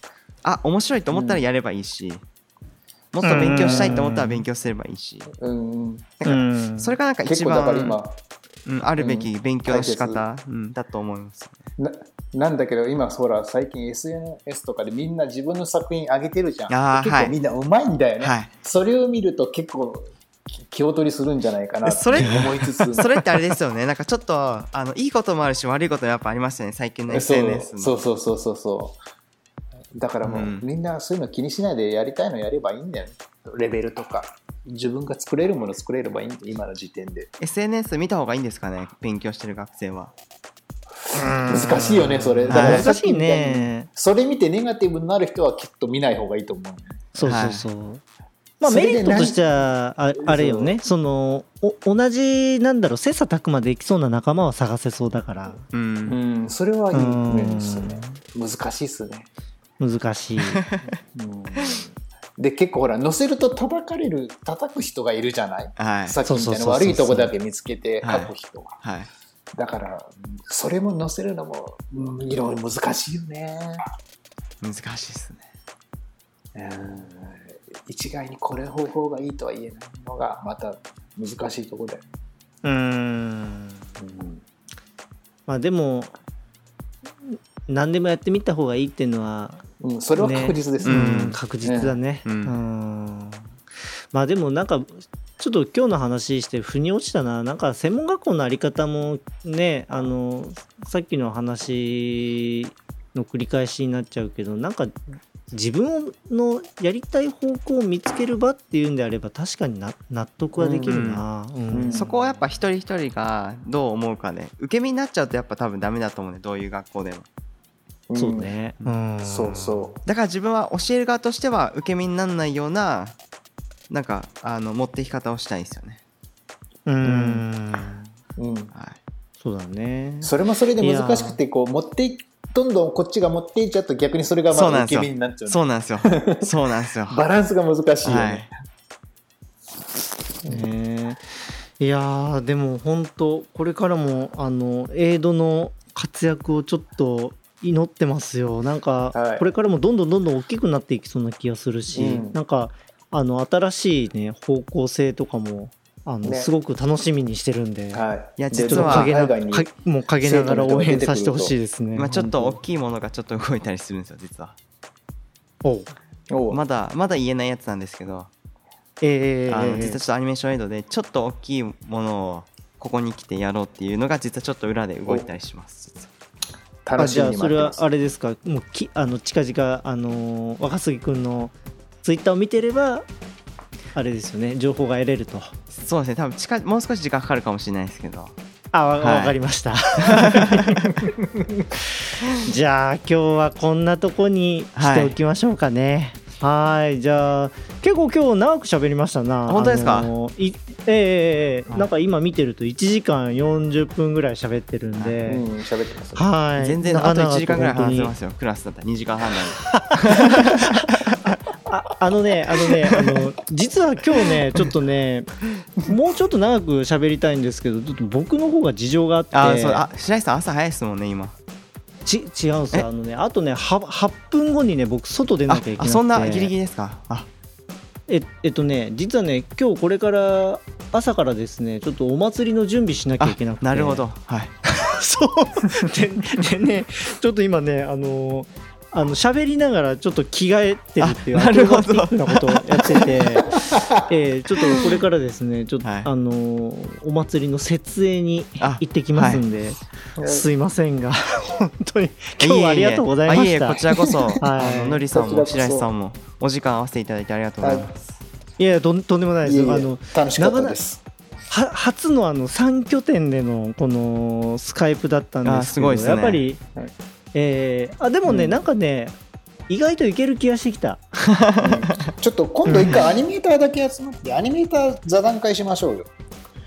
B: あ面白いと思ったらやればいいし、もっと勉強したいと思ったら勉強すればいいし、
C: うん、
D: うん
B: それがなんか
C: 結
B: 一
C: 構だ
B: 番
C: から今
B: うん、あるべき勉強の仕方、うん、だと思います
C: ななんだけど今ほら最近 SNS とかでみんな自分の作品上げてるじゃん
B: あー
C: 結
B: はい
C: 構みんなうまいんだよね、
B: はい
C: それを見ると結構き気を取りするんじゃないかなって
B: それ
C: 思いつつ
B: それってあれですよねなんかちょっとあのいいこともあるし悪いこともやっぱありますよね最近の SNS の
C: そうそうそうそうそうだからもう、
B: うん
C: みんなそういうの気にしないでやりたいのやればいいんだよねレベルとか自分が作れるもの作れればいいんだよ今の時点で
B: SNS 見た方がいいんですかね勉強してる学生は
C: 難しいよねそれだ
B: はい
A: 難しいね
C: それ見てネガティブになる人はきっと見ない方がいいと思う
A: そう
B: は
A: そ
B: いう
A: そう、まあ
C: それ
A: メ
C: で
A: リットとしてはああれよねそのお同じなんだろう切磋琢磨できそうな仲間は探せそうだから
B: うん、
C: うんそれはいい面ですね
A: う
C: 難しいっすね、
A: 難しい
C: うんで結構ほら載せると叩かれる叩く人がいるじゃない
B: はい
C: さっきみた
A: そうそう
C: い
A: そう
C: な
A: そう
C: 悪いとこだけ見つけて
B: はい
C: 書く人は、
B: はい
C: だからうんそれも載せるのもうんいろいろ難しいよね
B: 難しいですね
C: うん一概にこれ方法がいいとは言えないのがまた難しいところだよ、
D: うん
A: まあでも何でもやってみた方がいいっていうのは
C: うんそれは確実です
B: う
C: ね
B: ん
A: 確実だね
B: うん
A: うんまあでもなんかちょっと今日の話して腑に落ちたななんか専門学校のあり方もねあのさっきの話の繰り返しになっちゃうけどなんか自分のやりたい方向を見つける場っていうんであれば確かにな納得はできるな。うん
B: そこはやっぱ一人一人がどう思うかで、受け身になっちゃうとやっぱ多分ダメだと思うねどういう学校でも
C: うん
A: そうね、うん、
C: そうそ
B: だから自分は教える側としては受け身にならないようななんかあの持っていき方をしたいんですよね、
D: うん
C: う、うん、
B: は
A: そうだね
C: それもそれで難しくてこう持っていどんどんこっちが持っていっちゃうと逆にそれがま
B: そうな
C: だ
B: んで
C: 受
B: すよ
C: け身になっちゃ
B: い、
C: うね
B: そうな んですよそうなんですよ
C: バランスが難しいよ
B: はい
C: ね、
A: ねえいやーでも本当これからもあのエイドの活躍をちょっと祈ってますよなん
C: は
A: か
C: い
A: これからもどんどんどんどん大きくなっていきそうな気がするし、
C: うん
A: なんかあの新しいね方向性とかもあの、
C: ね
A: すごく楽しみにしてるんで、
C: はい
B: いや
C: で
A: ちょっ
B: 実
A: と
B: は
A: 陰な
C: 海外に
A: かもう陰ながら応援させてほしいですね。
B: 今ちょっと大
A: 本
B: きいものがちょっと動いたりするんですよ実は
A: 当おう
C: おう
B: まだまだ言えないやつなんですけど
A: えー
B: あの実はちょっとアニメーションエイドでちょっと大きいものをここに来てやろうっていうのが実はちょっと裏で動いたりします実は
A: あ
C: 楽
A: じ
C: しみ
A: ゃあ
C: に
A: そ
C: 待
A: れ
C: って
A: は
C: ます
A: あれですかもうきあの近々あのー若杉くんのツイッターを見てればあれですよね情報が得れると
B: そうですね多分近いもう少し時間かかるかもしれないですけど
A: あわ、
B: はい
A: わかりました じゃあ今日はこんなとこにしておきましょうかねはいじゃあ結構今日長く喋りましたな
B: 本当ですか
A: あのーいええええええ
B: はい
A: なんか今見てると1時間40分ぐらい喋ってるんで、
C: うん喋ってます
A: はい
B: 全然
A: 長
B: あと
A: 々
B: 1時間ぐらい
A: 本当
B: 話
A: に
B: せますよクラスだったら2時間半ぐらい
A: ああのね、あのね、あの実は今日 ね、ちょっとね、もうちょっと長く喋りたいんですけど、ちょっと僕の方が事情があって、
B: あー、そうあ白石さん朝早いですもんね今
A: ち違うんです
B: え
A: よ、あのね、あとね、は8分後にね、僕、外出なきゃ
B: あ
A: いけなく
B: あ
A: て、
B: そんなギリギリですかあ
A: ええっとね、実はね、今日これから朝からですね、ちょっとお祭りの準備しなきゃい
B: あ
A: けなくて、
B: なるほど、はい
A: そうででねちょっと今ねあのーあの喋りながらちょっと着替えてるっていう
B: あなるほど
A: アクロバティックなことをやってて、 えーちょっとこれからですねちょっと、
B: はい
A: あのーお祭りの設営に
B: あ
A: 行ってきますんで、すいません が本当に今日はありがとうございま
B: ええ
A: し
B: えあえ
A: た
B: えこちらこそ、
A: はい
B: あののりさんも
C: こちらこ
B: 白
C: そ
B: 石さんもお時間合わせていただいてありがとうございます、
A: いやいやとんとんでもないです
C: いえいえ
A: あの
C: 楽しかったです
A: は初のあの3拠点でのこのスカイプだったんですけど
B: あすごいですね
A: やっぱり、
C: はい
A: えーあでもね、
C: うん
A: なんかね意外といける気がしてきた
C: うんちょっと今度一回アニメーターだけ集まってアニメーター座談会しましょうよ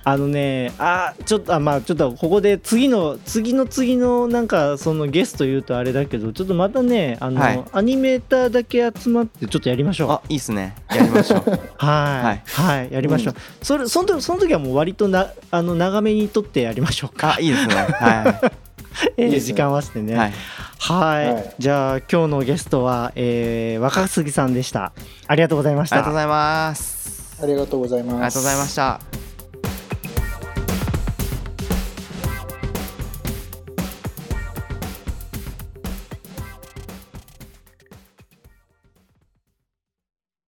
A: あのねあーちょっとあまあちょっとここで次の次の次のなんかそのゲスト言うとあれだけどちょっとまたねあの、
B: はい
A: アニメーターだけ集まってちょっとやりましょう
B: あいいっすねやりましょう
A: はいはい、やりましょう、それその時その時はもう割となあの長めに撮ってやりましょうか、
B: あいいですねは
A: えー
C: いいですね
A: 時間合わせて
B: い、
A: ね、
B: はい、
A: はい、
C: はい
A: じゃあ今日のゲストは、えー若杉さんでしたありがとうございまし
B: ありがとう
A: た
B: ございます
C: ありがとうございます
B: ありがとうございました